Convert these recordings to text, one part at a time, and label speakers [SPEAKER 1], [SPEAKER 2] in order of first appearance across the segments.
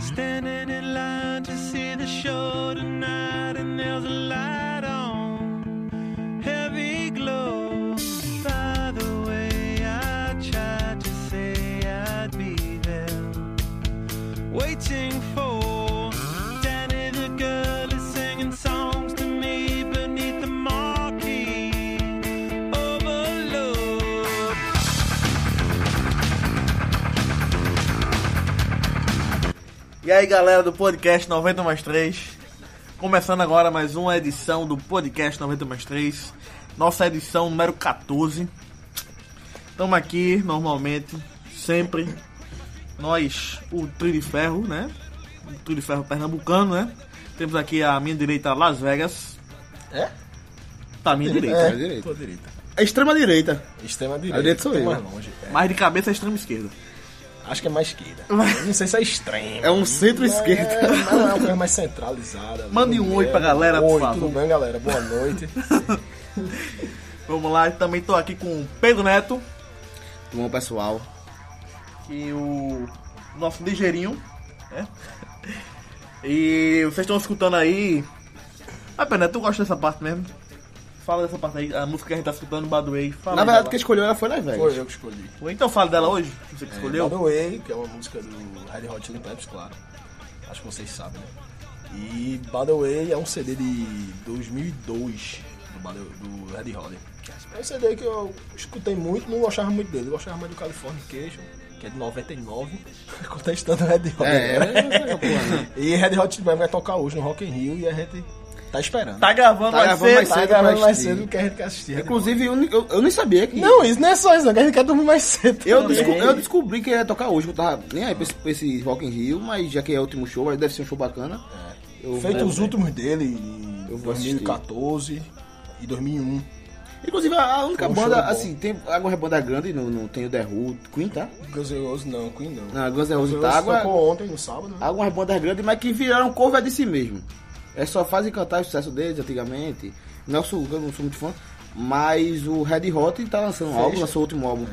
[SPEAKER 1] Standing in line to see the show tonight, and there's a light on, heavy glow. By the way, I tried to say I'd be there, waiting for. Danny the girl is singing songs to me beneath the marquee. Overload.
[SPEAKER 2] E aí galera do podcast 90 mais 3, começando agora mais uma edição do podcast 90 mais 3, nossa edição número 14. Estamos aqui normalmente, sempre, nós, o Trio de Ferro, né? O Trio de Ferro pernambucano, né? Temos aqui à minha direita Las Vegas.
[SPEAKER 3] É?
[SPEAKER 2] Tá à minha direita.
[SPEAKER 3] É,
[SPEAKER 2] É.
[SPEAKER 3] direita. direita.
[SPEAKER 4] A extrema direita.
[SPEAKER 3] Extrema
[SPEAKER 4] A
[SPEAKER 3] direita.
[SPEAKER 4] direita sou
[SPEAKER 3] Tô
[SPEAKER 4] eu.
[SPEAKER 3] mais longe. É,
[SPEAKER 2] Mas de cabeça é extrema esquerda.
[SPEAKER 3] acho que é mais esquerda. Não sei se é extrema.
[SPEAKER 4] É um centro-esquerda.
[SPEAKER 3] É, mas não, é uma coisa mais centralizada.
[SPEAKER 2] Mande um
[SPEAKER 3] Não
[SPEAKER 2] oi
[SPEAKER 3] é.
[SPEAKER 2] pra galera, por
[SPEAKER 3] Oi,
[SPEAKER 2] favor.
[SPEAKER 3] tudo bem, galera? Boa noite.
[SPEAKER 2] Vamos lá, eu também tô aqui com o Pedro Neto,
[SPEAKER 4] Tudo bom, pessoal?
[SPEAKER 2] que o nosso ligeirinho, né? E vocês estão escutando aí. Ah, pena, tu gosta dessa parte mesmo? Fala dessa parte aí, a música que a gente tá escutando, Badway. Fala
[SPEAKER 4] Na
[SPEAKER 2] aí
[SPEAKER 4] verdade,
[SPEAKER 2] dela.
[SPEAKER 4] quem escolheu ela foi Las Vegas.
[SPEAKER 3] Foi eu que escolhi.
[SPEAKER 2] Ou Então fala dela hoje, você que escolheu.
[SPEAKER 3] By the É, Way, que é uma música do Red Hot Chili Peppers, claro. Acho que vocês sabem, né? E By the Way é um CD de 2002 do, By the- do Red Hot. É um CD que eu escutei muito, não gostava muito dele. Eu gostava mais do Californication, que é de 99, contestando o Red Hot.
[SPEAKER 4] É,
[SPEAKER 3] né?
[SPEAKER 4] essa porra, né?
[SPEAKER 3] E Red Hot Chili Peppers vai tocar hoje no Rock in Rio e a gente tá esperando.
[SPEAKER 2] Tá gravando,
[SPEAKER 4] Tá
[SPEAKER 2] vai
[SPEAKER 4] gravando
[SPEAKER 2] ser.
[SPEAKER 4] mais
[SPEAKER 3] tá
[SPEAKER 4] cedo,
[SPEAKER 3] gravando
[SPEAKER 4] vai
[SPEAKER 3] mais
[SPEAKER 4] assistir.
[SPEAKER 3] cedo do que a gente quer assistir. Red Hot.
[SPEAKER 4] Inclusive, eu, eu, eu nem sabia que.
[SPEAKER 3] Não, isso não é só isso, não, que a gente quer dormir mais cedo.
[SPEAKER 4] Eu,
[SPEAKER 3] também.
[SPEAKER 4] desco- eu descobri que ia tocar hoje, eu tava nem aí pra esse, pra esse Rock in Rio, mas já que é o último show, aí deve ser um show bacana. Eu
[SPEAKER 3] Feito
[SPEAKER 4] vou-
[SPEAKER 3] os últimos dele em
[SPEAKER 4] Eu vou
[SPEAKER 3] 2014 e 2001.
[SPEAKER 4] Inclusive, a a única
[SPEAKER 3] Foi um show
[SPEAKER 4] banda,
[SPEAKER 3] bom.
[SPEAKER 4] assim, tem agora é banda grande, não, não tem o The Who, Queen, tá?
[SPEAKER 3] Guns N' Roses não, Queen não.
[SPEAKER 4] Não,
[SPEAKER 3] Guns
[SPEAKER 4] Guns N'
[SPEAKER 3] N'
[SPEAKER 4] Roses
[SPEAKER 3] Roses
[SPEAKER 4] tá, agora, Ah.
[SPEAKER 3] tocou ontem, no sábado. né?
[SPEAKER 4] algumas bandas grandes, mas que viraram cover de si mesmo. É só fazem cantar o sucesso deles antigamente. Não sou, eu não sou muito fã, mas o Red Hot tá lançando um
[SPEAKER 3] Fecha.
[SPEAKER 4] álbum, lançou o último álbum.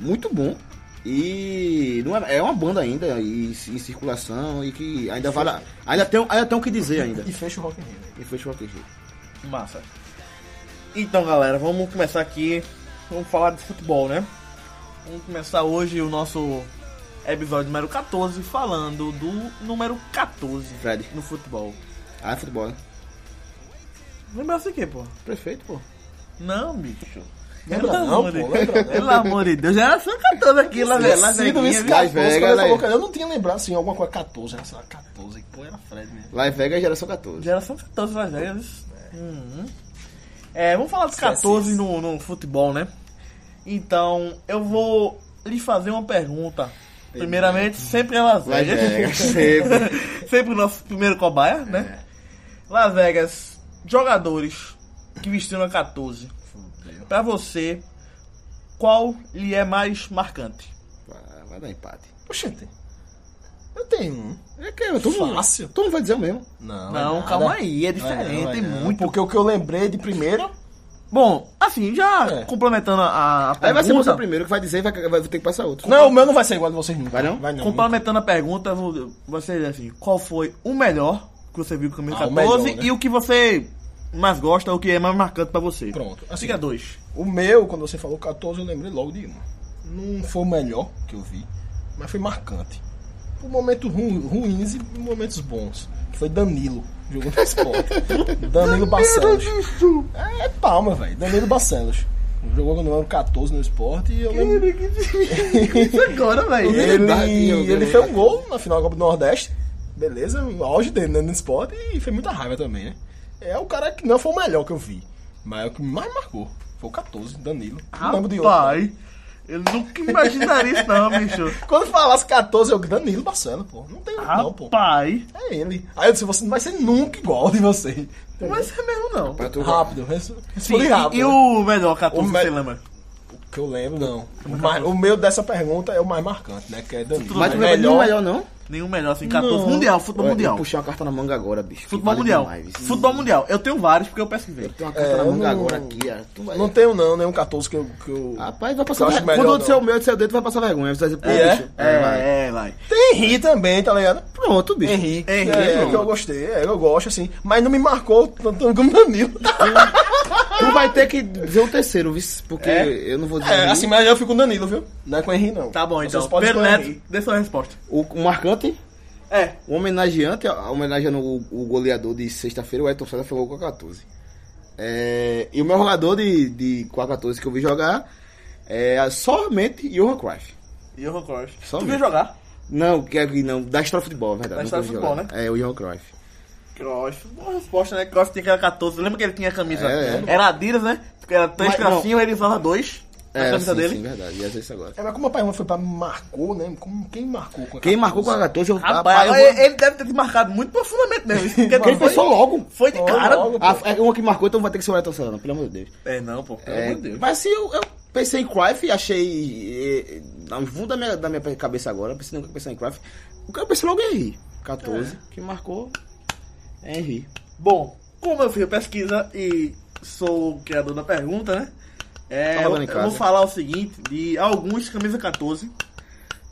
[SPEAKER 4] Muito bom. E não é, é uma banda ainda e, em circulação e que ainda vale. a- Ainda tem, ainda tem o que dizer ainda.
[SPEAKER 3] E fecha o Rock in Rio. né?
[SPEAKER 4] E foi o Rock in Rio.
[SPEAKER 2] Massa. Então, galera, vamos começar aqui. Vamos falar de futebol, né? Vamos começar hoje o nosso episódio número 14 falando do número 14
[SPEAKER 4] Fred.
[SPEAKER 2] no futebol.
[SPEAKER 4] Ah, é futebol, né?
[SPEAKER 2] Lembra-se o quê, pô?
[SPEAKER 4] Prefeito, pô.
[SPEAKER 2] Não, bicho.
[SPEAKER 3] Lembra
[SPEAKER 2] Pelo
[SPEAKER 3] não,
[SPEAKER 2] amor
[SPEAKER 3] pô,
[SPEAKER 2] de-
[SPEAKER 3] lembra não.
[SPEAKER 2] Pelo amor de Deus, geração 14 aqui, lá velho. Lá
[SPEAKER 3] Esquecido
[SPEAKER 2] velhinha,
[SPEAKER 3] esse
[SPEAKER 2] viu?
[SPEAKER 4] cara.
[SPEAKER 3] 14, quando ele
[SPEAKER 4] Velho,
[SPEAKER 3] falou
[SPEAKER 4] velho.
[SPEAKER 3] é que era- eu não tinha lembrado assim, alguma coisa 14, era só 14, que pô, era Fred mesmo.
[SPEAKER 4] Lá em Vegas, geração 14.
[SPEAKER 2] Geração 14 lá velho. Uhum. É, vamos falar dos 14 no, no futebol, né? Então, eu vou lhe fazer uma pergunta. Primeiramente, sempre é Las
[SPEAKER 4] Lá em
[SPEAKER 2] Vegas.
[SPEAKER 4] Vegas, sempre.
[SPEAKER 2] Sempre o nosso primeiro cobaia, né?
[SPEAKER 3] É.
[SPEAKER 2] Las Vegas, jogadores que vestiram a 14.
[SPEAKER 3] Fudeu.
[SPEAKER 2] Pra você, qual lhe é mais marcante?
[SPEAKER 4] Vai- Vai dar empate.
[SPEAKER 3] Oxente, eu tenho um.
[SPEAKER 4] É que eu tô
[SPEAKER 3] Fácil.
[SPEAKER 4] Todo mundo vai dizer o mesmo.
[SPEAKER 3] Não,
[SPEAKER 2] Não,
[SPEAKER 3] nada.
[SPEAKER 2] calma aí, é
[SPEAKER 3] Não é não,
[SPEAKER 2] diferente,
[SPEAKER 3] não é
[SPEAKER 2] tem
[SPEAKER 3] não.
[SPEAKER 2] muito.
[SPEAKER 3] Porque o que eu lembrei de primeira,
[SPEAKER 2] Bom, assim, já
[SPEAKER 3] É.
[SPEAKER 2] complementando a, a
[SPEAKER 4] Aí vai ser você
[SPEAKER 2] pergunta,
[SPEAKER 4] o primeiro que vai dizer e vai, vai ter que passar outro.
[SPEAKER 3] não, o meu não vai ser igual de vocês nunca.
[SPEAKER 4] Vai não?
[SPEAKER 3] Vai não.
[SPEAKER 2] complementando a pergunta, vou- você assim, qual foi o melhor que você viu com o Camisa
[SPEAKER 3] Ah, o
[SPEAKER 2] 14
[SPEAKER 3] melhor, né?
[SPEAKER 2] e o que você mais gosta, o que é mais marcante pra você?
[SPEAKER 3] Pronto, assim.
[SPEAKER 2] Siga dois.
[SPEAKER 3] O meu, quando você falou 14, eu lembrei logo de uma. Não foi o melhor que eu vi, mas foi marcante. Por momentos ru- ruins e por momentos bons. Foi Danilo, jogou no esporte. Danilo Barcelos. É, é palma, velho. Danilo Barcelos. Jogou no ano 14 no esporte e eu lembro.
[SPEAKER 2] Agora, velho.
[SPEAKER 4] Verdade, eu
[SPEAKER 3] Ele, ele
[SPEAKER 4] lembro.
[SPEAKER 3] fez um gol na final da Copa do Nordeste. Beleza, o auge dele né, no esporte e fez muita raiva também, né? É o cara que não foi o melhor que eu vi, mas é o que mais marcou. Foi o 14, Danilo. Não lembro de outro.
[SPEAKER 2] Rapaz, eu nunca imaginaria isso não, bicho.
[SPEAKER 3] Quando falasse 14, eu Danilo Barcelos, pô. Não tem outro não, pô.
[SPEAKER 2] Rapaz,
[SPEAKER 3] É ele. Aí eu disse, você não vai ser nunca igual de você.
[SPEAKER 2] não vai ser mesmo não.
[SPEAKER 4] Pra tu-
[SPEAKER 3] Rápido, res-
[SPEAKER 2] Sim,
[SPEAKER 3] respondi rápido. né?
[SPEAKER 2] e, e o melhor 14
[SPEAKER 3] O
[SPEAKER 2] que você
[SPEAKER 3] me-
[SPEAKER 2] lembra?
[SPEAKER 3] O que eu lembro, não. O, mais- o meu dessa pergunta é o mais marcante, né? Que é Danilo.
[SPEAKER 4] Mas tu lembra de um melhor, não?
[SPEAKER 2] Nenhum melhor, assim, 14.
[SPEAKER 3] Não.
[SPEAKER 2] Mundial, futebol
[SPEAKER 4] Olha,
[SPEAKER 2] mundial.
[SPEAKER 4] eu puxei uma carta na manga agora, bicho. que
[SPEAKER 2] Futebol
[SPEAKER 4] vale
[SPEAKER 2] mundial.
[SPEAKER 4] demais.
[SPEAKER 2] Futebol mundial. Eu tenho vários porque eu pesquisei.
[SPEAKER 4] Tem uma carta
[SPEAKER 3] É,
[SPEAKER 4] na
[SPEAKER 3] eu
[SPEAKER 4] manga
[SPEAKER 3] não-
[SPEAKER 4] agora aqui, ó. Tu vai-
[SPEAKER 3] Não tenho não, nenhum 14 que eu. Que eu...
[SPEAKER 2] É
[SPEAKER 4] Rapaz, vai
[SPEAKER 3] Eu
[SPEAKER 4] passar
[SPEAKER 3] acho
[SPEAKER 4] vergonha.
[SPEAKER 3] melhor
[SPEAKER 4] Quando o
[SPEAKER 3] não.
[SPEAKER 4] seu meu, do seu dedo, vai passar vergonha. Você vai dizer, pô,
[SPEAKER 3] É?
[SPEAKER 4] bicho.
[SPEAKER 2] É,
[SPEAKER 4] vai.
[SPEAKER 2] é, vai.
[SPEAKER 3] Tem ri também, tá ligado?
[SPEAKER 4] Pronto, bicho.
[SPEAKER 2] Henrique.
[SPEAKER 3] É,
[SPEAKER 2] Henrique,
[SPEAKER 3] é, que eu gostei, é, eu gosto, assim. Mas não me marcou tanto como Danilo.
[SPEAKER 4] Tu vai ter que dizer o terceiro, viu? Porque
[SPEAKER 2] É?
[SPEAKER 4] eu não vou dizer.
[SPEAKER 3] É,
[SPEAKER 4] nenhum.
[SPEAKER 3] assim, mas eu fico com o Danilo, viu? Não é com o Henrique, não.
[SPEAKER 2] Tá bom,
[SPEAKER 3] Vocês
[SPEAKER 2] então.
[SPEAKER 3] podem
[SPEAKER 2] Pedro
[SPEAKER 3] escolher
[SPEAKER 2] Neto,
[SPEAKER 3] Henrique.
[SPEAKER 2] dê sua resposta.
[SPEAKER 4] o, o marcante,
[SPEAKER 2] É.
[SPEAKER 4] o homenageante, a- homenageando o, o goleador de sexta-feira, o Ayrton Senna foi gol com a 14. É, e o meu jogador de, de com a 14 que eu vi jogar é somente Johan Cruyff.
[SPEAKER 2] E o Rocorte.
[SPEAKER 4] Só
[SPEAKER 2] Tu
[SPEAKER 4] mesmo.
[SPEAKER 2] veio jogar?
[SPEAKER 4] Não, que é que não, da história do futebol, é verdade.
[SPEAKER 2] Da
[SPEAKER 4] não
[SPEAKER 2] história do
[SPEAKER 4] conheço
[SPEAKER 2] futebol, né?
[SPEAKER 4] jogar. É, o Johan Cruyff.
[SPEAKER 2] Cross. Boa resposta, né? Cross tinha aquela 14. Lembra que ele tinha a camisa?
[SPEAKER 4] É, é.
[SPEAKER 2] Era Adidas, né? Era três
[SPEAKER 4] Mas, não.
[SPEAKER 2] tracinhos, ele usava dois. A
[SPEAKER 4] É,
[SPEAKER 2] camisa
[SPEAKER 4] sim,
[SPEAKER 2] dele.
[SPEAKER 4] sim, verdade. Ia ser isso agora.
[SPEAKER 3] É, mas como a pergunta foi pra marcou, né? Como, quem marcou com a
[SPEAKER 4] Quem marcou com a 14 eu
[SPEAKER 2] Rapaz,
[SPEAKER 4] Rapaz, eu vou-
[SPEAKER 2] ele deve ter te marcado muito profundamente mesmo. Porque
[SPEAKER 4] ele
[SPEAKER 2] foi-
[SPEAKER 4] pensou logo.
[SPEAKER 2] Foi de
[SPEAKER 3] Foi
[SPEAKER 2] cara.
[SPEAKER 3] logo.
[SPEAKER 4] Ah, é uma que marcou, então vai ter que ser o Ayrton Senna, pelo amor de Deus.
[SPEAKER 2] É, não, pô. Pelo
[SPEAKER 4] É,
[SPEAKER 2] amor de Deus.
[SPEAKER 4] mas se eu, eu pensei em Cruyff e achei. eh, No fundo da minha, da minha cabeça agora, eu pensei nunca pensar em Cruyff. O que eu pensei logo é Henry. 14, que marcou é Henry.
[SPEAKER 2] Bom, como eu fiz a pesquisa e sou o criador da pergunta, né? É,
[SPEAKER 4] Tá
[SPEAKER 2] eu,
[SPEAKER 4] rolando em
[SPEAKER 2] eu
[SPEAKER 4] casa.
[SPEAKER 2] vou falar o seguinte, de alguns camisa 14.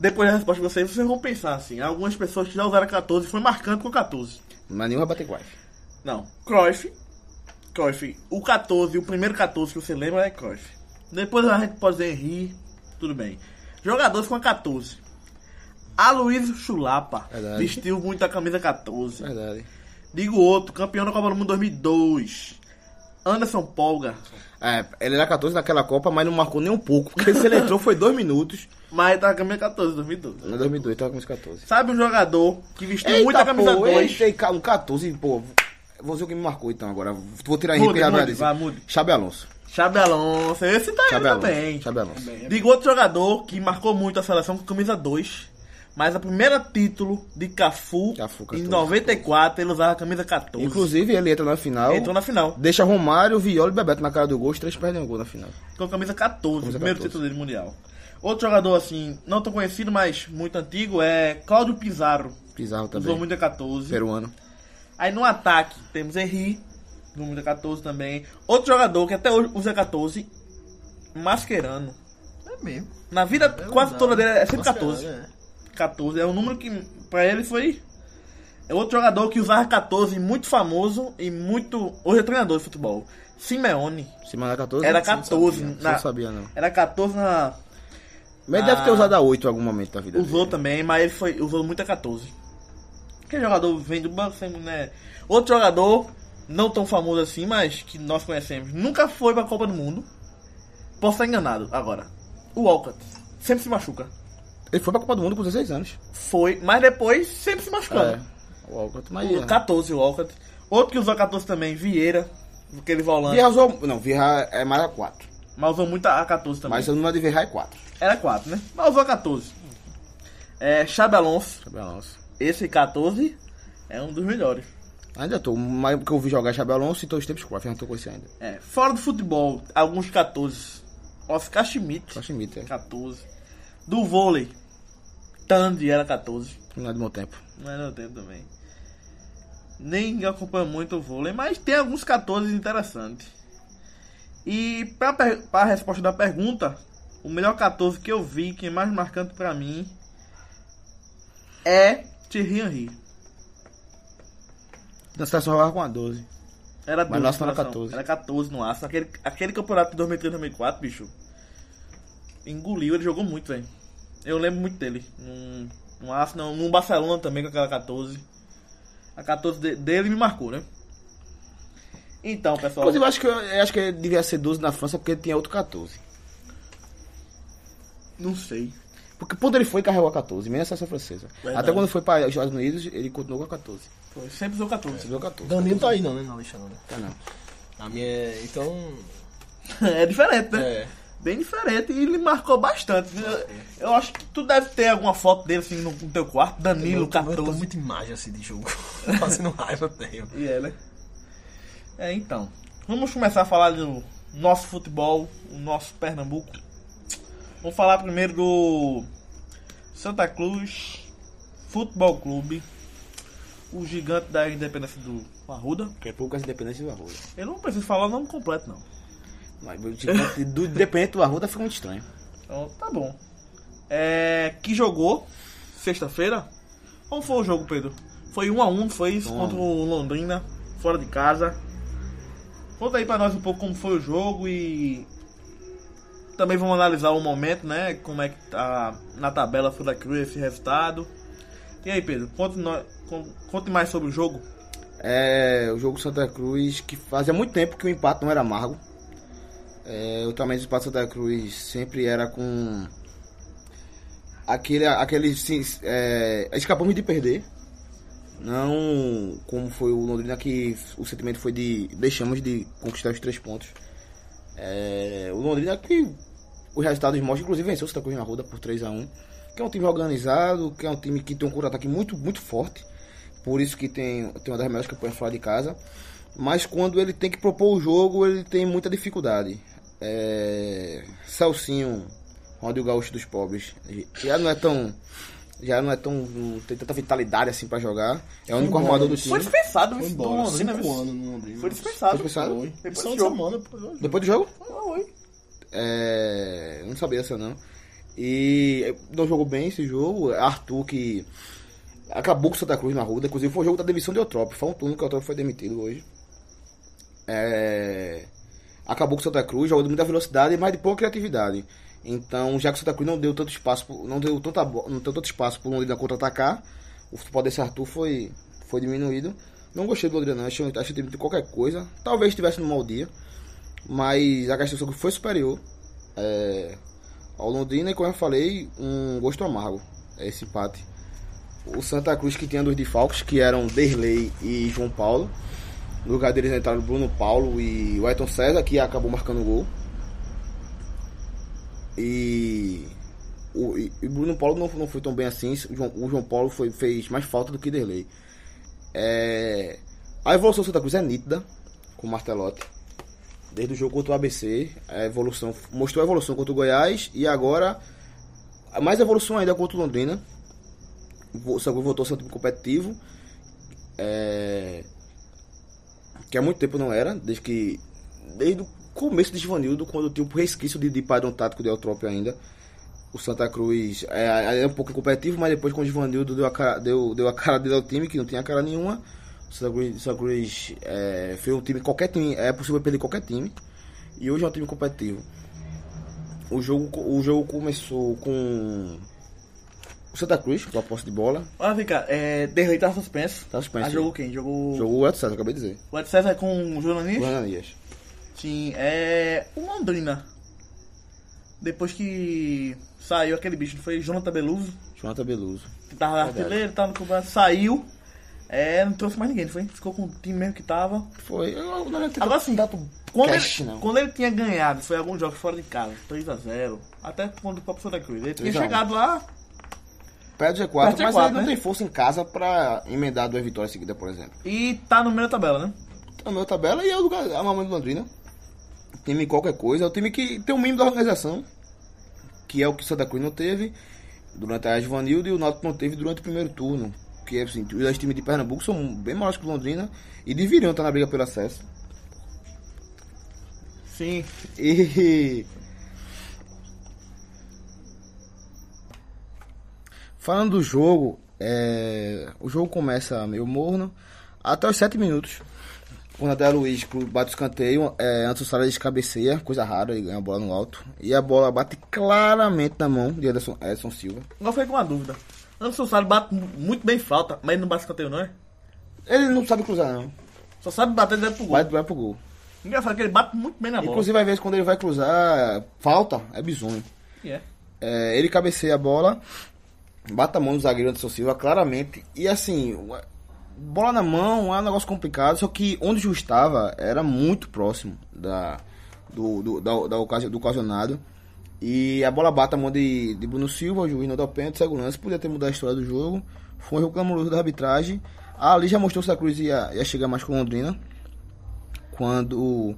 [SPEAKER 2] Depois da resposta de vocês, vocês vão pensar assim, algumas pessoas que já usaram 14 foi marcando com 14.
[SPEAKER 4] Mas nenhum vai bater Cruyff.
[SPEAKER 2] Não, Cruyff. Cruyff, o 14, o primeiro 14 que você lembra é Cruyff. Depois a gente pode dizer Henry, tudo bem. Jogadores com a 14. Aloysio Chulapa,
[SPEAKER 4] Verdade. É
[SPEAKER 2] vestiu muito a camisa 14.
[SPEAKER 4] Verdade.
[SPEAKER 2] Digo outro, campeão da Copa do Mundo 2002. Anderson Polga.
[SPEAKER 4] É, ele era 14 naquela Copa, mas não marcou nem um pouco, porque se ele entrou foi 2 minutos.
[SPEAKER 2] Mas tá com a camisa 14, 2012.
[SPEAKER 4] Na 2002 tava com os 14.
[SPEAKER 2] Sabe um jogador que vestiu
[SPEAKER 4] Eita,
[SPEAKER 2] muita camisa
[SPEAKER 4] pô,
[SPEAKER 2] 2?
[SPEAKER 4] eita, e ca- um 14, pô. Vou dizer o que me marcou então agora. Vou tirar
[SPEAKER 2] Mude,
[SPEAKER 4] Henrique já
[SPEAKER 2] mude,
[SPEAKER 4] vai dizer.
[SPEAKER 2] vai, mude.
[SPEAKER 4] Xabi Alonso.
[SPEAKER 2] Xabi Alonso. Esse tá ele
[SPEAKER 4] Xabi Alonso.
[SPEAKER 2] também.
[SPEAKER 4] Xabi Alonso.
[SPEAKER 2] Digo outro jogador que marcou muito a seleção com camisa 2. Mas a primeira título de Cafu,
[SPEAKER 4] Cafu,
[SPEAKER 2] em
[SPEAKER 4] 14.
[SPEAKER 2] 94, ele usava a camisa 14.
[SPEAKER 4] Inclusive, ele entra na final.
[SPEAKER 2] Entrou na final
[SPEAKER 4] Deixa Romário, Viola e Bebeto na cara do gol, os três perdem o gol na final.
[SPEAKER 2] com a camisa 14,
[SPEAKER 4] Camisa
[SPEAKER 2] primeiro
[SPEAKER 4] 14.
[SPEAKER 2] título dele mundial. Outro jogador, assim, não tão conhecido, mas muito antigo, é Cláudio Pizarro.
[SPEAKER 4] Pizarro
[SPEAKER 2] Usou
[SPEAKER 4] também.
[SPEAKER 2] muito a 14.
[SPEAKER 4] Peruano.
[SPEAKER 2] Aí no ataque temos Henry, número 14 também. Outro jogador que até hoje usa 14, Mascherano.
[SPEAKER 3] É mesmo.
[SPEAKER 2] Na vida quase toda dele é sempre
[SPEAKER 3] Nossa,
[SPEAKER 2] 14.
[SPEAKER 3] é.
[SPEAKER 2] 14 é um número que pra ele foi. É outro jogador que usava 14, muito famoso e muito. Hoje é treinador de futebol. Simeone.
[SPEAKER 4] Se mandar 14?
[SPEAKER 2] Era
[SPEAKER 4] Você não
[SPEAKER 2] 14
[SPEAKER 4] sabia, você
[SPEAKER 2] na-
[SPEAKER 4] Não sabia, não.
[SPEAKER 2] Era 14 na.
[SPEAKER 4] Mas ele deve ter usado a 8 em algum momento da vida.
[SPEAKER 2] Usou também, mas ele foi, usou muito a 14. Que jogador vem do banco sempre, né? Outro jogador, não tão famoso assim, mas que nós conhecemos, nunca foi pra Copa do Mundo. Posso estar enganado agora. O Alcott sempre se machuca.
[SPEAKER 4] dele. Ele foi pra Copa do Mundo com 16 anos.
[SPEAKER 2] Foi, mas depois sempre se machucando.
[SPEAKER 4] É. O Alcott, mas...
[SPEAKER 2] O 14, o Alcott. Outro que usou 14 também, Vieira, aquele volante.
[SPEAKER 4] Vieira usou... Não, Vieira é mais a 4.
[SPEAKER 2] Mas usou muito a 14 também.
[SPEAKER 4] Mas o número de Vieira é 4.
[SPEAKER 2] Era 4, né? Mas usou 14. É, Xabi Alonso,
[SPEAKER 4] Xabi Alonso.
[SPEAKER 2] esse 14 é um dos melhores.
[SPEAKER 4] Ainda tô. Mas o que eu vi jogar é Xabi Alonso e todos os tempos Cruyff. Eu não tô com esse ainda.
[SPEAKER 2] É, fora do futebol, alguns 14. Oscar Schmidt,
[SPEAKER 4] Só Schmidt, é.
[SPEAKER 2] 14. Do vôlei, Tandy era 14.
[SPEAKER 4] Não é do meu tempo.
[SPEAKER 2] Não era o tempo também. Nem acompanho muito o vôlei, mas tem alguns 14 interessantes. E pra, per- pra resposta da pergunta, o melhor 14 que eu vi, que é mais marcante pra mim, é Thierry Henry.
[SPEAKER 4] Na seleção jogava com a 12.
[SPEAKER 2] Era
[SPEAKER 4] Mas
[SPEAKER 2] 12
[SPEAKER 4] nossa, era
[SPEAKER 2] coração.
[SPEAKER 4] 14.
[SPEAKER 2] Era 14 no Aço. Aquele, aquele campeonato de 2003, 2004, bicho. Engoliu, ele jogou muito, velho. Eu lembro muito dele. Num, num Aço, não, num Barcelona também com aquela 14. A 14 de- dele me marcou, né? Então, pessoal.
[SPEAKER 4] Inclusive, eu acho que, eu acho que ele devia ser 12 na França porque ele tinha outro 14.
[SPEAKER 2] Não sei.
[SPEAKER 4] Porque quando ele foi, carregou a 14, mesmo a seleção francesa.
[SPEAKER 2] Verdade.
[SPEAKER 4] Até quando foi para os Estados Unidos, ele continuou com a 14.
[SPEAKER 2] Pô, sempre usou 14.
[SPEAKER 4] Recebeu a 14.
[SPEAKER 3] Danilo tá aí não, né? Na lista não, né?
[SPEAKER 4] Tá não.
[SPEAKER 3] A minha é. Então.
[SPEAKER 2] É diferente, né?
[SPEAKER 3] É.
[SPEAKER 2] Bem diferente. E ele marcou bastante. Eu, eu acho que tu deve ter alguma foto dele assim no, no teu quarto. Danilo,
[SPEAKER 3] eu tô- Eu tô
[SPEAKER 2] 14.
[SPEAKER 3] muita imagem assim de jogo. Fazendo raiva, eu tenho.
[SPEAKER 2] E ela. É, então. Vamos começar a falar do nosso futebol, o nosso Pernambuco. Vamos falar primeiro do Santa Cruz Futebol Clube, o gigante da Independência do Arruda.
[SPEAKER 4] República Independência do Arruda.
[SPEAKER 2] Eu não preciso falar o nome completo, não.
[SPEAKER 4] Mas o gigante do Independente do Arruda fica muito estranho.
[SPEAKER 2] Então, tá bom. É, que jogou sexta-feira. Como foi o jogo, Pedro? Foi 1 a 1 foi isso?
[SPEAKER 4] Um a
[SPEAKER 2] Contra o Londrina, fora de casa. Conta aí pra nós um pouco como foi o jogo e. Também vamos analisar o momento, né? Como é que tá na tabela Fuda Cruz esse resultado. E aí, Pedro, conte, nó- con- conte mais sobre o jogo.
[SPEAKER 4] É, o jogo Santa Cruz, que fazia muito tempo que o empate não era amargo. É, ultimamente o empate Santa Cruz sempre era com. Aquele. aquele sim, é, escapamos de perder. Não como foi o Londrina, que o sentimento foi de. Deixamos de conquistar os três pontos. É, o Londrina que os resultados mostram, inclusive venceu o Santa Cruz na Ruda por 3x1. Que é um time organizado, que é um time que tem um contra-ataque muito, muito forte. Por isso que tem, tem uma das melhores campanhas fora de casa. Mas quando ele tem que propor o jogo, ele tem muita dificuldade. É... Salsinho, Rodrigo Gaúcho dos Pobres, já não é tão. Já não é tão. não tem tanta vitalidade assim pra jogar. É o único
[SPEAKER 3] embora,
[SPEAKER 4] armador do
[SPEAKER 3] né?
[SPEAKER 4] time.
[SPEAKER 2] Foi dispensado
[SPEAKER 3] Foi
[SPEAKER 2] viu, do
[SPEAKER 3] embora,
[SPEAKER 2] Londrina.
[SPEAKER 3] cinco
[SPEAKER 2] viu?
[SPEAKER 3] anos no Londrina.
[SPEAKER 2] Foi dispensado.
[SPEAKER 4] Foi dispensado.
[SPEAKER 3] Foi.
[SPEAKER 2] Depois
[SPEAKER 3] Só um-
[SPEAKER 2] do
[SPEAKER 3] de
[SPEAKER 2] jogo.
[SPEAKER 3] semana, depois do jogo.
[SPEAKER 4] Depois do jogo?
[SPEAKER 2] Foi.
[SPEAKER 4] É, não sabia dessa não. E eh, não jogou bem esse jogo. Arthur que acabou com o Santa Cruz na Ruda. Inclusive foi o jogo da demissão de Eutrópio. Foi um turno que o Eutrópio foi demitido hoje. É, acabou com o Santa Cruz, jogou de muita velocidade, mas de pouca criatividade. Então, já que o Santa Cruz não deu tanto espaço, pro- não deu tanta, bo- não deu tanto espaço pro Londrina contra-atacar, o futebol desse Arthur foi, foi diminuído. Não gostei do Londrina, não. Achei, achei o time de qualquer coisa. Talvez estivesse no mau dia mas a gastação foi superior é, ao Londrina e como eu falei, um gosto amargo é esse empate. O Santa Cruz que tinha dois desfalques, que eram Derlei e João Paulo. No lugar deles entraram Bruno Paulo e o Ayrton César, que acabou marcando o gol. E o e- e Bruno Paulo não, não foi tão bem assim. O João, o João Paulo foi- fez mais falta do que Derlei. É, a evolução do Santa Cruz é nítida com o Martelotti desde o jogo contra o ABC, a evolução mostrou a evolução contra o Goiás e agora a mais evolução ainda contra o Londrina. O Santa Cruz voltou a ser um time competitivo, é, que há muito tempo não era, desde que desde o começo de Givanildo, quando tinha o resquício de, de padrão tático de Eutrópio ainda. O Santa Cruz é, ainda é um pouco competitivo, mas depois com o Givanildo deu a cara, deu, deu a cara dele ao time, que não tinha cara nenhuma. O Santa Cruz, Santa Cruz é, foi um time, qualquer time, é possível perder qualquer time. E hoje é um time competitivo. O jogo, co- o jogo começou com o Santa Cruz, com a posse de bola.
[SPEAKER 2] Mas vem cá, é, Derlei tá suspenso.
[SPEAKER 4] Tá suspenso.
[SPEAKER 2] Ah, jogou
[SPEAKER 3] é.
[SPEAKER 2] quem? Jogou.
[SPEAKER 4] Jogou o Edson, acabei de dizer.
[SPEAKER 2] O Ed César é com o Jornalista?
[SPEAKER 4] O Ananias.
[SPEAKER 2] Sim, é. O Londrina. Depois que saiu aquele bicho, não foi Jonathan Beluso,
[SPEAKER 4] Jonathan Beluso.
[SPEAKER 2] que tava na
[SPEAKER 4] Verdade.
[SPEAKER 2] artilheiro, tava no combate, saiu. É, não trouxe mais ninguém, não foi? Ficou com o time mesmo que tava.
[SPEAKER 4] Foi. Eu não lembro
[SPEAKER 2] Agora sim, quando,
[SPEAKER 4] um cash,
[SPEAKER 2] ele,
[SPEAKER 4] não.
[SPEAKER 2] quando ele tinha ganhado, foi alguns jogos fora de casa, 3x0. Até quando o próprio Santa Cruz. Ele tinha
[SPEAKER 4] 3 a 1.
[SPEAKER 2] chegado lá,
[SPEAKER 4] Perde G4,
[SPEAKER 2] Perde
[SPEAKER 4] mas
[SPEAKER 2] G4,
[SPEAKER 4] ele não
[SPEAKER 2] né?
[SPEAKER 4] tem força em casa pra emendar duas vitórias seguidas, por exemplo.
[SPEAKER 2] e tá no meio da tabela, né?
[SPEAKER 4] Tá na tabela e é o lugar, a mamãe do Londrina. Time qualquer coisa, é o time que tem o mínimo da organização, que é o que o Santa Cruz não teve durante a Givanildo e o Náutico não teve durante o primeiro turno. Que é assim, os dois times de Pernambuco são bem maiores que o Londrina e deveriam estar na briga pelo acesso.
[SPEAKER 2] Sim.
[SPEAKER 4] E. Falando do jogo, é, o jogo começa meio morno, até os 7 minutos. Quando André Luiz cru- bate o escanteio, é, antes o Sara descabeceia, coisa rara, ele ganha a bola no alto. E a bola bate claramente na mão de Ederson, Edson Silva.
[SPEAKER 2] Agora fiquei com uma dúvida. Anderson Salles bate mu- muito bem falta, mas ele não bate escanteio, não é?
[SPEAKER 4] Ele não sabe cruzar, não.
[SPEAKER 2] Só sabe bater direto pro gol.
[SPEAKER 4] Vai, vai pro gol.
[SPEAKER 2] Engraçado que ele bate muito bem na bola.
[SPEAKER 4] Inclusive, às vezes, quando ele vai cruzar, falta, é bizonho.
[SPEAKER 2] E é.
[SPEAKER 4] É, ele cabeceia a bola, bata a mão do zagueiro Anderson Silva, claramente. E assim, uma- bola na mão é um negócio complicado, só que onde justava era muito próximo da, do, do, da, da ocasi- do ocasionado. E a bola bata a mão de, de Bruno Silva, o juiz não deu pênalti, segurança, podia ter mudado a história do jogo. Foi um jogo clamoroso da arbitragem. Ali já mostrou que o Santa Cruz ia, ia chegar mais com o Londrina quando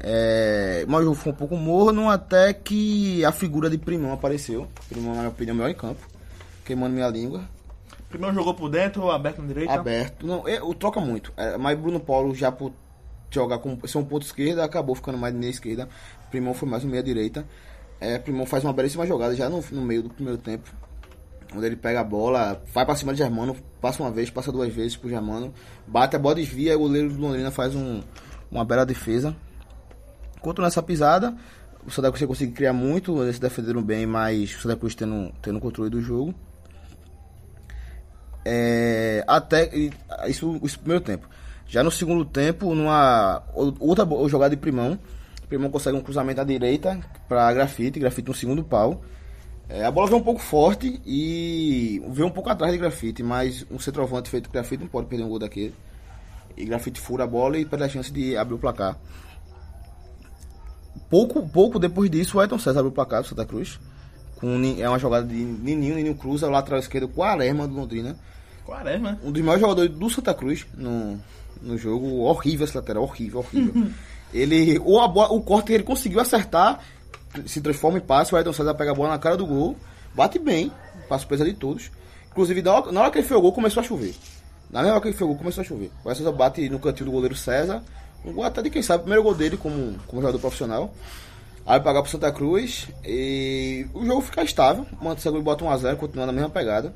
[SPEAKER 4] é, mas o jogo foi um pouco morno até que a figura de Primão apareceu. Primão, na minha opinião, é o melhor em campo. Queimando minha língua.
[SPEAKER 5] Primeiro jogou por dentro, aberto na direita.
[SPEAKER 4] Aberto. Não, é, o troca muito. É, mas Bruno Paulo já por jogar com ser um ponto esquerda, acabou ficando mais na esquerda. Primão foi mais um meia direita. É, Primão faz uma belíssima jogada já no, no meio do primeiro tempo. Onde ele pega a bola, vai pra cima do Germano, passa uma vez, passa duas vezes pro Germano, bate a bola, desvia, o goleiro do Londrina faz um- uma bela defesa. Enquanto nessa pisada, o Santa Cruz conseguiu criar muito, eles se defenderam bem, mas o Santa Cruz tendo, tendo controle do jogo. É, até e- isso, isso primeiro tempo. Já no segundo tempo, numa ou- outra bo- jogada de Primão, Primão consegue um cruzamento à direita para Grafite, Grafite no segundo pau. É, a bola veio um pouco forte e veio um pouco atrás de Grafite, mas um centroavante feito Grafite não pode perder um gol daquele. E Grafite fura a bola e perde a chance de abrir o placar. Pouco, pouco depois disso, o Ayrton César abriu o placar do Santa Cruz. Com, o Ni- é uma jogada de Nininho, Nininho cruza, o lateral esquerdo com a Arema do Londrina
[SPEAKER 5] Quaresma, né?
[SPEAKER 4] um dos maiores jogadores do Santa Cruz no, no jogo. Horrível esse lateral, horrível, horrível. ele, o, a bola- o corte que ele conseguiu acertar se transforma em passe. O Ayrton César pega a bola na cara do gol, bate bem, passa pesa de todos. Inclusive, na hora, na hora que ele fez o gol, começou a chover. Na mesma hora que ele fez o gol, começou a chover. O Ayrton César bate no cantinho do goleiro César. Um gol até de quem sabe, o primeiro gol dele como, como jogador profissional. Aí pagar pro Santa Cruz e o jogo fica estável. O Manto Seguro bota 1x0, continua na mesma pegada.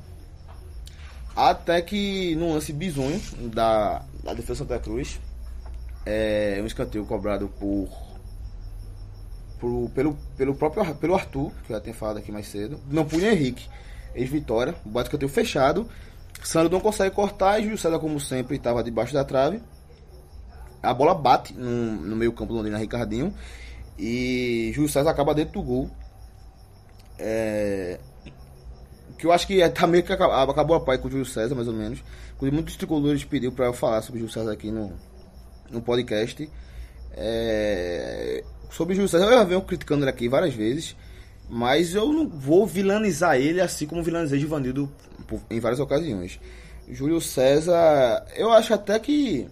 [SPEAKER 4] Até que num lance bizonho da, da defesa Santa Cruz, é, um escanteio cobrado por, por- pelo, pelo próprio Ar- pelo Arthur, que eu já tinha falado aqui mais cedo, não por Henrique, ex-vitória, bate escanteio fechado. Sandro não consegue cortar e Júlio César, como sempre, estava debaixo da trave. A bola bate no, no meio-campo do Londrina Ricardinho. E Júlio César acaba dentro do gol. É, que eu acho que é- tá meio que acabou, acabou a paz com o Júlio César, mais ou menos. Inclusive, muitos tricolores pediu pra eu falar sobre o Júlio César aqui no, no podcast. É, sobre o Júlio César, eu já venho criticando ele aqui várias vezes, mas eu não vou vilanizar ele assim como vilanizei Givanildo por- em várias ocasiões. Júlio César, eu acho até que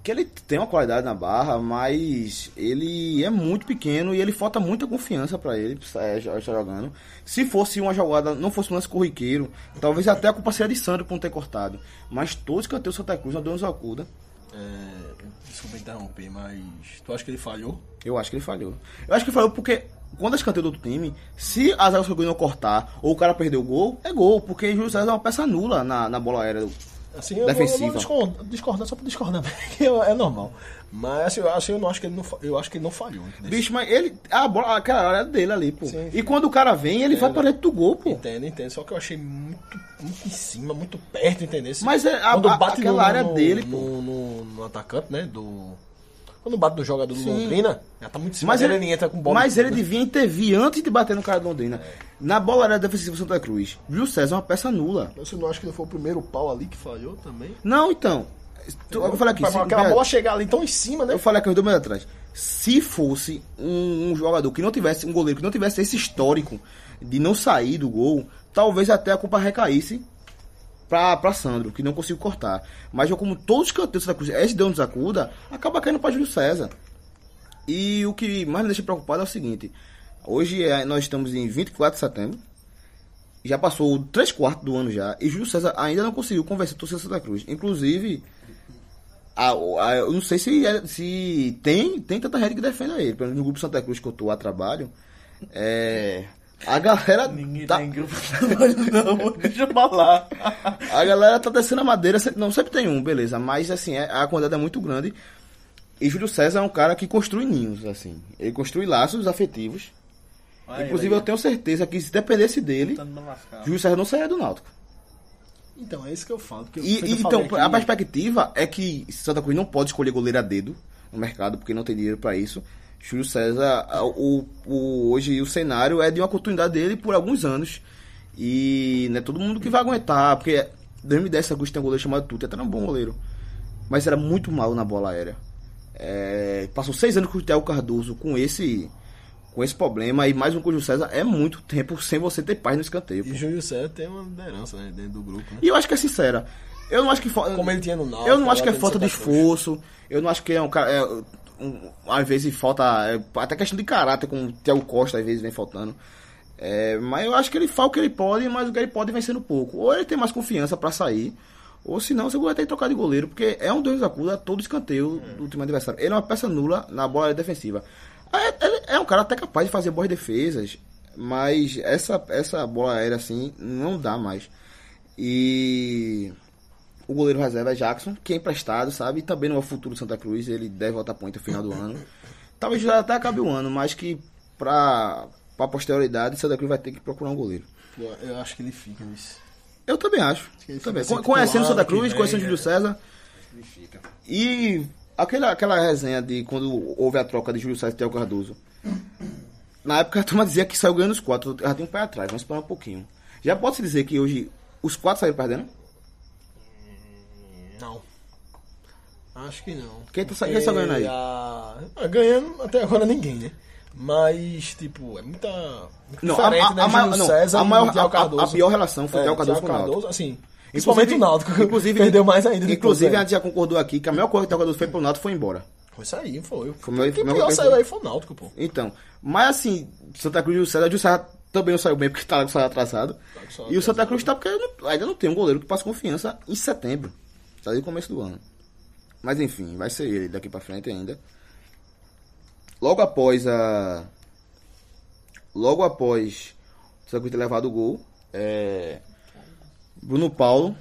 [SPEAKER 4] que ele tem uma qualidade na barra, mas ele é muito pequeno e ele falta muita confiança pra ele é, já- já jogando. Se fosse uma jogada, não fosse um lance corriqueiro, talvez até a culpa seria de Sandro por não ter cortado. Mas todos que eu Santa Cruz, a Deus acuda,
[SPEAKER 3] É, desculpa interromper, mas tu acha que ele falhou?
[SPEAKER 4] eu acho que ele falhou. Eu acho que ele falhou porque quando é escanteio do outro time, se a zaga do Santa Cruz não cortar ou o cara perdeu o gol, é gol, porque Júlio César é uma peça nula na, na bola aérea. do-
[SPEAKER 3] Assim, eu vou-
[SPEAKER 4] Defensiva.
[SPEAKER 3] Eu vou, discordar, discordar só pra discordar, porque é normal. Mas assim, eu, acho, eu não acho que ele não, fa- eu acho que ele não falhou. entendeu?
[SPEAKER 4] Bicho, mas ele. A bola, aquela área é dele ali, pô.
[SPEAKER 3] Sim, É,
[SPEAKER 4] E
[SPEAKER 3] sim.
[SPEAKER 4] quando o cara vem, ele vai pra dentro do gol, pô.
[SPEAKER 3] Entendo, entendo. Só que eu achei muito, muito em cima, muito perto, entendeu? Esse-
[SPEAKER 4] Mas é a-
[SPEAKER 3] Quando
[SPEAKER 4] a-
[SPEAKER 3] bate
[SPEAKER 4] aquela
[SPEAKER 3] no-
[SPEAKER 4] área
[SPEAKER 3] no-
[SPEAKER 4] dele, pô.
[SPEAKER 3] no, no, no atacante, né? Do. Quando bate no jogador do
[SPEAKER 4] Sim.
[SPEAKER 3] Londrina, já tá muito em cima
[SPEAKER 4] Mas
[SPEAKER 3] dele,
[SPEAKER 4] ele,
[SPEAKER 3] ele, entra com bola. É.
[SPEAKER 4] mas ele devia intervir antes de bater no cara do Londrina. Na bola área defensiva do Santa Cruz, viu César é uma peça nula.
[SPEAKER 3] Você não acha que ele foi o primeiro pau ali que falhou também?
[SPEAKER 4] Não, então. tu- eu falei aqui.
[SPEAKER 3] Pra-
[SPEAKER 4] se-
[SPEAKER 3] pra aquela bola chegar ali tão em cima, né?
[SPEAKER 4] eu falei aqui uns dois meses atrás. Se fosse um, um jogador que não tivesse, um goleiro que não tivesse esse histórico de não sair do gol, talvez até a culpa recaísse pra, pra Sandro, que não conseguiu cortar. Mas eu, como todos os canteiros da Cruz, esse deu nos acuda, acaba caindo pra Júlio César. E o que mais me deixa preocupado é o seguinte: hoje é- nós estamos em 24 de setembro, já passou 3 quartos do ano já, e Júlio César ainda não conseguiu convencer o torcedor da Santa Cruz. Inclusive, a- a- eu não sei se, é- se tem, tem tanta gente que defenda ele. Pelo menos no grupo Santa Cruz que eu tô a trabalho, é, a galera.
[SPEAKER 5] Ninguém
[SPEAKER 4] tá-
[SPEAKER 5] tá em grupo de trabalho, não. Deixa eu falar.
[SPEAKER 4] a galera tá descendo a madeira, se- não, sempre tem um, beleza, mas assim, é- a quantidade é muito grande. E Júlio César é um cara que construi ninhos, assim. Ele construi laços afetivos.
[SPEAKER 2] Ah, é.
[SPEAKER 4] Inclusive, eu tenho certeza que se dependesse dele, Júlio César não sairia do Náutico.
[SPEAKER 3] Então, é isso que eu falo. porque
[SPEAKER 4] E,
[SPEAKER 3] foi
[SPEAKER 4] e
[SPEAKER 3] que eu
[SPEAKER 4] então,
[SPEAKER 3] falei aqui.
[SPEAKER 4] a
[SPEAKER 3] né?
[SPEAKER 4] perspectiva é que Santa Cruz não pode escolher goleiro a dedo no mercado, porque não tem dinheiro pra isso. Júlio César, a- o, o- hoje o cenário é de uma oportunidade dele por alguns anos. E não é todo mundo que vai aguentar, porque em 2010 Santa Cruz tem um goleiro chamado Tuta, até era um bom goleiro. Mas era muito mal na bola aérea. É, passou seis anos com o Thiago Cardoso com esse com esse problema e mais um com o Júlio César é muito tempo sem você ter paz no escanteio. pô.
[SPEAKER 3] E Júlio César tem uma liderança né, dentro do grupo. Né?
[SPEAKER 4] E eu acho que é sincera. Eu não acho que fa-
[SPEAKER 3] Como ele tinha no Náutico.
[SPEAKER 4] eu não acho que é
[SPEAKER 3] agora
[SPEAKER 4] falta de
[SPEAKER 3] tem no Santa Cruz.
[SPEAKER 4] esforço. Eu não acho que é um cara. É, um- às vezes falta. é, até questão de caráter, como o Thiago Costa às vezes vem faltando. É, mas eu acho que ele fala o que ele pode, mas o que ele pode vem sendo pouco. Ou ele tem mais confiança pra sair, ou senão você vai ter que trocar de goleiro, porque é um Deus acuda a todo escanteio do time adversário. Ele é uma peça nula na bola defensiva. É, ele é um cara até capaz de fazer boas defesas, mas essa, essa bola aérea assim não dá mais. E o goleiro reserva é Jackson, que é emprestado, sabe? E também não é o futuro do Santa Cruz, ele deve voltar ponto no final do ano. Talvez já até acabe o ano, mas que pra, pra posterioridade Santa Cruz vai ter que procurar um goleiro.
[SPEAKER 3] Eu, eu acho que ele fica nisso.
[SPEAKER 4] Eu também acho.
[SPEAKER 3] que ele
[SPEAKER 4] Também.
[SPEAKER 3] fica
[SPEAKER 4] Con-
[SPEAKER 3] sem
[SPEAKER 4] Conhecendo
[SPEAKER 3] titular
[SPEAKER 4] Santa
[SPEAKER 3] ano que
[SPEAKER 4] Cruz,
[SPEAKER 3] vem,
[SPEAKER 4] conhecendo Júlio
[SPEAKER 3] é.
[SPEAKER 4] César.
[SPEAKER 3] Ele fica.
[SPEAKER 4] E aquela, aquela resenha de quando houve a troca de Júlio César e Theo Cardoso. Na época a turma dizia que saiu ganhando os quatro. Já tem um pé atrás, vamos esperar um pouquinho. Já pode-se dizer que hoje os quatro saíram perdendo?
[SPEAKER 3] Não. Acho que não.
[SPEAKER 4] Quem tá sa- quem tá ganhando aí?
[SPEAKER 3] A... ah, Ganhando até agora ninguém, né? Mas, tipo, é muita. muito
[SPEAKER 4] Não,
[SPEAKER 3] diferente,
[SPEAKER 4] a- a-
[SPEAKER 3] né?
[SPEAKER 4] a maior-
[SPEAKER 3] Júlio
[SPEAKER 4] não,
[SPEAKER 3] César
[SPEAKER 4] a
[SPEAKER 3] e
[SPEAKER 4] maior-
[SPEAKER 3] Thiago
[SPEAKER 4] a- a-
[SPEAKER 3] Cardoso.
[SPEAKER 4] a pior relação foi
[SPEAKER 3] é,
[SPEAKER 4] Thiago Cardoso
[SPEAKER 3] Thiago
[SPEAKER 4] com o Náutico.
[SPEAKER 3] Cardoso, assim. Principalmente o Náutico. que
[SPEAKER 4] Inclusive,
[SPEAKER 3] perdeu mais ainda. é. do que o
[SPEAKER 4] Inclusive,
[SPEAKER 3] Cruzeiro.
[SPEAKER 4] a gente já concordou aqui que a melhor coisa que o Theo Cardoso fez pro Náutico foi embora.
[SPEAKER 3] Foi sair, foi.
[SPEAKER 4] Foi meu-
[SPEAKER 3] Quem
[SPEAKER 4] meu-
[SPEAKER 3] pior
[SPEAKER 4] meu-
[SPEAKER 3] saiu aí foi o Náutico, pô.
[SPEAKER 4] Então, mas assim, Santa Cruz e o César, o Júlio César também não saiu bem porque tá com o salário atrasado.
[SPEAKER 3] com o salário
[SPEAKER 4] E o Santa Cruz tá porque não- ainda não tem um goleiro que passe confiança em setembro. Tá desde o começo do ano. Mas enfim, vai ser ele daqui pra frente ainda. Logo após a. Logo após o Santa Cruz ter levado o gol, é, Bruno Paulo.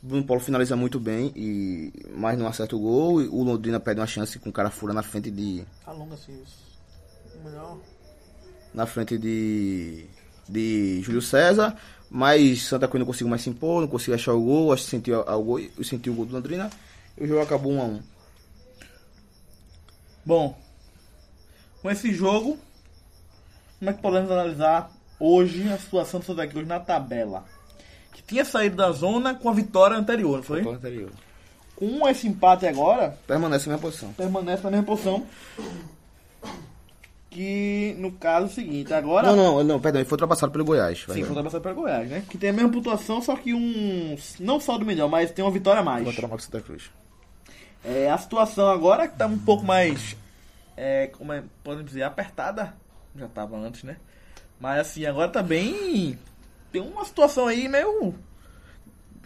[SPEAKER 4] Bruno Paulo finaliza muito bem, e mas não acerta o gol. e O Londrina perde uma chance com o cara fura na frente de
[SPEAKER 2] Tá longo assim isso. Melhor.
[SPEAKER 4] na frente de, de Júlio César, mas Santa Cruz não conseguiu mais se impor, não conseguiu achar o gol, acho que sentiu, a- o gol, sentiu o gol do Londrina, e o jogo acabou 1 a 1
[SPEAKER 2] Bom, com esse jogo, como é que podemos analisar hoje a situação do Santa Cruz na tabela? Que tinha saído da zona com a vitória anterior, não foi? Com esse empate agora,
[SPEAKER 4] Permanece na minha posição.
[SPEAKER 2] permanece na mesma posição. Que no caso é o seguinte, agora.
[SPEAKER 4] Não, não, não, perdão, ele foi ultrapassado pelo Goiás.
[SPEAKER 2] Sim,
[SPEAKER 4] verdade.
[SPEAKER 2] foi ultrapassado pelo Goiás, né? Que tem a mesma pontuação, só que um. Não só do melhor, mas tem uma vitória a mais.
[SPEAKER 4] Contra o Marcos Santa Cruz.
[SPEAKER 2] É, a situação agora que tá um pouco mais. É, como é, podemos dizer, apertada. Já tava antes, né? Mas assim, agora tá bem. Tem uma situação aí meio.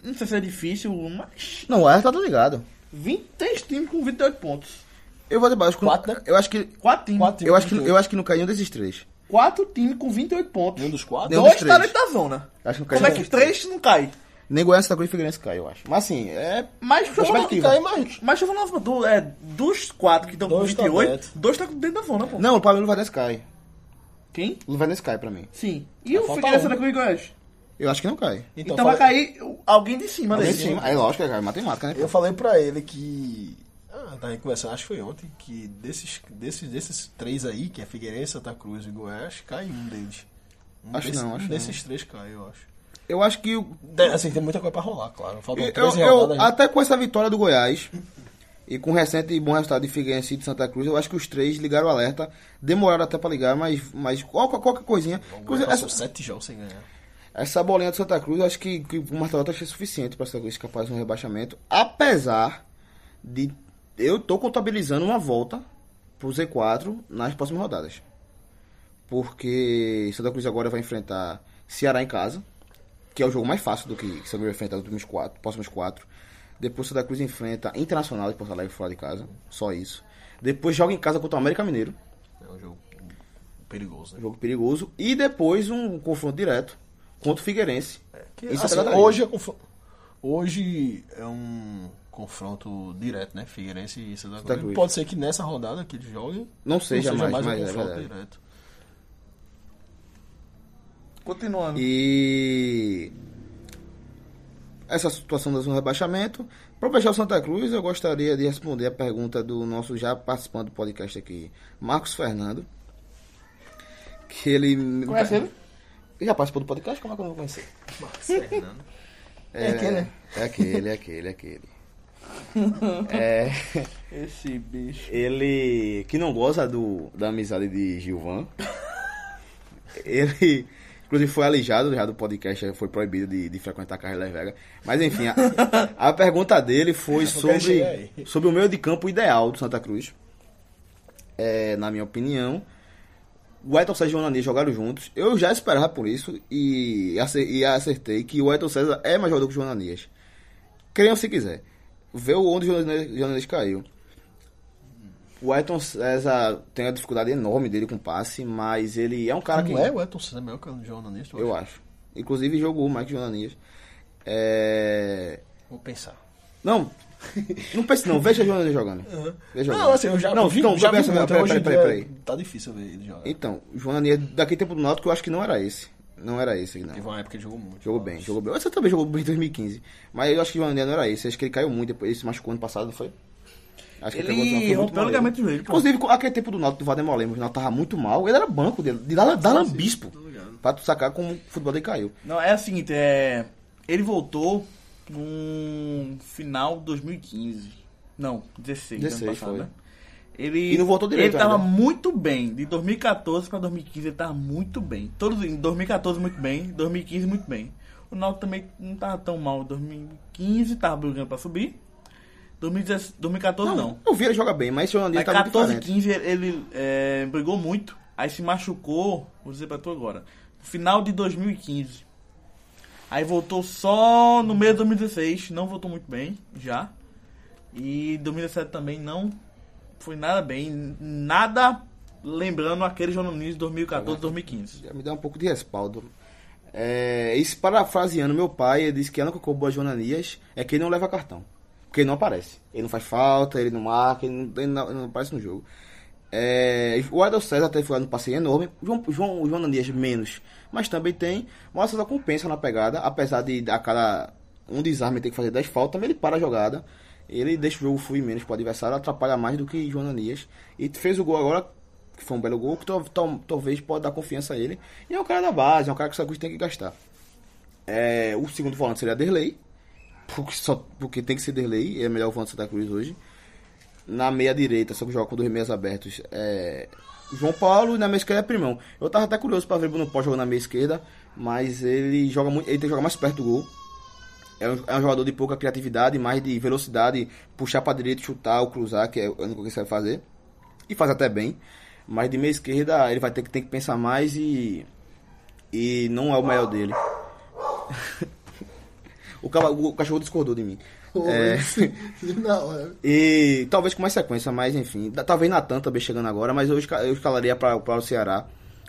[SPEAKER 2] Não sei se é difícil, mas.
[SPEAKER 4] Não, o Goiás tá ligado.
[SPEAKER 2] 23 times com 28 pontos.
[SPEAKER 4] Eu vou debaixo.
[SPEAKER 3] Quatro, né?
[SPEAKER 4] Eu acho que.
[SPEAKER 2] 4 times. 4
[SPEAKER 3] Quatro times.
[SPEAKER 4] Eu acho que, eu acho que não caiu nenhum desses três.
[SPEAKER 2] times com 28 pontos.
[SPEAKER 3] Um dos quatro.
[SPEAKER 4] Nenhum
[SPEAKER 2] Dois
[SPEAKER 4] dos
[SPEAKER 2] tá
[SPEAKER 4] três.
[SPEAKER 2] dentro da zona.
[SPEAKER 4] Acho que não caiu
[SPEAKER 2] Como é
[SPEAKER 4] nenhum
[SPEAKER 2] que
[SPEAKER 4] dos três.
[SPEAKER 2] 3 não cai?
[SPEAKER 4] Nem Goiás, Santa Cruz e Figueirense caiu, eu acho. Mas assim, é.
[SPEAKER 2] Mas deixa eu falar-
[SPEAKER 4] Perspectiva.
[SPEAKER 3] Cai mais.
[SPEAKER 2] mas deixa eu falar uma coisa, do, é, dos 4 que estão com
[SPEAKER 3] Dois tá
[SPEAKER 2] 28,
[SPEAKER 3] dentro.
[SPEAKER 2] 2 tá dentro da zona, pô.
[SPEAKER 4] Não, pra mim o Luverdense cai.
[SPEAKER 2] Quem?
[SPEAKER 4] O Luverdense cai pra mim.
[SPEAKER 2] Sim. E o
[SPEAKER 3] falta
[SPEAKER 2] Figueirense
[SPEAKER 3] um.
[SPEAKER 2] da Cruz e Goiás?
[SPEAKER 4] Eu acho que não cai.
[SPEAKER 2] Então,
[SPEAKER 3] fala-
[SPEAKER 2] vai cair alguém de cima né?
[SPEAKER 4] Mas,
[SPEAKER 2] dele.
[SPEAKER 4] enfim, é lógico, é matemática, né?
[SPEAKER 3] Eu falei pra ele que. Ah, tá aí conversando, acho que foi ontem, que desses, desses, desses três aí, que é Figueirense, Santa Cruz e Goiás, cai um deles. Um
[SPEAKER 4] Acho
[SPEAKER 3] desse-
[SPEAKER 4] não, acho
[SPEAKER 3] um
[SPEAKER 4] não.
[SPEAKER 3] desses três cai, eu acho.
[SPEAKER 4] Eu acho que o
[SPEAKER 3] Tem- assim, tem muita coisa pra rolar, claro. Faltam
[SPEAKER 4] Eu-
[SPEAKER 3] um três
[SPEAKER 4] eu-
[SPEAKER 3] rodadas. né? ainda.
[SPEAKER 4] até com essa vitória do Goiás e com o recente e bom resultado de Figueirense e de Santa Cruz, eu acho que os três ligaram o alerta. Demoraram até pra ligar, mas, mas qual- qual- qualquer coisinha.
[SPEAKER 3] Goiás
[SPEAKER 4] Inclusive,
[SPEAKER 3] Passou
[SPEAKER 4] essa,
[SPEAKER 3] sete jogos sem ganhar.
[SPEAKER 4] essa bolinha do Santa Cruz, eu acho que, que o Martelota achei suficiente pra Santa Cruz escapar de um rebaixamento. Apesar de eu tô contabilizando uma volta pro Z4 nas próximas rodadas. Porque Santa Cruz agora vai enfrentar Ceará em casa, que é o jogo mais fácil do que Santa Cruz vai enfrentar nos últimos quatro, próximos quatro. Depois Santa Cruz enfrenta Internacional de Porto Alegre fora de casa, só isso. Depois joga em casa contra o América Mineiro,
[SPEAKER 3] É um jogo perigoso,
[SPEAKER 4] um
[SPEAKER 3] né?
[SPEAKER 4] jogo perigoso, e depois um confronto direto contra o Figueirense.
[SPEAKER 3] Que,
[SPEAKER 4] Isso
[SPEAKER 3] assim,
[SPEAKER 4] é verdade.
[SPEAKER 3] hoje, é confr- hoje é um confronto direto, né? Figueirense e Santa Cruz.
[SPEAKER 4] Cruz.
[SPEAKER 3] Pode ser que nessa rodada que eles joguem
[SPEAKER 4] Não seja,
[SPEAKER 3] não seja mais
[SPEAKER 4] mais,
[SPEAKER 3] um
[SPEAKER 4] mas é
[SPEAKER 3] confronto
[SPEAKER 4] verdade.
[SPEAKER 3] direto.
[SPEAKER 2] Continuando.
[SPEAKER 4] E essa situação da zona de rebaixamento. Para fechar o Santa Cruz, eu gostaria de responder a pergunta do nosso já participante do podcast aqui, Marcos Fernando. Que ele.
[SPEAKER 2] Conhece ele?
[SPEAKER 4] Já participou do podcast? Como é que eu não vou conhecer? É,
[SPEAKER 3] aquele, né?
[SPEAKER 4] É aquele, é aquele, é aquele. é,
[SPEAKER 2] Esse bicho.
[SPEAKER 4] ele que não gosta do, da amizade de Gilvan. Ele, inclusive, foi alijado já do podcast, foi proibido de, de frequentar a Carreira Vega. Mas enfim, a, a pergunta dele foi
[SPEAKER 3] quero chegar
[SPEAKER 4] sobre,
[SPEAKER 3] aí.
[SPEAKER 4] sobre o meio de campo ideal do Santa Cruz. É, na minha opinião, o Ayrton César e o Ananias jogaram juntos. Eu já esperava por isso e acer- e acertei que o Ayrton César é mais jogador que o João Ananias. Creiam se quiser. Vê onde o João Ananias- João Ananias caiu. O Ayrton César tem uma dificuldade enorme dele com passe, mas ele é um cara
[SPEAKER 3] Não
[SPEAKER 4] que.
[SPEAKER 3] é o Elton César melhor que o
[SPEAKER 6] é
[SPEAKER 3] jornalista?
[SPEAKER 4] Eu acho. Inclusive jogou mais que o Ananias. É...
[SPEAKER 3] Vou pensar.
[SPEAKER 4] Não. Não pense não, veja o João Ananias jogando. Veja
[SPEAKER 3] Não,
[SPEAKER 4] jogando.
[SPEAKER 3] assim, eu já
[SPEAKER 4] Não,
[SPEAKER 3] vi,
[SPEAKER 4] então,
[SPEAKER 3] já vi
[SPEAKER 6] um
[SPEAKER 4] pensa,
[SPEAKER 3] muito.
[SPEAKER 4] peraí,
[SPEAKER 3] hoje em
[SPEAKER 4] peraí,
[SPEAKER 3] dia
[SPEAKER 4] peraí, peraí.
[SPEAKER 3] Tá difícil ver ele jogar.
[SPEAKER 4] Então, o João Ananias, daquele tempo do Náutico, eu acho que não era esse. Não era esse, não.
[SPEAKER 3] Teve uma época que ele jogou muito.
[SPEAKER 4] Jogou bem, jogou bem. Você também jogou bem em 2015. Mas eu acho que o João Ananias não era esse. Acho que ele caiu muito depois. Ele se machucou ano passado, não foi? Acho
[SPEAKER 5] Ele
[SPEAKER 4] pegou lesão, foi muito
[SPEAKER 5] rompeu
[SPEAKER 4] mal,
[SPEAKER 5] ligamento
[SPEAKER 4] ele.
[SPEAKER 5] do joelho, pô.
[SPEAKER 4] Inclusive, com aquele tempo do Náutico, do Valdemar Lemos, o Náutico tava muito mal. Ele era banco dele, de Dal- Dalambis, pô. Pra tu sacar como o futebol dele caiu.
[SPEAKER 2] Não, é o seguinte, é. Ele voltou no final de 2015. Não, 16,
[SPEAKER 4] 16
[SPEAKER 2] ano passado,
[SPEAKER 4] foi.
[SPEAKER 2] né? Ele,
[SPEAKER 4] E não voltou direito
[SPEAKER 2] Ele tava
[SPEAKER 4] ainda.
[SPEAKER 2] muito bem. De 2014 pra 2015, ele tava muito bem. Todos em 2014 muito bem, 2015 muito bem. O Náutico também não tava tão mal. 2015 tava brigando pra subir. 2016 2014 não.
[SPEAKER 4] Eu vi ele jogar bem, mas o João Ananias
[SPEAKER 2] Mas
[SPEAKER 4] tava
[SPEAKER 2] 14,
[SPEAKER 4] muito diferente.
[SPEAKER 2] 15 ele, ele, é, brigou muito, aí se machucou, vou dizer pra tu agora, no final de 2015. Aí voltou só no meio de 2016, não voltou muito bem, já. E 2017 também não foi nada bem, nada lembrando aquele João Nunes de 2014, 2015.
[SPEAKER 4] Já me dá um pouco de respaldo. É, isso parafraseando meu pai, ele disse que a única coisa boa de Jonanias é que ele não leva cartão. Porque ele não aparece. Ele não faz falta, ele não marca, ele não, ele não- ele não aparece no jogo. É, o Adel César teve um passeio enorme. O João, João, o João Ananias menos. Mas também tem. O Adel César compensa na pegada. Apesar de a cada um desarme ter que fazer 10 faltas, também ele para a jogada. Ele deixa o jogo fluir menos para o adversário, atrapalha mais do que João Ananias. E fez o gol agora que foi um belo gol, que tal- tal- talvez pode dar confiança a ele. E é um cara da base, é um cara que o Sacuz tem que gastar. É, o segundo volante seria Derlei, porque, só, porque tem que ser Derlei, é o melhor volante do Santa Cruz hoje. Na meia direita, só que joga com dois meias abertos, é João Paulo e na meia esquerda é Primão. Eu tava até curioso pra ver o Bruno Pó jogando na meia esquerda, mas ele joga muito, ele tem que jogar mais perto do gol. É um, é um jogador de pouca criatividade, mais de velocidade, puxar pra direita, chutar ou cruzar, que é o único que ele sabe fazer e faz até bem. Mas de meia esquerda ele vai ter que, tem que pensar mais e. E não é o maior dele. o, cava- o cachorro discordou de mim. É,
[SPEAKER 3] Não, é...
[SPEAKER 4] e talvez com mais sequência, mas enfim. da- Talvez Natan também chegando agora, mas eu, esca- eu escalaria para o Ceará.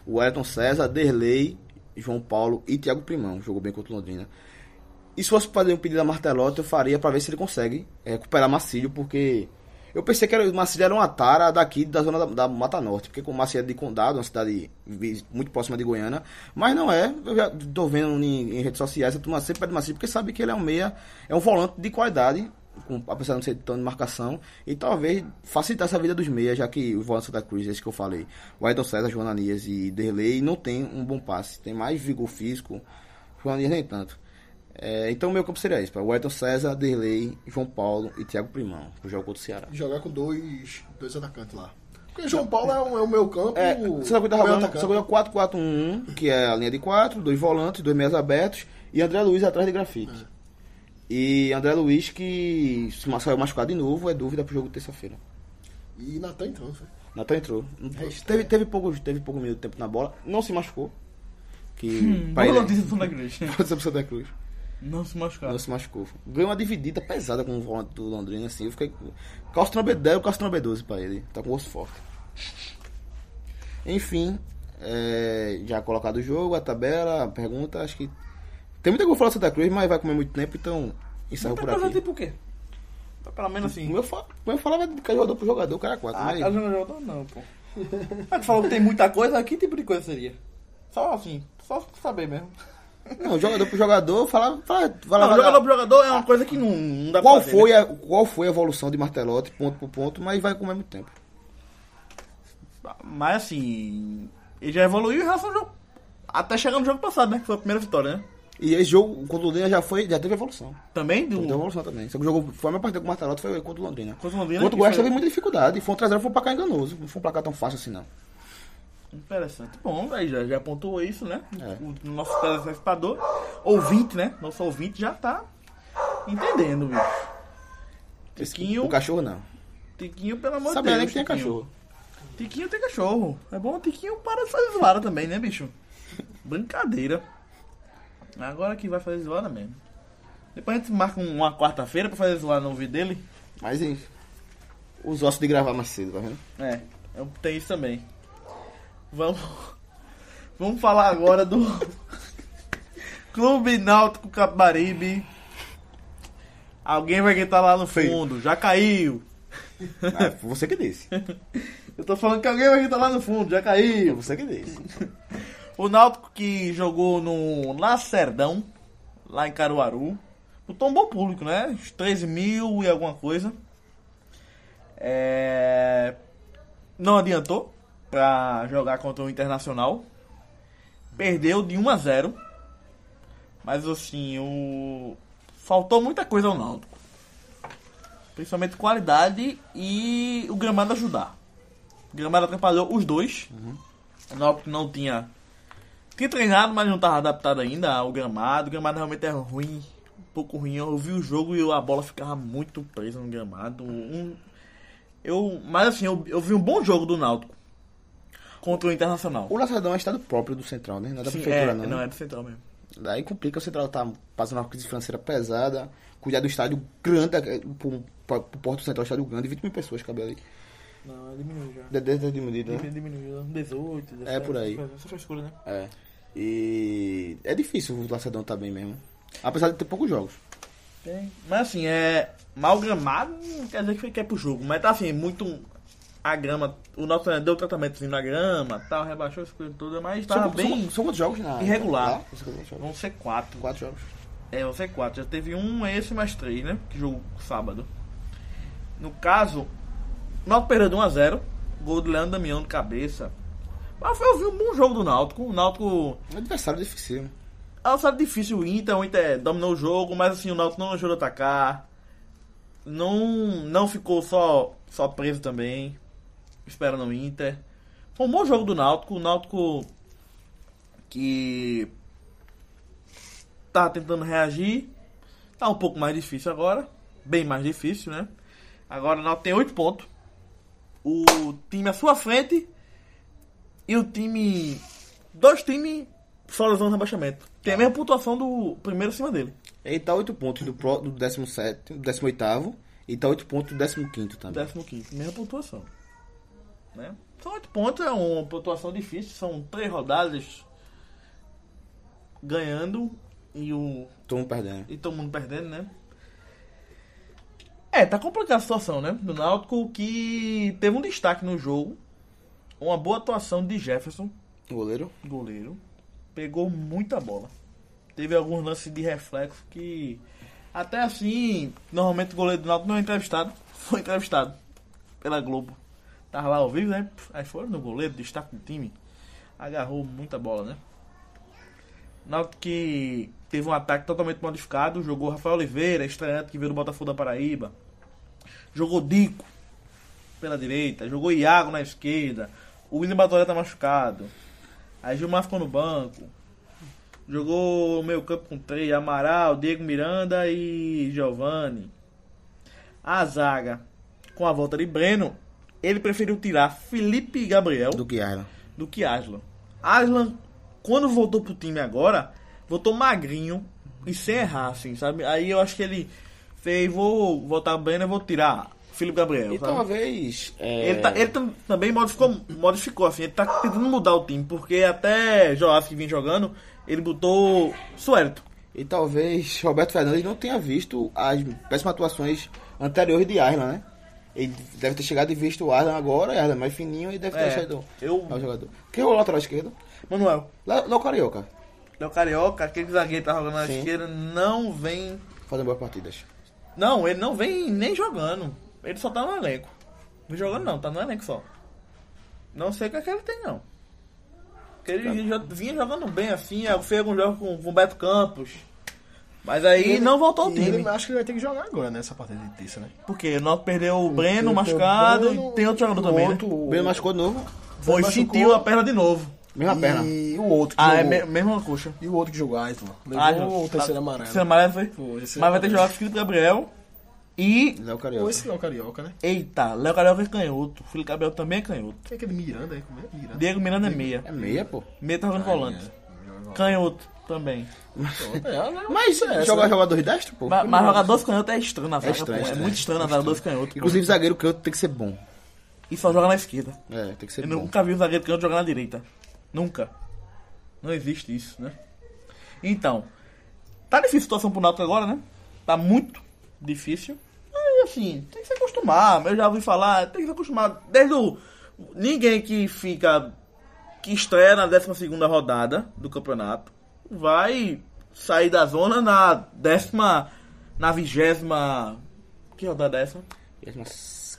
[SPEAKER 4] O Elton César, Derlei, João Paulo e Thiago Primão. Jogou bem contra o Londrina. E se fosse fazer um pedido a Martelotti, eu faria pra ver se ele consegue é, recuperar Marcílio, porque eu pensei que era, o Marcílio era uma tara daqui da zona da, da Mata Norte, porque com Marcílio é de Condado, uma cidade vi- muito próxima de Goiânia, mas não é. Eu já tô vendo em, em redes sociais, a turma sempre pede Marcílio, porque sabe que ele é um meia, é um volante de qualidade, com, apesar de não ser tão de marcação, e talvez facilitar essa vida dos meias, já que o volante Santa Cruz, esse que eu falei, o Ayrton César, João Ananias e Derlei não tem um bom passe, tem mais vigor físico, João Ananias nem tanto. É, então, meu campo seria isso: pra Wellington César, Derlei, João Paulo e Thiago Primão, pro jogo contra o Ceará.
[SPEAKER 6] Jogar com dois, dois atacantes lá. Porque João Paulo é, um, é o meu campo.
[SPEAKER 4] É,
[SPEAKER 6] o
[SPEAKER 4] Santa Cruz tá
[SPEAKER 6] meu
[SPEAKER 4] jogando
[SPEAKER 6] atacante.
[SPEAKER 4] Santa Cruz é 4-4-1-1, que é a linha de 4, dois volantes, dois meias abertos e André Luiz atrás de grafite. E André Luiz que se ma- saiu machucado de novo, é dúvida pro jogo de terça-feira.
[SPEAKER 6] E Natan entrando, foi.
[SPEAKER 4] Natan entrou. É, Teve, teve, pouco, teve pouco minuto de tempo na bola, não se machucou. Que pra
[SPEAKER 2] Boa
[SPEAKER 4] ele-
[SPEAKER 2] notícia do Santa Cruz.
[SPEAKER 4] pode ser pro Santa Cruz.
[SPEAKER 2] Não se machucar.
[SPEAKER 4] Não se machucou. Ganhou uma dividida pesada com o volante do Londrina, assim. Eu fiquei. Calstrom B10 ou Calstrom B12 pra ele. Tá com osso forte. Enfim, é, já colocado o jogo, a tabela, a pergunta, acho que. Tem muita coisa pra falar do Santa Cruz, mas vai comer muito tempo, então. Encerro por aqui.
[SPEAKER 2] por tipo quê? Pelo menos assim.
[SPEAKER 4] Como eu, falo, como eu falava de jogador pro jogador, o cara é quatro.
[SPEAKER 2] Ah,
[SPEAKER 4] mas-
[SPEAKER 2] Casa do Jogador não, pô. Mas tu falou que tem muita coisa, que tipo de coisa seria? Só assim, só pra saber mesmo.
[SPEAKER 4] Não, jogador pro jogador, falava. falava,
[SPEAKER 2] Não,
[SPEAKER 4] falava
[SPEAKER 2] jogador pro jogador é uma coisa que não, não dá
[SPEAKER 4] qual,
[SPEAKER 2] pra fazer,
[SPEAKER 4] foi
[SPEAKER 2] né?
[SPEAKER 4] a, qual foi a evolução de Martelotti, ponto por ponto, mas vai comer muito tempo.
[SPEAKER 2] Mas assim, ele já evoluiu em relação ao jogo. Até chegar no jogo passado, né? Que foi a primeira vitória, né?
[SPEAKER 4] E esse jogo contra o Londrina já, foi, já teve evolução.
[SPEAKER 2] Também de
[SPEAKER 4] Então,
[SPEAKER 2] um.
[SPEAKER 4] Deu evolução também. Só que o jogo foi a minha partida com o Martelotto foi contra o Londrina.
[SPEAKER 2] Contra o Londrina, é
[SPEAKER 4] Contra
[SPEAKER 2] que
[SPEAKER 4] o Goiás
[SPEAKER 2] foi- né?
[SPEAKER 4] teve muita dificuldade. Foi um 3 0 foi um placar enganoso. Não foi um placar tão fácil assim, não.
[SPEAKER 2] Interessante. Bom, aí já, já apontou isso, né?
[SPEAKER 4] É.
[SPEAKER 2] O, o nosso telespectador, ouvinte, né? Nosso ouvinte já tá entendendo, bicho.
[SPEAKER 4] Esse-
[SPEAKER 2] Tiquinho,
[SPEAKER 4] O cachorro não.
[SPEAKER 2] Tiquinho, pelo amor de
[SPEAKER 4] Sabia
[SPEAKER 2] Deus.
[SPEAKER 4] nem que tem
[SPEAKER 2] Tiquinho.
[SPEAKER 4] cachorro.
[SPEAKER 2] Tiquinho tem cachorro. É bom, Tiquinho para de fazer zoada também, né, bicho? Brincadeira. Agora que vai fazer zoada mesmo. Depois a gente marca um- uma quarta-feira pra fazer zoada no vídeo dele.
[SPEAKER 4] Mas enfim. Os ossos de gravar mais cedo, tá vendo?
[SPEAKER 2] É, eu- tem isso também. Vamos. Vamos falar agora do. Clube Náutico Capibaribe. Alguém vai gritar lá no fundo, já caiu.
[SPEAKER 4] Ah, foi você que disse.
[SPEAKER 2] Eu tô falando que alguém vai gritar lá no fundo, já
[SPEAKER 4] Foi
[SPEAKER 2] caiu.
[SPEAKER 4] você que disse.
[SPEAKER 2] O Náutico que jogou no Lacerdão, lá em Caruaru. Botou um bom público, né? Uns 13 mil e alguma coisa. É... Não adiantou pra jogar contra o Internacional. Perdeu de 1 a 0. Mas assim, o... faltou muita coisa ao Náutico. Principalmente qualidade e o gramado ajudar. O gramado atrapalhou os dois. O Náutico não tinha tinha treinado, mas não tava adaptado ainda ao gramado. O gramado realmente é ruim, um pouco ruim. Eu vi o jogo e a bola ficava muito presa no gramado. Um- Eu, mas assim, eu, eu vi um bom jogo do Náutico contra o Internacional.
[SPEAKER 4] O Lacerdão é estado próprio do Central, né? Não é da
[SPEAKER 2] Sim,
[SPEAKER 4] prefeitura,
[SPEAKER 2] é,
[SPEAKER 4] não.
[SPEAKER 2] não,
[SPEAKER 4] né?
[SPEAKER 2] é do Central mesmo.
[SPEAKER 4] Daí complica o Central tá passando uma crise financeira pesada. Cuidar do estádio grande, eh, pro, pra- pro Porto Central, estádio grande, 20 mil pessoas cabe ali.
[SPEAKER 2] Não, diminuiu já.
[SPEAKER 4] Deve ter diminuído, né?
[SPEAKER 2] Diminuiu, 18, 17.
[SPEAKER 4] É, por aí.
[SPEAKER 2] Essa frescura, né?
[SPEAKER 4] É. E é difícil o Lacerdão tá bem mesmo. Apesar de ter poucos jogos.
[SPEAKER 2] Tem. Mas assim, é. Mal gramado não quer dizer que foi- que é pro jogo. Mas tá assim, muito. A grama. O nosso né, deu tratamentozinho na grama, tal, rebaixou as coisas todas, mas tá
[SPEAKER 4] são,
[SPEAKER 2] bem.
[SPEAKER 4] são, são quantos jogos na.
[SPEAKER 2] irregular.
[SPEAKER 4] lá? São quantos jogos?
[SPEAKER 2] Vão ser quatro.
[SPEAKER 4] Quatro jogos.
[SPEAKER 2] É, vão ser quatro. Já teve um, esse mais três, né? Que jogo sábado. No caso, Náutico perdeu de 1x0. Gol do Leandro Damião de cabeça. Mas foi eu vi um bom jogo do Náutico. O Náutico.
[SPEAKER 4] Um adversário difícil.
[SPEAKER 2] Ela sabe difícil o Inter, o Inter dominou o jogo, mas assim, o Náutico não ajudou a atacar. Não, não ficou só, só preso também, esperando o Inter. Foi um bom jogo do Náutico, o Náutico que tá tentando reagir. Tá um pouco mais difícil agora, bem mais difícil, né? Agora o Náutico tem 8 pontos. O time à sua frente e o time. Dois times fora da zona de rebaixamento. Tem a mesma pontuação do primeiro acima dele.
[SPEAKER 4] Ele tá 8 pontos do, pro, do 17, do 18 e tá 8 pontos do 15 também.
[SPEAKER 2] Décimo quinto. Mesma pontuação. Né? São oito pontos, é uma pontuação difícil. São três rodadas ganhando e o.
[SPEAKER 4] Todo mundo um perdendo.
[SPEAKER 2] E todo mundo perdendo, né? É, tá complicada a situação, né? Do Náutico que teve um destaque no jogo. Uma boa atuação de Jefferson.
[SPEAKER 4] O goleiro.
[SPEAKER 2] goleiro, pegou muita bola. Teve alguns lances de reflexo que. Até assim, normalmente o goleiro do Náutico não é entrevistado. Foi entrevistado pela Globo. Tava lá ao vivo, né? Aí foram no goleiro, destaque do time. Agarrou muita bola, né? Náutico que teve um ataque totalmente modificado. Jogou Rafael Oliveira, estreante que veio do Botafogo da Paraíba. Jogou Dico pela direita. Jogou Iago na esquerda. O William Batoré tá machucado. Aí Gilmar ficou no banco. Jogou meio campo com três, Amaral, Diego Miranda e Giovani. A zaga, com a volta de Breno, ele preferiu tirar Felipe Gabriel
[SPEAKER 4] Do Guiara.
[SPEAKER 2] do que Aslan. Aslan, quando voltou pro time agora, voltou magrinho e sem errar, assim, sabe? Aí eu acho que ele fez, vou voltar Breno e vou tirar Felipe Gabriel,
[SPEAKER 4] E
[SPEAKER 2] sabe?
[SPEAKER 4] talvez. é,
[SPEAKER 2] Ele, tá- ele tam- também modificou, modificou, assim, ele tá tentando mudar o time, porque até Joás que vinha jogando, ele botou Suelto.
[SPEAKER 4] E talvez Roberto Fernandes não tenha visto as péssimas atuações anteriores de Arlan, né? Ele deve ter chegado e visto o Arlan agora, Arlan mais fininho, e deve ter
[SPEAKER 2] É,
[SPEAKER 4] achado
[SPEAKER 2] eu-
[SPEAKER 4] é o jogador. Quem é o lateral esquerdo?
[SPEAKER 2] Manuel.
[SPEAKER 4] Lá, lá o Carioca,
[SPEAKER 2] Léo Carioca, aquele zagueiro que tá jogando na
[SPEAKER 4] Sim.
[SPEAKER 2] esquerda, não vem.
[SPEAKER 4] fazendo boas partidas.
[SPEAKER 2] Não, ele não vem nem jogando. Ele só tá no elenco. Não jogando não, tá no elenco só. Não sei o que é que ele tem não. Porque
[SPEAKER 6] Tá.
[SPEAKER 2] ele já vinha jogando bem assim, aí fez algum jogo com, com o Beto Campos. Mas aí não voltou ao
[SPEAKER 6] E
[SPEAKER 2] time.
[SPEAKER 6] ele- acho que ele vai ter que jogar agora, né? Essa partida de terça, né? Então,
[SPEAKER 2] Porque o Náutico perdeu o Breno machucado e tem outro jogador também. Né?
[SPEAKER 4] O Breno machucou de novo,
[SPEAKER 2] Foi,
[SPEAKER 6] machucou.
[SPEAKER 2] sentiu a perna de novo.
[SPEAKER 4] mesma perna.
[SPEAKER 6] E o outro que
[SPEAKER 2] Ah, é Ah,
[SPEAKER 6] jogou.
[SPEAKER 2] me- mesma coxa.
[SPEAKER 6] E o outro que jogou Aislan. Levou
[SPEAKER 2] já-
[SPEAKER 6] o terceiro amarelo.
[SPEAKER 2] Terceiro amarelo foi?
[SPEAKER 6] Foi, esse
[SPEAKER 2] Mas vai ter
[SPEAKER 6] amarelo.
[SPEAKER 2] jogado escrito Gabriel E,
[SPEAKER 4] Léo
[SPEAKER 3] Ou
[SPEAKER 4] Carioca.
[SPEAKER 3] esse Léo Carioca, né?
[SPEAKER 2] eita, Léo Carioca é canhoto. Felipe Cabelo também é canhoto.
[SPEAKER 6] Tem aquele Miranda aí, como é? Miranda.
[SPEAKER 2] Diego Miranda é meia.
[SPEAKER 4] É meia, pô.
[SPEAKER 2] Meia tá jogando volante. Canhoto também.
[SPEAKER 4] Mas joga jogador destro, pô.
[SPEAKER 2] é Mas, mas jogar dois canhotos é estranho na zaga,
[SPEAKER 4] estranho,
[SPEAKER 2] pô.
[SPEAKER 4] estranho.
[SPEAKER 2] É muito estranho na zaga, dois canhotos. pô.
[SPEAKER 4] Inclusive, zagueiro canto tem que ser bom.
[SPEAKER 2] E só joga na esquerda.
[SPEAKER 4] É, tem que ser
[SPEAKER 2] Eu
[SPEAKER 4] bom.
[SPEAKER 2] nunca vi um zagueiro canhoto jogar na direita. Nunca. Não existe isso, né? Então, tá difícil a situação pro Náutico agora, né? Tá muito difícil. Mas, assim, tem que se acostumar. Eu já ouvi falar, tem que se acostumar. Desde o... Ninguém que fica... Que estreia na 12ª rodada do campeonato vai sair da zona na décima... Na vigésima... Que rodada é essa?
[SPEAKER 4] Décima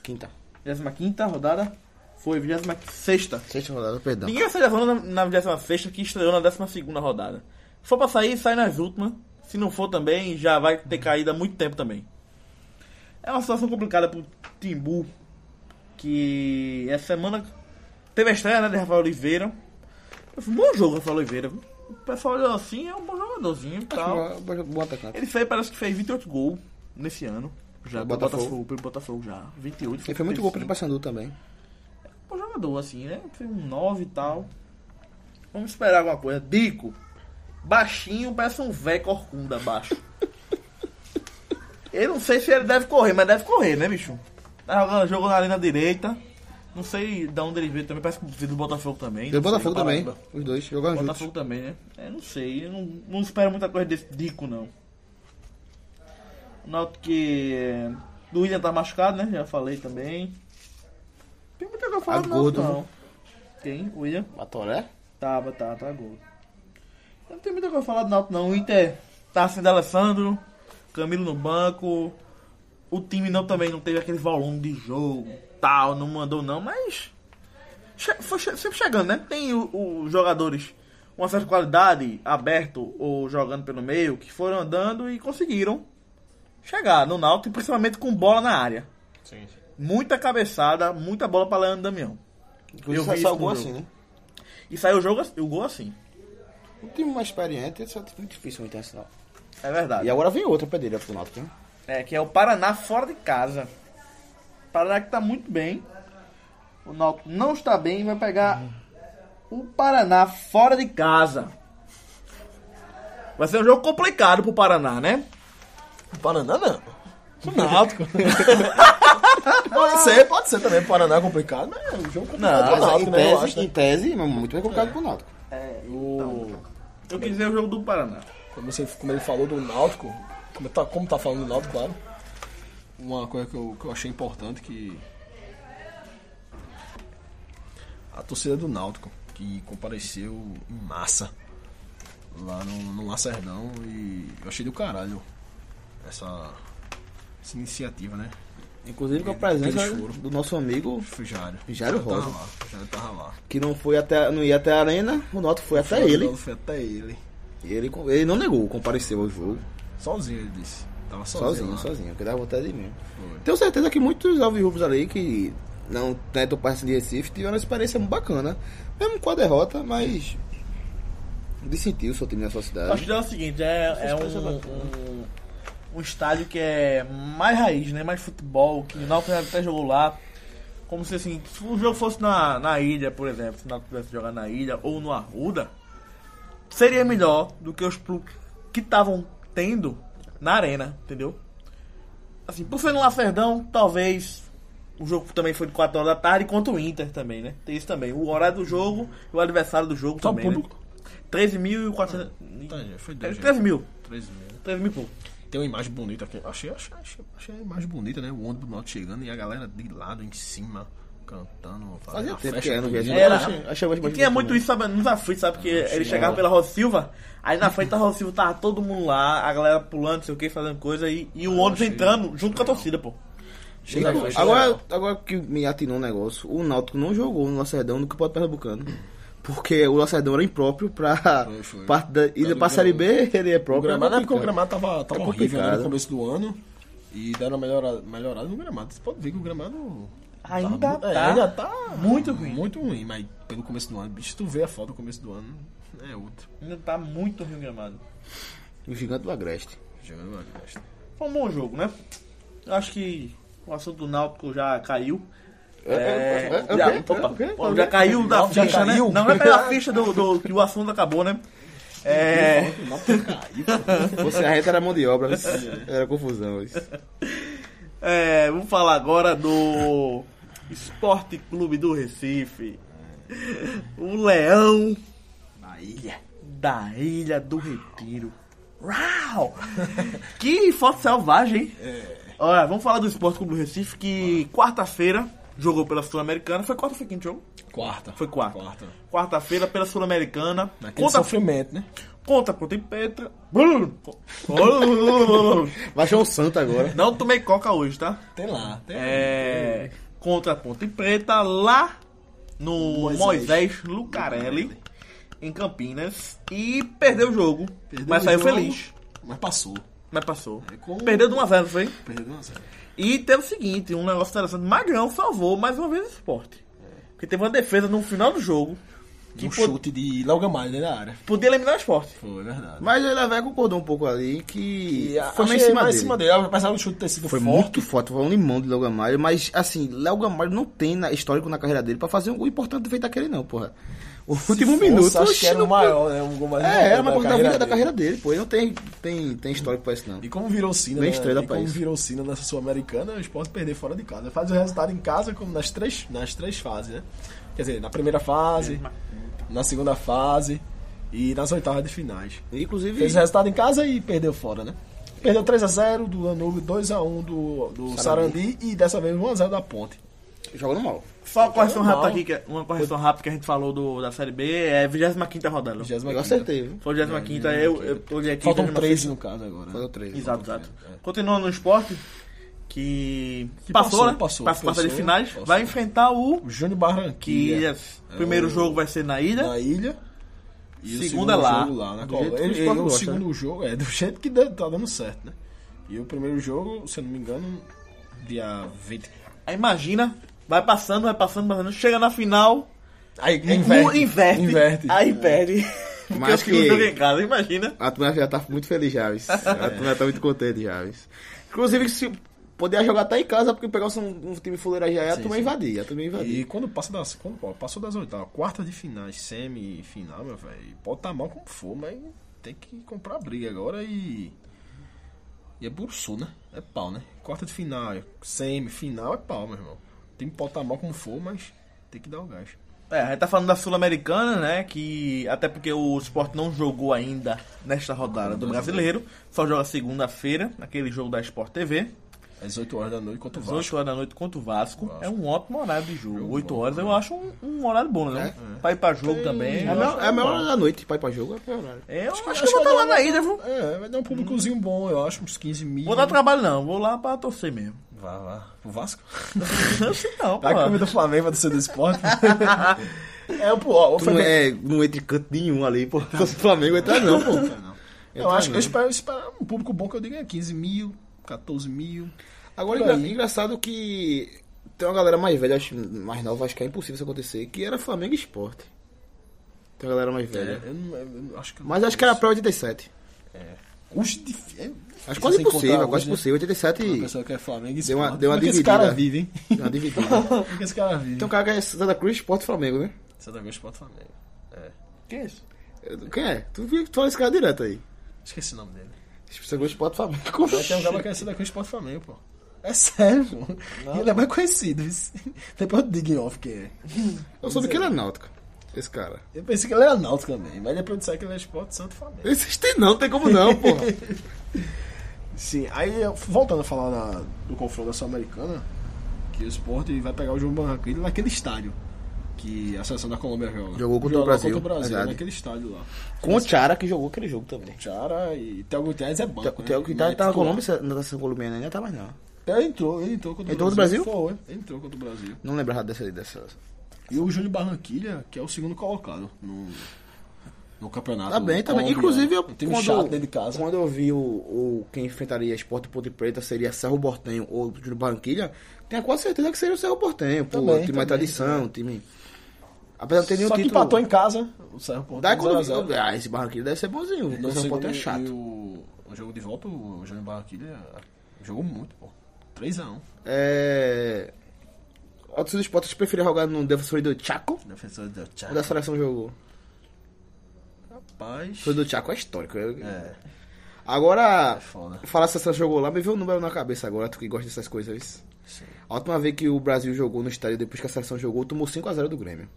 [SPEAKER 4] Quinta.
[SPEAKER 2] 25ª rodada? Foi, 26ª.
[SPEAKER 4] Sexta rodada, perdão.
[SPEAKER 2] Ninguém vai sair da zona na na 26 que estreou na 12 rodada. Se for pra sair, sai nas últimas. Se não for também, já vai ter caído há muito tempo também. É uma situação complicada pro Timbu, que essa semana teve a estreia né, de Rafael Oliveira. Foi um bom jogo, Rafael Oliveira. viu? O pessoal olhou assim, é um bom jogadorzinho e tal.
[SPEAKER 4] Bom, bom, bom atacante.
[SPEAKER 2] Ele fez, parece que fez 28 gols nesse ano. Já,
[SPEAKER 4] Pelo
[SPEAKER 2] pelo
[SPEAKER 4] Botafogo.
[SPEAKER 2] Botafogo, pelo Botafogo já. 28.
[SPEAKER 4] Ele foi muito bom pro
[SPEAKER 2] 35.
[SPEAKER 4] Paysandu também.
[SPEAKER 2] Bom jogador, assim, né? Foi um 9 e tal. Vamos esperar alguma coisa. Dico, baixinho, parece um velho corcunda baixo. Eu não sei se ele deve correr, mas deve correr, né, bicho? Tá jogando- Jogou na linha direita. Não sei de onde ele veio também, parece que veio do Botafogo também.
[SPEAKER 4] Deu
[SPEAKER 2] não
[SPEAKER 4] Botafogo
[SPEAKER 2] sei, é
[SPEAKER 4] também.
[SPEAKER 2] Paraíba.
[SPEAKER 4] Os dois jogaram juntos.
[SPEAKER 2] Botafogo também, né? É, não sei, eu não, não espero muita coisa desse Dico, não. Noto que. é, Do William tá machucado, né? Já falei também. Tem muita coisa pra falar, não,
[SPEAKER 4] Agudo, né?
[SPEAKER 2] não. Tem, o William.
[SPEAKER 4] Batoré?
[SPEAKER 2] Tava, tá, tá gordo. Eu Não tem muita coisa a falar do Náutico, não. O Inter tá sem D'Alessandro, Camilo no banco. O time não também não teve aquele volume de jogo, tal, não mandou não, mas che- foi che- sempre chegando, né? Tem o- os jogadores com uma certa qualidade, aberto ou jogando pelo meio, que foram andando e conseguiram chegar no Náutico, principalmente com bola na área.
[SPEAKER 3] Sim, sim.
[SPEAKER 2] Muita cabeçada, muita bola para Leandro Damião. Eu
[SPEAKER 4] Inclusive,
[SPEAKER 2] vi
[SPEAKER 4] só-
[SPEAKER 2] isso
[SPEAKER 4] só
[SPEAKER 2] no
[SPEAKER 4] o gol
[SPEAKER 2] jogo.
[SPEAKER 4] assim, né?
[SPEAKER 2] E saiu o jogo, assim- o gol assim.
[SPEAKER 4] Um time mais experiente, só que muito difícil o Internacional.
[SPEAKER 2] É verdade.
[SPEAKER 4] E agora vem outra pedreira pro Náutico, né?
[SPEAKER 2] É, que é o Paraná fora de casa. O Paraná que tá muito bem. O Náutico não está bem, vai pegar o Paraná fora de casa. Vai ser um jogo complicado pro Paraná, né?
[SPEAKER 3] O Paraná não.
[SPEAKER 2] O Náutico.
[SPEAKER 6] Ah.
[SPEAKER 3] Pode ser, pode ser também. O Paraná é complicado, mas é um jogo complicado
[SPEAKER 2] Ah,
[SPEAKER 4] Mas
[SPEAKER 3] pro Náutico,
[SPEAKER 2] é
[SPEAKER 4] em
[SPEAKER 3] né? Eu
[SPEAKER 4] tese,
[SPEAKER 3] acho, né?
[SPEAKER 4] em tese, mas muito mais complicado pro Náutico.
[SPEAKER 2] Eu quis dizer o jogo do Paraná.
[SPEAKER 3] Como, você, como ele falou do Náutico, como tá, como tá falando do Náutico, claro. Uma coisa que eu, que eu achei importante que. A torcida do Náutico, que compareceu em massa lá no, no Lacerdão e eu achei do caralho essa, essa iniciativa, né?
[SPEAKER 4] Inclusive com a
[SPEAKER 3] Eles
[SPEAKER 4] presença
[SPEAKER 3] foram.
[SPEAKER 4] do nosso amigo,
[SPEAKER 3] Foi Jário. Jário
[SPEAKER 4] Jário
[SPEAKER 3] tava
[SPEAKER 4] Rosa.
[SPEAKER 3] lá, Jário tava lá.
[SPEAKER 4] que não, foi até, não ia até a arena, o Náutico foi até ele.
[SPEAKER 3] Foi até ele.
[SPEAKER 4] ele. Ele não negou, compareceu ao jogo.
[SPEAKER 3] Sozinho ele disse. Tava sozinho. né?
[SPEAKER 4] Sozinho,
[SPEAKER 3] lá.
[SPEAKER 4] sozinho, que dá vontade de mim.
[SPEAKER 3] Foi.
[SPEAKER 4] Tenho certeza que muitos alvirrubos ali que não tentam parte de Recife tiveram uma experiência muito bacana. Mesmo com a derrota, mas. Dissentiu o seu time na sua
[SPEAKER 2] Eu Acho
[SPEAKER 4] cidade.
[SPEAKER 2] que é o seguinte, é, é um, um, um estádio que é mais raiz, né? Mais futebol, que o Náutico até jogou lá. Como se assim, se o jogo fosse na, na ilha, por exemplo, se o Náutico tivesse jogado na ilha ou no Arruda, seria melhor do que os pro- que estavam tendo na arena, entendeu? Assim, por ser no Lacerdão, talvez o jogo também foi de 4 horas da tarde, quanto o Inter também, né? Tem isso também. O horário do jogo e o adversário do jogo
[SPEAKER 3] Só
[SPEAKER 2] também.
[SPEAKER 3] público?
[SPEAKER 2] Né? 13.400.
[SPEAKER 3] Tá, gente, foi
[SPEAKER 2] É,
[SPEAKER 3] dois.
[SPEAKER 2] 13 mil.
[SPEAKER 3] 13 mil.
[SPEAKER 2] 13 mil e pouco.
[SPEAKER 3] Tem uma imagem bonita aqui. Achei, achei, achei, achei a imagem bonita, né? O ônibus do Norte chegando e a galera de lado em cima cantando.
[SPEAKER 4] Fazia
[SPEAKER 3] a
[SPEAKER 4] tempo
[SPEAKER 3] festa
[SPEAKER 4] que era no
[SPEAKER 3] toda.
[SPEAKER 4] Viajante.
[SPEAKER 2] Era.
[SPEAKER 4] Achei- achei mais
[SPEAKER 2] E
[SPEAKER 4] bonito
[SPEAKER 2] tinha
[SPEAKER 4] também.
[SPEAKER 2] muito isso sabe, nos aflitos, sabe? Porque ele chegava
[SPEAKER 4] é.
[SPEAKER 2] pela Rô Silva, aí na frente da Rô Silva tava todo mundo lá, a galera pulando, não sei o que, fazendo coisa, e, e
[SPEAKER 4] Ah,
[SPEAKER 2] o ônibus entrando junto com a torcida, pô.
[SPEAKER 3] Chega
[SPEAKER 4] Não,
[SPEAKER 3] a festa
[SPEAKER 4] agora,
[SPEAKER 3] legal.
[SPEAKER 4] agora que me atinou um negócio, o Náutico não jogou no é Lacerdão no Campeonato Pernambucano. Porque o Lacerdão era impróprio pra
[SPEAKER 3] Foi, foi.
[SPEAKER 4] parte da. E
[SPEAKER 3] Tá
[SPEAKER 4] pra
[SPEAKER 3] do
[SPEAKER 4] Série
[SPEAKER 3] gramado.
[SPEAKER 4] B ele é
[SPEAKER 3] O
[SPEAKER 4] próprio.
[SPEAKER 3] gramado é porque o
[SPEAKER 4] complicado.
[SPEAKER 3] gramado tava, tava
[SPEAKER 4] É
[SPEAKER 3] horrível né, no
[SPEAKER 4] complicado.
[SPEAKER 3] começo do ano. E deram uma melhorada, melhorada no gramado. Você pode ver que o gramado.
[SPEAKER 2] Ainda
[SPEAKER 3] mu- é,
[SPEAKER 2] tá
[SPEAKER 3] ainda tá
[SPEAKER 2] muito ruim.
[SPEAKER 3] Muito ruim, mas pelo começo do ano. Bicho, se tu vê a foto do começo do ano, é outro.
[SPEAKER 2] Ainda tá muito ruim o gramado.
[SPEAKER 4] O gigante do Agreste.
[SPEAKER 3] Jogando é uma festa.
[SPEAKER 2] Foi um bom jogo, né? Eu acho que o assunto do Náutico já caiu.
[SPEAKER 4] É, é, é,
[SPEAKER 2] já,
[SPEAKER 4] é,
[SPEAKER 2] opa,
[SPEAKER 4] é, é,
[SPEAKER 2] já caiu da
[SPEAKER 3] já
[SPEAKER 2] ficha, né?
[SPEAKER 3] caiu?
[SPEAKER 2] Não, já caiu a ficha do, do- que o assunto acabou, né? É,
[SPEAKER 4] Você é a reta era mão de obra, isso era confusão. Isso.
[SPEAKER 2] é, vamos falar agora do Esporte Clube do Recife. O Leão
[SPEAKER 3] Na ilha.
[SPEAKER 2] da Ilha do Retiro. Uau! Que foto selvagem, hein? Olha, vamos falar do Esporte Clube do Recife, que quarta-feira jogou pela Sul-Americana. Foi quarta ou foi quinto jogo?
[SPEAKER 3] Quarta.
[SPEAKER 2] Foi quarta.
[SPEAKER 3] Quarta.
[SPEAKER 2] Quarta-feira pela Sul-Americana.
[SPEAKER 3] Naquele
[SPEAKER 2] Conta,
[SPEAKER 3] sofrimento, né?
[SPEAKER 2] conta contra o Petra.
[SPEAKER 4] Vai achar um santo agora.
[SPEAKER 2] Não tomei coca hoje, tá?
[SPEAKER 3] Tem lá. Tem
[SPEAKER 2] É, contra a Ponte Preta, lá no Moisés, Lucarelli, em Campinas. E perdeu o jogo,
[SPEAKER 3] Perdeu
[SPEAKER 2] mas
[SPEAKER 3] o
[SPEAKER 2] saiu
[SPEAKER 3] jogo.
[SPEAKER 2] feliz.
[SPEAKER 3] Mas passou.
[SPEAKER 2] Mas passou.
[SPEAKER 3] com- um
[SPEAKER 2] Perdeu de 1x0, foi?
[SPEAKER 3] Perdeu não sei.
[SPEAKER 2] E teve o seguinte, um negócio interessante. Magrão salvou mais uma vez o esporte. Porque teve uma defesa no final do jogo que
[SPEAKER 3] Um
[SPEAKER 2] po-
[SPEAKER 3] chute de Léo Gamalho dentro da área.
[SPEAKER 2] podia eliminar o esporte.
[SPEAKER 3] Foi, verdade.
[SPEAKER 4] Mas ele vai concordou um pouco ali que
[SPEAKER 3] foi achei
[SPEAKER 4] foi meio em cima
[SPEAKER 3] mais
[SPEAKER 4] dele.
[SPEAKER 3] em cima dele. Apesar do um chute ter sido
[SPEAKER 4] Foi
[SPEAKER 3] forte,
[SPEAKER 4] muito forte, foi um limão de Léo Gamalho, mas assim, Léo Gamalho não tem na- histórico na carreira dele pra fazer um gol importante feito daquele não, porra. O último
[SPEAKER 3] força,
[SPEAKER 4] tipo um minuto,
[SPEAKER 3] acho
[SPEAKER 4] oxi,
[SPEAKER 3] que era
[SPEAKER 4] não-
[SPEAKER 3] o maior, né? Um gol mais
[SPEAKER 4] É, era mais
[SPEAKER 3] importante
[SPEAKER 4] importante da, vida, da
[SPEAKER 3] dele.
[SPEAKER 4] carreira dele, pô. Ele não tem, tem, tem histórico pra isso não.
[SPEAKER 3] E como virou sina,
[SPEAKER 4] Bem
[SPEAKER 3] né?
[SPEAKER 4] estrela
[SPEAKER 3] e
[SPEAKER 4] pra
[SPEAKER 3] como
[SPEAKER 4] isso.
[SPEAKER 3] virou sina nessa Sul-Americana, o esporte perder fora de casa. Faz o resultado em casa como nas três, nas três fases, né? Quer dizer, na primeira fase, na segunda fase e nas oitavas de finais.
[SPEAKER 4] Inclusive,
[SPEAKER 3] Fez o resultado em casa e perdeu fora, né? Perdeu 3x0 do Danúbio, 2x1 do, do Sarandi e dessa vez 1x0 da Ponte.
[SPEAKER 4] jogando mal.
[SPEAKER 2] Só uma correção
[SPEAKER 3] Então, Normal.
[SPEAKER 2] rápida aqui, que é- uma correção rápida que a gente falou do- da Série B, é 25ª rodada.
[SPEAKER 3] 25ª.
[SPEAKER 4] Eu acertei, viu?
[SPEAKER 2] Foi 25
[SPEAKER 3] é,
[SPEAKER 2] ª eu, eu olhei aqui.
[SPEAKER 3] Faltam
[SPEAKER 2] 25ª.
[SPEAKER 3] 13 no caso agora.
[SPEAKER 4] Foi o
[SPEAKER 3] Né?
[SPEAKER 4] três.
[SPEAKER 2] Exato, exato. Continuando é. no esporte, que,
[SPEAKER 3] Que
[SPEAKER 2] passou,
[SPEAKER 3] passou,
[SPEAKER 2] né?
[SPEAKER 3] passou,
[SPEAKER 2] Passa- passa de
[SPEAKER 3] passou,
[SPEAKER 2] finais,
[SPEAKER 3] passou.
[SPEAKER 2] vai enfrentar o
[SPEAKER 3] O Júnior Barranquilla
[SPEAKER 2] Quilhas. Primeiro jogo vai ser na ilha.
[SPEAKER 3] na ilha. E
[SPEAKER 2] Segunda
[SPEAKER 3] o segundo
[SPEAKER 2] é lá.
[SPEAKER 3] jogo lá na
[SPEAKER 4] Do
[SPEAKER 3] Copa.
[SPEAKER 4] jeito que
[SPEAKER 3] Ele-
[SPEAKER 4] o esporte
[SPEAKER 3] ele- o
[SPEAKER 4] gosta, né?
[SPEAKER 3] segundo jogo é do jeito que deu- tá dando certo, né? E o primeiro jogo, se eu não me engano, dia 20.
[SPEAKER 2] Aí imagina, vai passando, vai passando, passando, chega na final,
[SPEAKER 3] Aí
[SPEAKER 2] mu- inverte, aí perde. Porque
[SPEAKER 4] Mas
[SPEAKER 2] o segundo
[SPEAKER 4] que-
[SPEAKER 2] jogo é em casa, imagina.
[SPEAKER 4] A turma já tá muito feliz, Javes. A turma tá muito contente, Javes. Inclusive, se poder jogar até em casa, porque pegar um, um time fuleira já é, a turma invadia, a turma
[SPEAKER 3] E
[SPEAKER 4] invadia.
[SPEAKER 3] quando passa das, quando pô, passou das oitavas, quarta de finais, semifinal, meu velho, pode estar mal como for, mas tem que comprar briga agora e. E é bursu, né? É pau, né? Quarta de final, semifinal é pau, meu irmão. O time pode estar mal como for, mas tem que dar o gás.
[SPEAKER 2] É, a gente tá falando da Sul-Americana, né? Que até porque o Sport não jogou ainda nesta rodada do Brasileiro, só joga segunda-feira, naquele jogo da Sport TV.
[SPEAKER 3] Às 8 É horas da noite contra o
[SPEAKER 2] Às
[SPEAKER 3] Vasco.
[SPEAKER 2] 8 horas da noite contra o Vasco.
[SPEAKER 3] Vasco.
[SPEAKER 2] É um ótimo horário de jogo. 8 horas eu acho um, um horário bom, né? É. Pra ir pra jogo também.
[SPEAKER 4] É, a
[SPEAKER 2] eu
[SPEAKER 4] melhor-
[SPEAKER 2] acho
[SPEAKER 4] é a melhor hora
[SPEAKER 2] bom.
[SPEAKER 4] da noite, pai pra jogo, é o pior horário.
[SPEAKER 2] É, Eu acho,
[SPEAKER 3] acho
[SPEAKER 2] que eu vou
[SPEAKER 3] que
[SPEAKER 2] estar
[SPEAKER 3] eu
[SPEAKER 2] lá
[SPEAKER 3] vou-
[SPEAKER 2] na ilha, viu?
[SPEAKER 3] É, vai dar um públicozinho bom, eu acho, uns 15 mil.
[SPEAKER 2] né? Vou dar trabalho não, vou lá pra torcer mesmo.
[SPEAKER 3] Vá, vá. O Vasco? É
[SPEAKER 2] Não sei não, pô.
[SPEAKER 3] A câmera do Flamengo vai do seu do esporte. é, pô, ó,
[SPEAKER 4] Tu
[SPEAKER 3] foi
[SPEAKER 4] não,
[SPEAKER 3] bem-
[SPEAKER 4] é, não entra em canto nenhum ali, pô. Se fosse Flamengo, entra não, pô.
[SPEAKER 3] Eu acho que eu espero, espero um público bom que eu diga é 15 mil, 14 mil.
[SPEAKER 4] Agora,
[SPEAKER 3] Por
[SPEAKER 4] engra-
[SPEAKER 3] aí.
[SPEAKER 4] engraçado que tem uma galera mais velha, acho, mais nova, acho que é impossível isso acontecer, que era Flamengo e Sport. Tem uma galera mais velha.
[SPEAKER 3] É, Eu, não, eu não- acho que eu
[SPEAKER 4] Mas
[SPEAKER 3] não
[SPEAKER 4] acho que era
[SPEAKER 3] conheço.
[SPEAKER 4] pré 87.
[SPEAKER 3] Hoje dif- é difícil
[SPEAKER 4] Acho quase
[SPEAKER 3] você encontrar
[SPEAKER 4] impossível,
[SPEAKER 3] hoje,
[SPEAKER 4] quase
[SPEAKER 3] né?
[SPEAKER 4] impossível. 87
[SPEAKER 3] Uma pessoa que é Flamengo e
[SPEAKER 4] Deu uma-
[SPEAKER 3] Sport.
[SPEAKER 4] deu uma
[SPEAKER 3] Como é que esse
[SPEAKER 4] dividida.
[SPEAKER 3] cara vive, hein?
[SPEAKER 4] na dividida.
[SPEAKER 3] Como é que esse cara vive?
[SPEAKER 4] Tem um cara que é Santa Cruz, Sport e Flamengo, né?
[SPEAKER 3] Santa Cruz, Sport, Flamengo.
[SPEAKER 2] Que isso?
[SPEAKER 4] Eu- Quem é? Tu, viu- tu fala esse cara direto aí.
[SPEAKER 3] Esqueci o nome dele.
[SPEAKER 4] Santa Cruz, Sport e Flamengo.
[SPEAKER 3] Mas tem um cara que é Santa Cruz, Sport, Flamengo, pô. É sério, pô. Ele é mais conhecido. isso. Depois eu digo em off quem é.
[SPEAKER 4] Eu soube que ele é náutica. Esse cara.
[SPEAKER 3] Eu pensei que ele era náutico também, mas depois eu disse que ele é Sport, Santo e Flamengo.
[SPEAKER 4] Existe não, não tem como não, porra.
[SPEAKER 3] Sim, aí eu- voltando a falar na- do confronto da Sul-Americana, que o Sport vai pegar o João Barranquilla naquele estádio que a seleção da Colômbia joga.
[SPEAKER 4] Jogou contra o
[SPEAKER 3] Joga
[SPEAKER 4] Brasil,
[SPEAKER 3] contra o Brasil
[SPEAKER 4] verdade.
[SPEAKER 3] naquele estádio lá.
[SPEAKER 4] Com o Chara que jogou aquele jogo também.
[SPEAKER 3] Chara e Theo Gutierrez é banco.
[SPEAKER 4] O
[SPEAKER 3] né?
[SPEAKER 4] Thiago Quintana
[SPEAKER 3] Mas
[SPEAKER 4] tá na
[SPEAKER 3] titular.
[SPEAKER 4] Colômbia, na natação colombiana ainda tá mais não.
[SPEAKER 3] Theo entrou, ele entrou contra
[SPEAKER 4] Entrou
[SPEAKER 3] o
[SPEAKER 4] contra o
[SPEAKER 3] Brasil. Foi, entrou contra o Brasil.
[SPEAKER 4] Não lembrava dessa, dessa.
[SPEAKER 3] E o Júnior Barranquilla, que é o segundo colocado no, no campeonato.
[SPEAKER 4] Tá bem, tá bem.
[SPEAKER 3] colombiano.
[SPEAKER 4] Inclusive, eu,
[SPEAKER 3] um time chato dentro de casa.
[SPEAKER 4] quando eu vi o, o- quem enfrentaria Esporte Ponte Preta seria Cerro Portenho ou Júlio Barranquilha, tenho quase certeza que seria o Cerro Portenho, pô,
[SPEAKER 3] Também,
[SPEAKER 4] time mais
[SPEAKER 3] também,
[SPEAKER 4] tradição, time. Apesar de não ter nenhum
[SPEAKER 3] Só que
[SPEAKER 4] um título.
[SPEAKER 3] empatou em casa, o Serra Porto.
[SPEAKER 4] Daí quando eu vi, eu- ah, esse Barranquilha deve ser bonzinho, porque o Cerro
[SPEAKER 3] segundo,
[SPEAKER 4] Portenho é chato.
[SPEAKER 3] e O, o jogo de volta, o Júnior Barranquilla jogou muito, pô. 3x1.
[SPEAKER 4] É. Outros esportes preferia jogar no defensor do Chaco
[SPEAKER 3] Defensor do Thiago.
[SPEAKER 4] ou da seleção jogou?
[SPEAKER 3] Rapaz.
[SPEAKER 4] Defensor do Chaco é histórico. eu-
[SPEAKER 3] É,
[SPEAKER 4] Agora,
[SPEAKER 3] é foda.
[SPEAKER 4] falar se a seleção jogou lá, me veio um número na cabeça agora, tu que gosta dessas coisas.
[SPEAKER 3] Sim.
[SPEAKER 4] A última vez que o Brasil jogou no estádio depois que a seleção jogou, tomou 5x0 do Grêmio.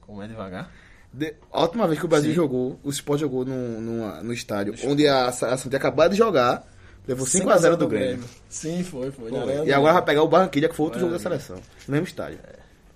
[SPEAKER 3] Como é devagar?
[SPEAKER 4] De- A última vez que o Brasil jogou, o Sport jogou no, numa- no estádio, onde a seleção tinha acabado de jogar, levou 5x0 do Grêmio. É.
[SPEAKER 3] Sim, foi, foi.
[SPEAKER 4] Pô, E agora vai pegar o Barranquilla, que foi outro jogo da seleção. No mesmo estádio.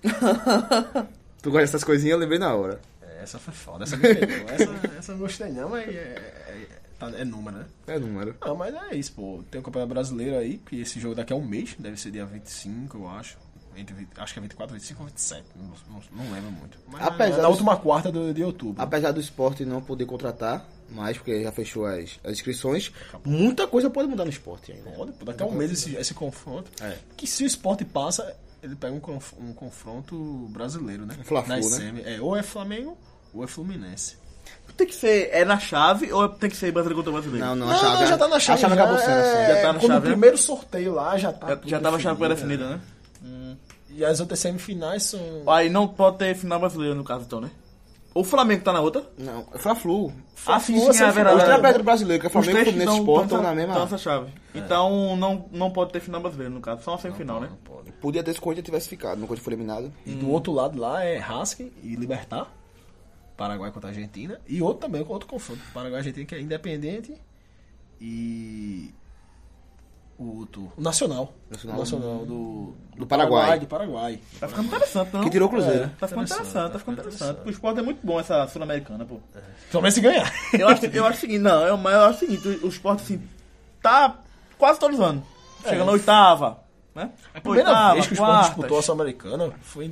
[SPEAKER 4] tu gosta dessas coisinhas, eu lembrei na hora.
[SPEAKER 3] é, Essa foi foda, essa me pegou. essa, essa eu gostei não, mas é, é, tá- é número, né?
[SPEAKER 4] É número.
[SPEAKER 3] Não, mas é isso, pô. Tem o Campeonato Brasileiro aí, que esse jogo daqui a um mês, deve ser dia 25, eu acho. Entre, vinte- acho que é 24, 25 ou 27, não, não- não lembro muito. Mas
[SPEAKER 4] Apesar
[SPEAKER 3] na,
[SPEAKER 4] dos-
[SPEAKER 3] última quarta do, de outubro.
[SPEAKER 4] Apesar do esporte não poder contratar mais, porque já fechou as, as inscrições, muita coisa pode mudar no esporte ainda.
[SPEAKER 3] Pode, pô, daqui a um mês esse, esse confronto.
[SPEAKER 4] É.
[SPEAKER 3] Que se o esporte passa, ele pega um, conf- um confronto brasileiro, né?
[SPEAKER 4] Fla-Flu,
[SPEAKER 3] Nas
[SPEAKER 4] né?
[SPEAKER 3] semi- É, ou é Flamengo ou é Fluminense.
[SPEAKER 2] Tem que ser. É na chave ou tem que ser brasileiro contra brasileiro?
[SPEAKER 4] Não, não,
[SPEAKER 3] Não,
[SPEAKER 4] a chave, é?
[SPEAKER 3] não, já tá na chave.
[SPEAKER 4] A chave acabou sendo assim.
[SPEAKER 2] Já tá na
[SPEAKER 3] quando
[SPEAKER 2] chave,
[SPEAKER 3] o
[SPEAKER 2] né?
[SPEAKER 3] primeiro sorteio lá já tá.
[SPEAKER 2] Já,
[SPEAKER 3] tudo
[SPEAKER 2] já tava achando que era
[SPEAKER 3] definido,
[SPEAKER 2] definida, né?
[SPEAKER 3] né? E as outras semifinais são.
[SPEAKER 2] Aí não pode ter final brasileiro no caso, então, né? Ou o Flamengo tá na outra.
[SPEAKER 4] Não, é Fla-Flu.
[SPEAKER 2] Ah, sim, sim, é
[SPEAKER 4] Os três
[SPEAKER 2] verdade.
[SPEAKER 4] brasileiros brasileiros, que é Flamengo, Fluminense e Sport, estão na
[SPEAKER 2] nessa
[SPEAKER 4] mesma... É.
[SPEAKER 2] chave. Então não, não pode ter final brasileiro, no caso. Só uma semifinal, né?
[SPEAKER 4] Podia ter se o Corinthians tivesse ficado, no Corinthians foi eliminado.
[SPEAKER 3] E do outro lado lá é Haskin e Libertar. Paraguai contra a Argentina. E outro também, outro confronto. Paraguai e Argentina, que é independente. E. O outro. O Nacional.
[SPEAKER 4] Nacional.
[SPEAKER 3] O Nacional do.
[SPEAKER 4] Do Paraguai.
[SPEAKER 3] Do Paraguai.
[SPEAKER 2] Tá ficando interessante, não?
[SPEAKER 4] Que tirou o Cruzeiro.
[SPEAKER 2] Tá ficando interessante, tá ficando interessante. O esporte é muito bom essa Sul-Americana, pô.
[SPEAKER 3] Também se ganhar.
[SPEAKER 2] Eu acho, eu acho o seguinte, não, eu, mas eu acho o seguinte, o, o esporte assim, tá quase todos os anos. Chega na oitava, né?
[SPEAKER 3] É A primeira
[SPEAKER 2] oitava,
[SPEAKER 3] vez que o Sport
[SPEAKER 2] quartas.
[SPEAKER 3] disputou a Sul-Americana foi em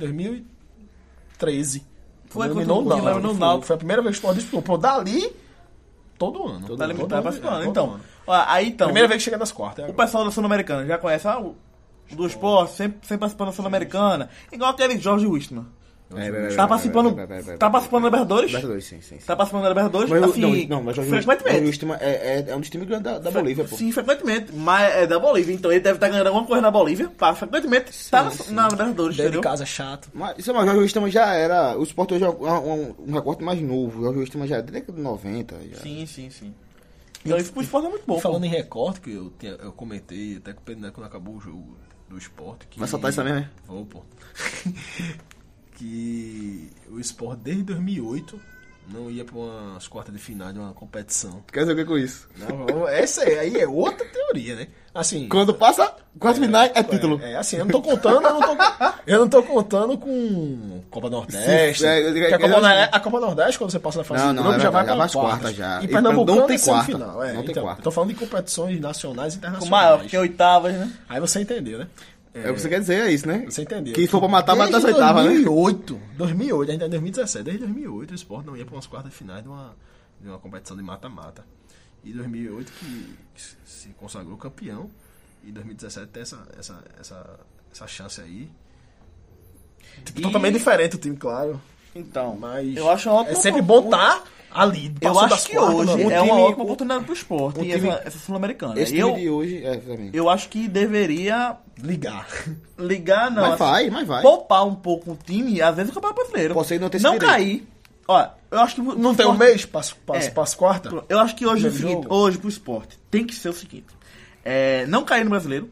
[SPEAKER 3] 2013.
[SPEAKER 2] Foi
[SPEAKER 3] Quando
[SPEAKER 2] contra
[SPEAKER 3] eliminou
[SPEAKER 2] o
[SPEAKER 3] o Náutico.
[SPEAKER 2] Guilherme, não, o
[SPEAKER 3] Foi-
[SPEAKER 2] Náutico.
[SPEAKER 3] Foi a primeira vez que o Sport disputou. Pô, dali, todo ano. Todo
[SPEAKER 2] Tá
[SPEAKER 3] ano,
[SPEAKER 2] limitado pra
[SPEAKER 3] todo ano,
[SPEAKER 2] Sul-Americana.
[SPEAKER 3] todo
[SPEAKER 2] Então,
[SPEAKER 3] ano.
[SPEAKER 2] ó, aí então,
[SPEAKER 3] Primeira vez que chega nas quartas. é
[SPEAKER 2] o
[SPEAKER 3] agora.
[SPEAKER 2] pessoal da Sul-Americana já conhece, ah, o o do esporte, sempre, sempre participando da Sul-Americana, igual aquele Jorge Wistman.
[SPEAKER 3] É,
[SPEAKER 2] Tá participando, tá participando da Libertadores,
[SPEAKER 4] Libertadores, sim, sim. sim.
[SPEAKER 2] tá participando da Libertadores,
[SPEAKER 4] Mas, o-
[SPEAKER 2] assim,
[SPEAKER 4] não, não, mas o
[SPEAKER 2] frequentemente.
[SPEAKER 4] Wilstermann é, é, é um dos times grandes da, da Bolívia, pô.
[SPEAKER 2] Sim, frequentemente, mas é da Bolívia, então ele deve estar ganhando alguma coisa na Bolívia, pá, frequentemente tá na- na Libertadores,
[SPEAKER 3] Dentro de
[SPEAKER 2] entendeu?
[SPEAKER 3] casa chato.
[SPEAKER 4] Mas, isso é, mas o Jorge Wilstermann já era... O Sport hoje é um, um, um recorte mais novo. O Jorge Wilstermann já é da década de 90. Já.
[SPEAKER 2] Sim, sim, sim. Então, o esporte é muito bom.
[SPEAKER 3] E falando em recorte, que eu, tinha- eu comentei até com o Pedro né, quando acabou o jogo do esporte. Que...
[SPEAKER 4] Vai soltar isso mesmo, né?
[SPEAKER 3] Vou, pô. que o esporte desde 2008 não ia pra umas quartas de final de uma competição.
[SPEAKER 4] Quer dizer o que com isso?
[SPEAKER 3] Não, vamos- essa aí aí é outra teoria, né? Assim.
[SPEAKER 4] Quando passa, quatro finais é título.
[SPEAKER 3] É, é assim, eu não tô contando, eu não tô, eu não tô contando com Copa Nordeste.
[SPEAKER 4] Sim, é, é,
[SPEAKER 3] porque a, Copa
[SPEAKER 4] é, é,
[SPEAKER 3] Nordeste, a Copa Nordeste, quando você passa na fase
[SPEAKER 4] Não,
[SPEAKER 3] de
[SPEAKER 4] não,
[SPEAKER 3] grupo,
[SPEAKER 4] é
[SPEAKER 3] já vai
[SPEAKER 4] verdade,
[SPEAKER 3] para
[SPEAKER 4] já vai
[SPEAKER 3] as
[SPEAKER 4] às
[SPEAKER 3] quartas
[SPEAKER 4] quartas já.
[SPEAKER 3] E
[SPEAKER 4] E
[SPEAKER 3] Pernambucano
[SPEAKER 4] não tem
[SPEAKER 3] é
[SPEAKER 4] quarta,
[SPEAKER 3] semifinal, é,
[SPEAKER 4] não tem
[SPEAKER 3] então,
[SPEAKER 4] quarta.
[SPEAKER 3] Eu tô falando de competições nacionais e
[SPEAKER 2] Com maior,
[SPEAKER 3] internacionais.
[SPEAKER 2] porque oitavas, né?
[SPEAKER 3] Aí você entendeu, né?
[SPEAKER 4] É o que você quer dizer, é isso, né?
[SPEAKER 3] Você entendeu.
[SPEAKER 4] Quem for pra matar, mata as
[SPEAKER 3] Desde
[SPEAKER 4] oitavas, né?
[SPEAKER 3] 2008, 2008, ainda é 2017. Desde 2008 o esporte não ia para umas quartas de finais de uma, de uma competição de mata-mata. E 2008 que se consagrou campeão. E 2017 tem essa, essa, essa, essa chance aí. Tipo,
[SPEAKER 2] E-
[SPEAKER 3] Totalmente diferente o time, claro.
[SPEAKER 2] Então,
[SPEAKER 3] Mas
[SPEAKER 2] eu acho uma
[SPEAKER 3] é
[SPEAKER 2] ótima
[SPEAKER 3] sempre
[SPEAKER 2] opor-
[SPEAKER 3] bom estar ali.
[SPEAKER 4] tá
[SPEAKER 2] Eu
[SPEAKER 3] passando
[SPEAKER 2] acho
[SPEAKER 3] das
[SPEAKER 2] que
[SPEAKER 3] quartas,
[SPEAKER 2] hoje
[SPEAKER 3] né?
[SPEAKER 2] é
[SPEAKER 4] Um time-
[SPEAKER 2] uma ótima
[SPEAKER 4] o-
[SPEAKER 2] oportunidade pro esporte e
[SPEAKER 4] time-
[SPEAKER 2] essa, essa Sul-Americana.
[SPEAKER 4] Esse
[SPEAKER 2] Eu,
[SPEAKER 4] time de hoje... É, também.
[SPEAKER 2] eu acho que deveria
[SPEAKER 3] ligar.
[SPEAKER 2] ligar, não.
[SPEAKER 4] Mas
[SPEAKER 2] assim,
[SPEAKER 4] vai, mas vai.
[SPEAKER 2] Poupar um pouco o time, às vezes o campeonato brasileiro.
[SPEAKER 4] Posso aí não ter esse
[SPEAKER 2] Não
[SPEAKER 4] direito.
[SPEAKER 2] cair. Ó, eu acho que.
[SPEAKER 3] Não tem um mês para
[SPEAKER 2] É.
[SPEAKER 3] as quartas?
[SPEAKER 2] Eu acho que hoje é o
[SPEAKER 3] Primeiro
[SPEAKER 2] seguinte,
[SPEAKER 3] jogo.
[SPEAKER 2] hoje pro esporte tem que ser o seguinte. é, não cair no brasileiro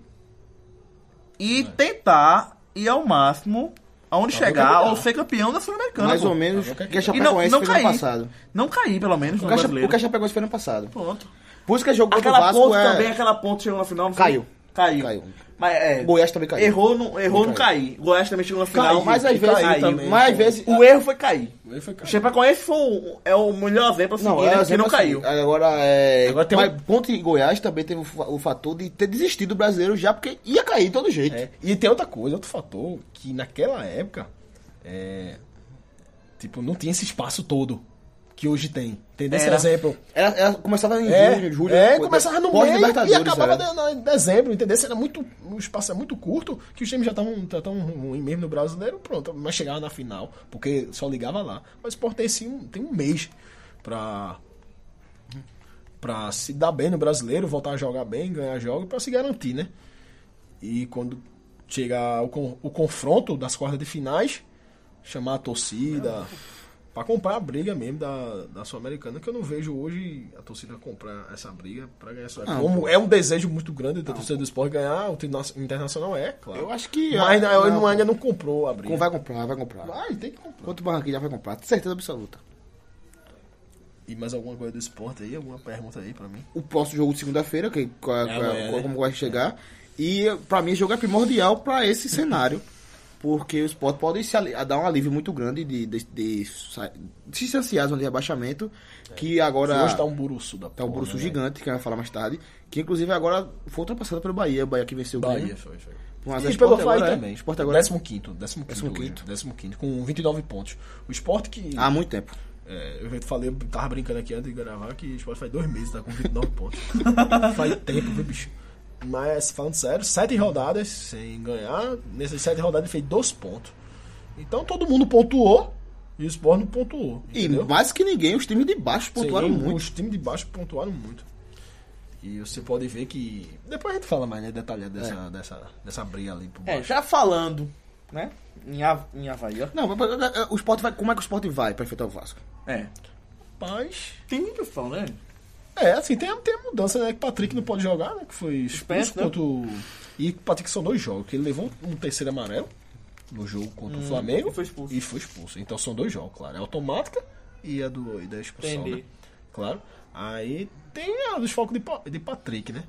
[SPEAKER 2] e
[SPEAKER 4] É.
[SPEAKER 2] tentar ir ao máximo aonde chegar
[SPEAKER 3] campeão.
[SPEAKER 2] ou ser campeão da Sul-Americana.
[SPEAKER 4] Tá Mais
[SPEAKER 2] pô.
[SPEAKER 4] ou menos o
[SPEAKER 3] Não, não
[SPEAKER 4] que a
[SPEAKER 2] E não,
[SPEAKER 4] Chapecoense
[SPEAKER 2] não
[SPEAKER 4] fez ano
[SPEAKER 2] cair.
[SPEAKER 4] passado.
[SPEAKER 2] Não cair, pelo menos,
[SPEAKER 4] O
[SPEAKER 2] no
[SPEAKER 4] que a Cha-
[SPEAKER 2] brasileiro.
[SPEAKER 4] O que a Chapecoense fez ano passado.
[SPEAKER 2] Pronto.
[SPEAKER 4] Por isso que jogou contra o
[SPEAKER 2] Aquela
[SPEAKER 4] Vasco
[SPEAKER 2] ponte
[SPEAKER 4] é...
[SPEAKER 2] também, aquela ponte chegou na final. não foi?
[SPEAKER 4] Caiu.
[SPEAKER 2] Caiu.
[SPEAKER 4] Caiu.
[SPEAKER 2] Mas, é,
[SPEAKER 4] Goiás também caiu.
[SPEAKER 2] Errou no, errou no
[SPEAKER 4] Caiu.
[SPEAKER 2] cair. Goiás também chegou na final.
[SPEAKER 4] Caiu, mas às
[SPEAKER 2] e
[SPEAKER 4] vezes-
[SPEAKER 2] caiu.
[SPEAKER 4] também, mas às vezes-
[SPEAKER 2] O erro foi cair.
[SPEAKER 3] Aí foi, cara.
[SPEAKER 2] O Chapecoense foi o, é o melhor exemplo a seguir,
[SPEAKER 4] Não,
[SPEAKER 2] né,
[SPEAKER 4] é,
[SPEAKER 2] que não
[SPEAKER 4] assim,
[SPEAKER 2] caiu.
[SPEAKER 4] Agora é.
[SPEAKER 3] Agora tem
[SPEAKER 4] mas
[SPEAKER 3] um-
[SPEAKER 4] Ponte e Goiás também teve o fa- o fator de ter desistido do brasileiro já, porque ia cair de todo jeito.
[SPEAKER 3] É, E tem outra coisa, outro fator, que naquela época, é, tipo, não tinha esse espaço todo que hoje tem. Entendeu? Esse
[SPEAKER 2] Era.
[SPEAKER 3] exemplo.
[SPEAKER 4] Ela, ela começava em
[SPEAKER 3] É,
[SPEAKER 4] julho, julho.
[SPEAKER 3] é,
[SPEAKER 4] depois-
[SPEAKER 3] começava no
[SPEAKER 4] pós
[SPEAKER 3] meio e
[SPEAKER 4] Libertadores,
[SPEAKER 3] acabava
[SPEAKER 4] é.
[SPEAKER 3] de- na- em dezembro, entendeu? Era muito, o espaço é muito curto, que os times já estavam já estavam ruim mesmo no brasileiro, pronto, mas chegava na final, porque só ligava lá. Mas o Sport tem, sim, um- tem um mês pra, pra se dar bem no brasileiro, voltar a jogar bem, ganhar jogo, pra se garantir, né? E quando chega o, con- o confronto das quartas de finais, chamar a torcida para comprar a briga mesmo da, da Sul-Americana, que eu não vejo hoje a torcida comprar essa briga para ganhar
[SPEAKER 4] Ah,
[SPEAKER 3] essa. Como é um desejo muito grande da torcida do esporte ganhar, o time na- internacional é, claro.
[SPEAKER 4] Eu acho que.
[SPEAKER 3] Mas
[SPEAKER 4] ah,
[SPEAKER 3] não, ele não, ainda não comprou a briga.
[SPEAKER 4] Vai Ah, comprar, vai comprar.
[SPEAKER 3] Vai, tem que comprar.
[SPEAKER 4] Quanto Barranquilla vai comprar? Certeza absoluta.
[SPEAKER 3] E mais alguma coisa do esporte aí? Alguma pergunta aí pra mim?
[SPEAKER 4] o próximo jogo de segunda-feira, que, qual é-
[SPEAKER 3] É
[SPEAKER 4] qual é-
[SPEAKER 3] amanhã,
[SPEAKER 4] qual-
[SPEAKER 3] né?
[SPEAKER 4] como vai chegar. E pra mim, esse jogo é primordial pra esse cenário. Porque o Sport pode se ali- dar um alívio muito grande de, de, de sa- de se distanciar da zona de rebaixamento. Que agora.
[SPEAKER 3] Hoje tá um buruço da
[SPEAKER 4] tá um
[SPEAKER 3] porra,
[SPEAKER 4] bruxo
[SPEAKER 3] né,
[SPEAKER 4] gigante, que eu ia falar mais tarde. Que inclusive agora foi ultrapassado pelo Bahia. O Bahia que venceu o
[SPEAKER 3] velho?
[SPEAKER 4] Bahia.
[SPEAKER 3] Bahia, foi, foi.
[SPEAKER 4] Mas
[SPEAKER 3] e
[SPEAKER 4] o Sport
[SPEAKER 3] pelo
[SPEAKER 4] agora
[SPEAKER 3] Havaí
[SPEAKER 4] é-
[SPEAKER 3] também.
[SPEAKER 4] o Sport agora é-
[SPEAKER 3] 15º, 15º, 15
[SPEAKER 4] 15º.
[SPEAKER 3] 15 com 29 pontos. O esporte que...
[SPEAKER 4] Há muito tempo.
[SPEAKER 3] é, eu já te falei, eu tava brincando aqui antes de gravar, que o esporte faz dois meses, tá com 29 pontos. faz tempo, viu, bicho? Mas, falando sério, sete rodadas sem ganhar. Nessas sete rodadas ele fez dois pontos. Então todo mundo pontuou e o esporte não pontuou.
[SPEAKER 4] E
[SPEAKER 3] entendeu?
[SPEAKER 4] mais que ninguém, os times de baixo pontuaram
[SPEAKER 3] Sim,
[SPEAKER 4] muito.
[SPEAKER 3] Os times de baixo pontuaram muito. E você pode ver que. Depois a gente fala mais, né? Detalhado dessa,
[SPEAKER 4] É.
[SPEAKER 3] dessa, dessa briga ali por
[SPEAKER 2] É,
[SPEAKER 3] baixo.
[SPEAKER 2] já falando, né? Em, Av- em Havaí, ó.
[SPEAKER 4] Não, mas- mas- mas o Sport vai. Como é que o Sport vai pra enfrentar o Vasco?
[SPEAKER 2] É.
[SPEAKER 3] Mas.
[SPEAKER 2] Tem muita opção, né?
[SPEAKER 3] É, assim, tem, tem a mudança, né? Que o Patrick não pode jogar, né? Que foi expulso
[SPEAKER 2] Suspenso, né?
[SPEAKER 3] contra o. E o Patrick são dois jogos, que ele levou um terceiro amarelo no jogo contra o Flamengo.
[SPEAKER 2] Hum, e foi expulso.
[SPEAKER 3] E foi expulso. Então são dois jogos, claro. É automática e a do, e da expulsão,
[SPEAKER 2] Entendi.
[SPEAKER 3] né? Claro. Aí tem a dos focos de, Pa- de Patrick, né?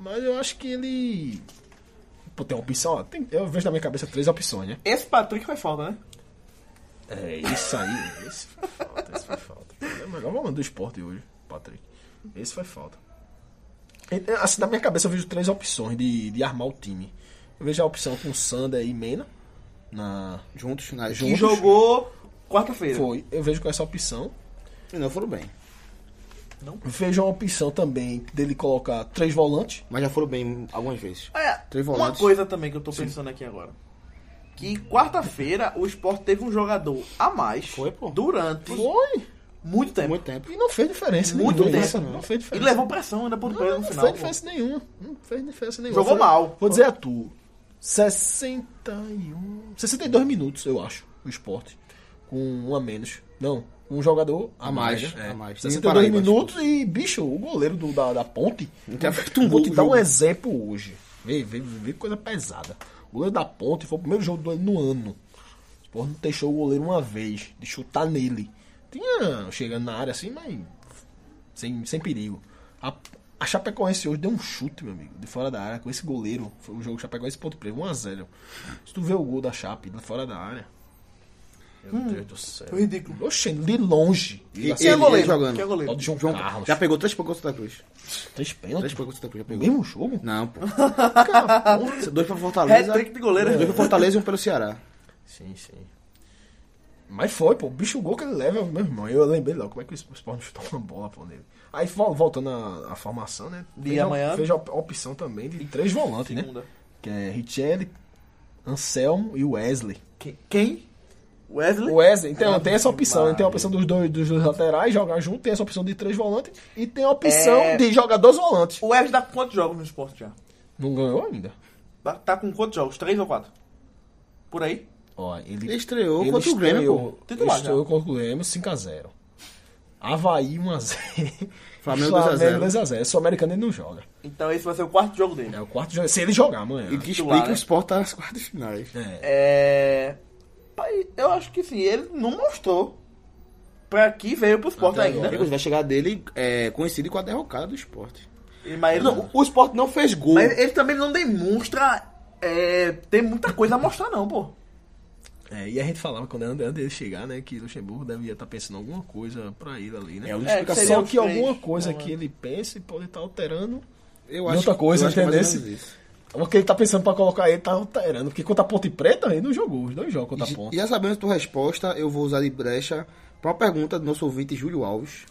[SPEAKER 3] Mas eu acho que ele. Pô, tem uma opção, ó. Tem- eu vejo na minha cabeça três opções, né?
[SPEAKER 2] Esse Patrick faz falta, né?
[SPEAKER 3] É, isso aí. Esse foi falta, esse foi falta. É o melhor volante do esporte hoje, Patrick. Esse foi falta. Então, Assim, na minha cabeça eu vejo três opções de, de armar o time. Eu vejo a opção com Sander e Mena. Na...
[SPEAKER 4] Juntos, na
[SPEAKER 2] E
[SPEAKER 4] juntos.
[SPEAKER 2] jogou quarta-feira.
[SPEAKER 3] Foi. Eu vejo com essa opção.
[SPEAKER 4] E não foram bem.
[SPEAKER 3] Vejo a opção também dele colocar três volantes.
[SPEAKER 4] Mas já foram bem algumas vezes.
[SPEAKER 2] É,
[SPEAKER 4] Três
[SPEAKER 2] uma
[SPEAKER 4] volantes.
[SPEAKER 2] coisa também que eu tô pensando aqui agora. Que quarta-feira o Sport teve um jogador a mais
[SPEAKER 4] Foi, pô.
[SPEAKER 2] durante
[SPEAKER 3] Foi!
[SPEAKER 2] muito tempo.
[SPEAKER 4] Muito tempo.
[SPEAKER 3] E não fez diferença.
[SPEAKER 2] Muito
[SPEAKER 3] nenhuma.
[SPEAKER 2] tempo.
[SPEAKER 3] Não fez
[SPEAKER 2] E
[SPEAKER 3] diferença.
[SPEAKER 2] levou pressão ainda por
[SPEAKER 3] Não,
[SPEAKER 2] no
[SPEAKER 3] não
[SPEAKER 2] final.
[SPEAKER 3] fez
[SPEAKER 2] pô.
[SPEAKER 3] diferença nenhuma. Não fez diferença nenhuma.
[SPEAKER 2] Jogou
[SPEAKER 3] Foi-
[SPEAKER 2] mal.
[SPEAKER 3] Vou dizer a tu. 61. 62 minutos, eu acho, o esporte. Com um a menos. Não, um jogador a,
[SPEAKER 4] A
[SPEAKER 3] mais.
[SPEAKER 4] mais,
[SPEAKER 3] né?
[SPEAKER 4] a mais.
[SPEAKER 3] 62
[SPEAKER 4] E o Paraíba,
[SPEAKER 3] minutos e, bicho, o goleiro do- da, da ponte.
[SPEAKER 4] Não tinha feito um gol
[SPEAKER 3] Vou te
[SPEAKER 4] no
[SPEAKER 3] dar
[SPEAKER 4] jogo.
[SPEAKER 3] um exemplo hoje. Vê, vê, vê que coisa pesada. O goleiro da ponte foi o primeiro jogo do ano no ano. O esporte não deixou o goleiro uma vez, de chutar nele. Tinha chegando na área assim, mas sem, sem perigo. A, a Chapecoense hoje deu um chute, meu amigo, de fora da área com esse goleiro. Foi o jogo Chapecoense ponto preto, 1x0. Se tu vê o gol da Chape de fora da área. Meu Deus do céu.
[SPEAKER 2] Ridículo.
[SPEAKER 3] Oxe, de longe.
[SPEAKER 4] E,
[SPEAKER 2] Quem é
[SPEAKER 4] ele
[SPEAKER 2] goleiro?
[SPEAKER 4] jogando.
[SPEAKER 2] Quem é
[SPEAKER 3] Tal
[SPEAKER 2] goleiro?
[SPEAKER 3] de João,
[SPEAKER 4] João
[SPEAKER 3] Carlos.
[SPEAKER 4] Já pegou três pontos contra o Santa Cruz.
[SPEAKER 3] Três
[SPEAKER 4] Três
[SPEAKER 3] pênaltis.
[SPEAKER 4] pontos contra o Santa Cruz. Já
[SPEAKER 3] No
[SPEAKER 4] pegou.
[SPEAKER 3] mesmo jogo?
[SPEAKER 4] Não, pô.
[SPEAKER 3] Cara, pô.
[SPEAKER 4] Dois pra Fortaleza.
[SPEAKER 2] Hat-trick de goleiro.
[SPEAKER 4] Dois pra Fortaleza e um pelo Ceará.
[SPEAKER 3] Sim, sim. Mas foi, pô. O bicho o gol que ele leva, meu irmão. Eu lembrei logo como é que o Sport não chutou uma bola, pô, nele. Aí vol- voltando à, à formação, né?
[SPEAKER 2] De
[SPEAKER 3] a-
[SPEAKER 2] amanhã.
[SPEAKER 3] fez a op- opção também de três volantes, né?
[SPEAKER 2] Segunda.
[SPEAKER 3] Que é Richelli, Anselmo e Wesley.
[SPEAKER 2] Que- Quem? Wesley?
[SPEAKER 3] O Wesley, então,
[SPEAKER 2] Ah,
[SPEAKER 3] tem essa opção. né? Tem a
[SPEAKER 2] Maria.
[SPEAKER 3] opção dos dois, dos dois laterais jogar junto, tem essa opção de três volantes e tem a opção
[SPEAKER 2] É.
[SPEAKER 3] de jogar dois volantes.
[SPEAKER 2] O Wesley dá quantos jogos no Sport já?
[SPEAKER 3] Não ganhou ainda.
[SPEAKER 2] Tá- Tá com quantos jogos? Três ou quatro? Por aí?
[SPEAKER 3] Ó, ele
[SPEAKER 4] Ele estreou
[SPEAKER 3] Ele
[SPEAKER 4] contra o Grêmio, pô.
[SPEAKER 3] estreou,
[SPEAKER 2] Titular,
[SPEAKER 3] ele estreou contra o Grêmio 5x0. Havaí 1x0.
[SPEAKER 4] Flamengo 2 a 0.
[SPEAKER 3] Flamengo 2x0. Sul-Americano ele não joga.
[SPEAKER 2] Então esse vai ser o quarto jogo dele.
[SPEAKER 3] É o quarto jogo. Se ele jogar amanhã.
[SPEAKER 4] E que
[SPEAKER 2] Titular,
[SPEAKER 4] explica
[SPEAKER 2] né?
[SPEAKER 4] o Sport tá nas quartas finais.
[SPEAKER 3] É.
[SPEAKER 2] É. pai, Eu acho que sim, ele não mostrou pra que veio pro Sport
[SPEAKER 3] Até
[SPEAKER 2] ainda.
[SPEAKER 3] agora.
[SPEAKER 4] Inclusive, vai chegar dele é, conhecido com a derrocada do Sport.
[SPEAKER 2] E- Mas ele,
[SPEAKER 4] Não, o Sport não fez gol.
[SPEAKER 2] mas ele também não demonstra. É, tem muita coisa a mostrar, não, pô.
[SPEAKER 3] É, e a gente falava quando era antes dele chegar, né? Que Luxemburgo devia estar pensando alguma coisa pra ele ali, né?
[SPEAKER 4] É, uma
[SPEAKER 2] É,
[SPEAKER 4] explicação. né,
[SPEAKER 2] seria
[SPEAKER 3] Só
[SPEAKER 2] os
[SPEAKER 3] que
[SPEAKER 2] três,
[SPEAKER 3] alguma coisa
[SPEAKER 2] vamos lá.
[SPEAKER 3] que ele pense pode estar alterando.
[SPEAKER 4] Eu
[SPEAKER 3] E outra coisa,
[SPEAKER 4] eu acho que é mais ou
[SPEAKER 3] entendesse?
[SPEAKER 4] menos isso.
[SPEAKER 3] O que ele tá pensando pra colocar ele tá alterando. Porque contra a Ponte Preta ele não jogou. Os dois jogos contra a
[SPEAKER 4] E
[SPEAKER 3] Ponte.
[SPEAKER 4] já sabendo a tua resposta, eu vou usar de brecha pra uma pergunta do nosso ouvinte Júlio Alves.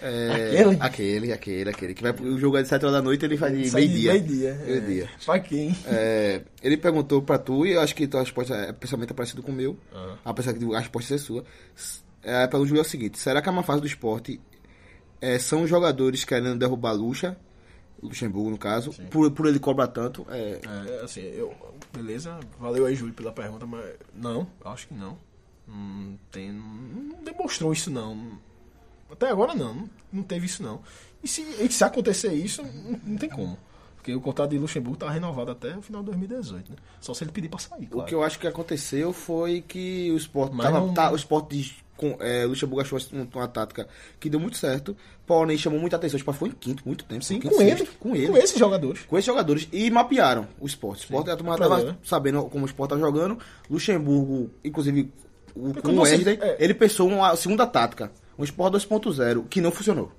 [SPEAKER 4] É,
[SPEAKER 3] Aquele?
[SPEAKER 4] Aquele, aquele, aquele. Que vai, o jogo é de 7 horas da noite ele faz de
[SPEAKER 3] Sai de
[SPEAKER 4] meio-dia.
[SPEAKER 3] Meio-dia.
[SPEAKER 4] Meio-dia.
[SPEAKER 3] É. Pra quem?
[SPEAKER 4] É, ele perguntou pra tu, e eu acho que tua resposta é pensamento é parecido com o meu,
[SPEAKER 3] Ah.
[SPEAKER 4] apesar que a resposta é sua. S- É, a pergunta do Júlio é o seguinte: será que a má fase do esporte é, são os jogadores querendo derrubar a luxa Luxemburgo, no caso. Por, por ele cobrar tanto, é,
[SPEAKER 3] É, assim, eu. Beleza, valeu aí, Júlio, pela pergunta, mas. Não, acho que não. Não tem. Não demonstrou isso, não. Até agora, não. Não teve isso, não. E se, e se acontecer isso, não, não tem como. Porque o contrato de Luxemburgo tá renovado até o final de 2018, né? Só se ele pedir pra sair,
[SPEAKER 4] O
[SPEAKER 3] claro.
[SPEAKER 4] que eu acho que aconteceu foi que o esporte
[SPEAKER 3] Mas
[SPEAKER 4] tava,
[SPEAKER 3] não-
[SPEAKER 4] tá- o esporte de, com, é, Luxemburgo achou uma, uma tática que deu muito certo, porém chamou muita atenção. O esporte foi em quinto, muito tempo.
[SPEAKER 3] Sim,
[SPEAKER 4] quinto,
[SPEAKER 3] com ele,
[SPEAKER 4] sexto, com ele.
[SPEAKER 3] Com esses jogadores.
[SPEAKER 4] Com esses jogadores. E mapearam o esporte. O esporte a turma
[SPEAKER 3] pra
[SPEAKER 4] tava
[SPEAKER 3] ver, né?
[SPEAKER 4] sabendo como o esporte tava jogando. Luxemburgo, inclusive o, com
[SPEAKER 3] quando
[SPEAKER 4] o
[SPEAKER 3] você-
[SPEAKER 4] Erden,
[SPEAKER 3] é.
[SPEAKER 4] ele pensou uma segunda tática. Um esporte 2.0, que não funcionou.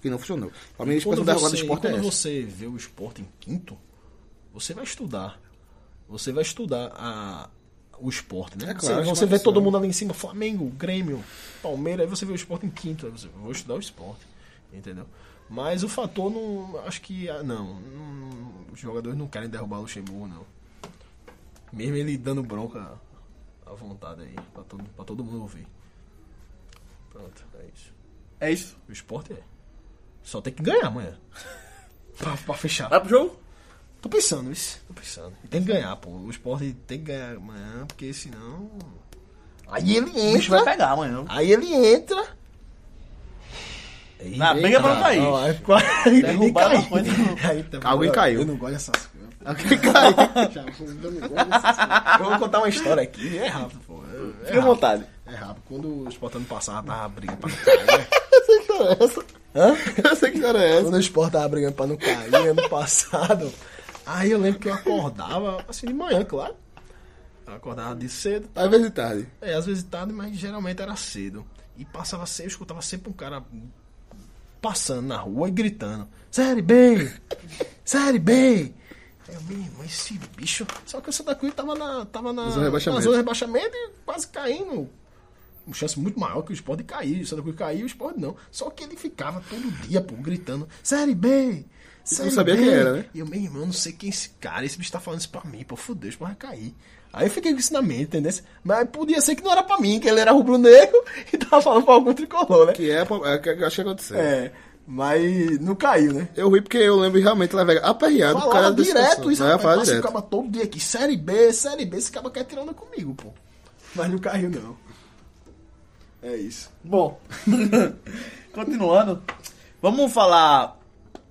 [SPEAKER 4] Que não funcionou. Pra mim, a expressão
[SPEAKER 3] quando
[SPEAKER 4] da jogada do
[SPEAKER 3] você,
[SPEAKER 4] esporte é
[SPEAKER 3] quando
[SPEAKER 4] essa.
[SPEAKER 3] você vê o esporte em quinto, você vai estudar. Você vai estudar a, o esporte, né?
[SPEAKER 4] É claro,
[SPEAKER 3] você
[SPEAKER 4] chama
[SPEAKER 3] você vê
[SPEAKER 4] atenção.
[SPEAKER 3] todo mundo ali em cima, Flamengo, Grêmio, Palmeiras, aí você vê o esporte em quinto, aí você vou estudar o esporte, entendeu? Mas o fator não. Acho que. ah, Não, não, os jogadores não querem derrubar o Luxemburgo, não. Mesmo ele dando bronca à vontade aí, pra todo, pra todo mundo ouvir. Pronto, é isso.
[SPEAKER 2] É isso.
[SPEAKER 3] O esporte é. Só tem que ganhar amanhã. pra, pra fechar.
[SPEAKER 2] Vai pro jogo?
[SPEAKER 3] Tô pensando isso. Tô pensando. E Tem que ganhar, pô. O esporte tem que ganhar amanhã, porque senão. Aí ele
[SPEAKER 2] O bicho vai
[SPEAKER 3] entra.
[SPEAKER 2] pegar amanhã.
[SPEAKER 3] Aí ele entra.
[SPEAKER 2] Na briga pra Ah, não é cair. Derrubar
[SPEAKER 3] Derrubar
[SPEAKER 2] uma coisa.
[SPEAKER 4] Alguém caiu.
[SPEAKER 3] Eu não gosto dessas coisas.
[SPEAKER 6] Já, eu não gosto dessas coisas.
[SPEAKER 3] Eu vou contar uma história aqui. É rápido, pô. É, é
[SPEAKER 4] Fica à
[SPEAKER 3] rápido.
[SPEAKER 4] vontade.
[SPEAKER 3] É rápido. Quando o esporte ano passado tava brigando pra não cair, né?
[SPEAKER 4] é Eu sei que história é essa.
[SPEAKER 3] Quando o esporte tava brigando pra não cair ano passado. Aí eu lembro que eu acordava, assim, de manhã, claro. Eu acordava de cedo.
[SPEAKER 4] Às vezes tarde.
[SPEAKER 3] É, às vezes tarde, mas geralmente era cedo. E passava sempre, eu escutava sempre um cara passando na rua e gritando: Série B! Série B! Aí eu, meu irmão, esse bicho. Só que o Santa Cruz tava na, tava na,
[SPEAKER 4] zona de rebaixamento.
[SPEAKER 3] na zona de rebaixamento e quase caindo. Uma chance muito maior que o Sport de cair. O Santa Cruz caiu, o Sport não. Só que ele ficava todo dia, pô, gritando: Série B! Série
[SPEAKER 4] sabia quem era, né?
[SPEAKER 3] E eu, meu irmão, não sei quem é esse cara. Esse bicho tá falando isso pra mim, pô, fudeu, o Sport vai cair. Aí eu fiquei com isso na mente, entendeu? Mas podia ser que não era pra mim, que ele era rubro-negro e tava falando pra algum tricolor, né?
[SPEAKER 4] Que é, é que eu acho que aconteceu.
[SPEAKER 3] É, mas não caiu, né?
[SPEAKER 4] Eu ri porque eu lembro realmente lá, velho, aperreado, o É cara
[SPEAKER 3] Falava
[SPEAKER 4] da
[SPEAKER 3] direto
[SPEAKER 4] situação.
[SPEAKER 3] isso,
[SPEAKER 4] Vai
[SPEAKER 3] rapaz,
[SPEAKER 4] falar
[SPEAKER 3] passa
[SPEAKER 4] direto.
[SPEAKER 3] o caba todo dia aqui, série B, série B, esse caba quer tirar onda comigo, pô. Mas não caiu, não. É isso.
[SPEAKER 2] Bom, continuando, vamos falar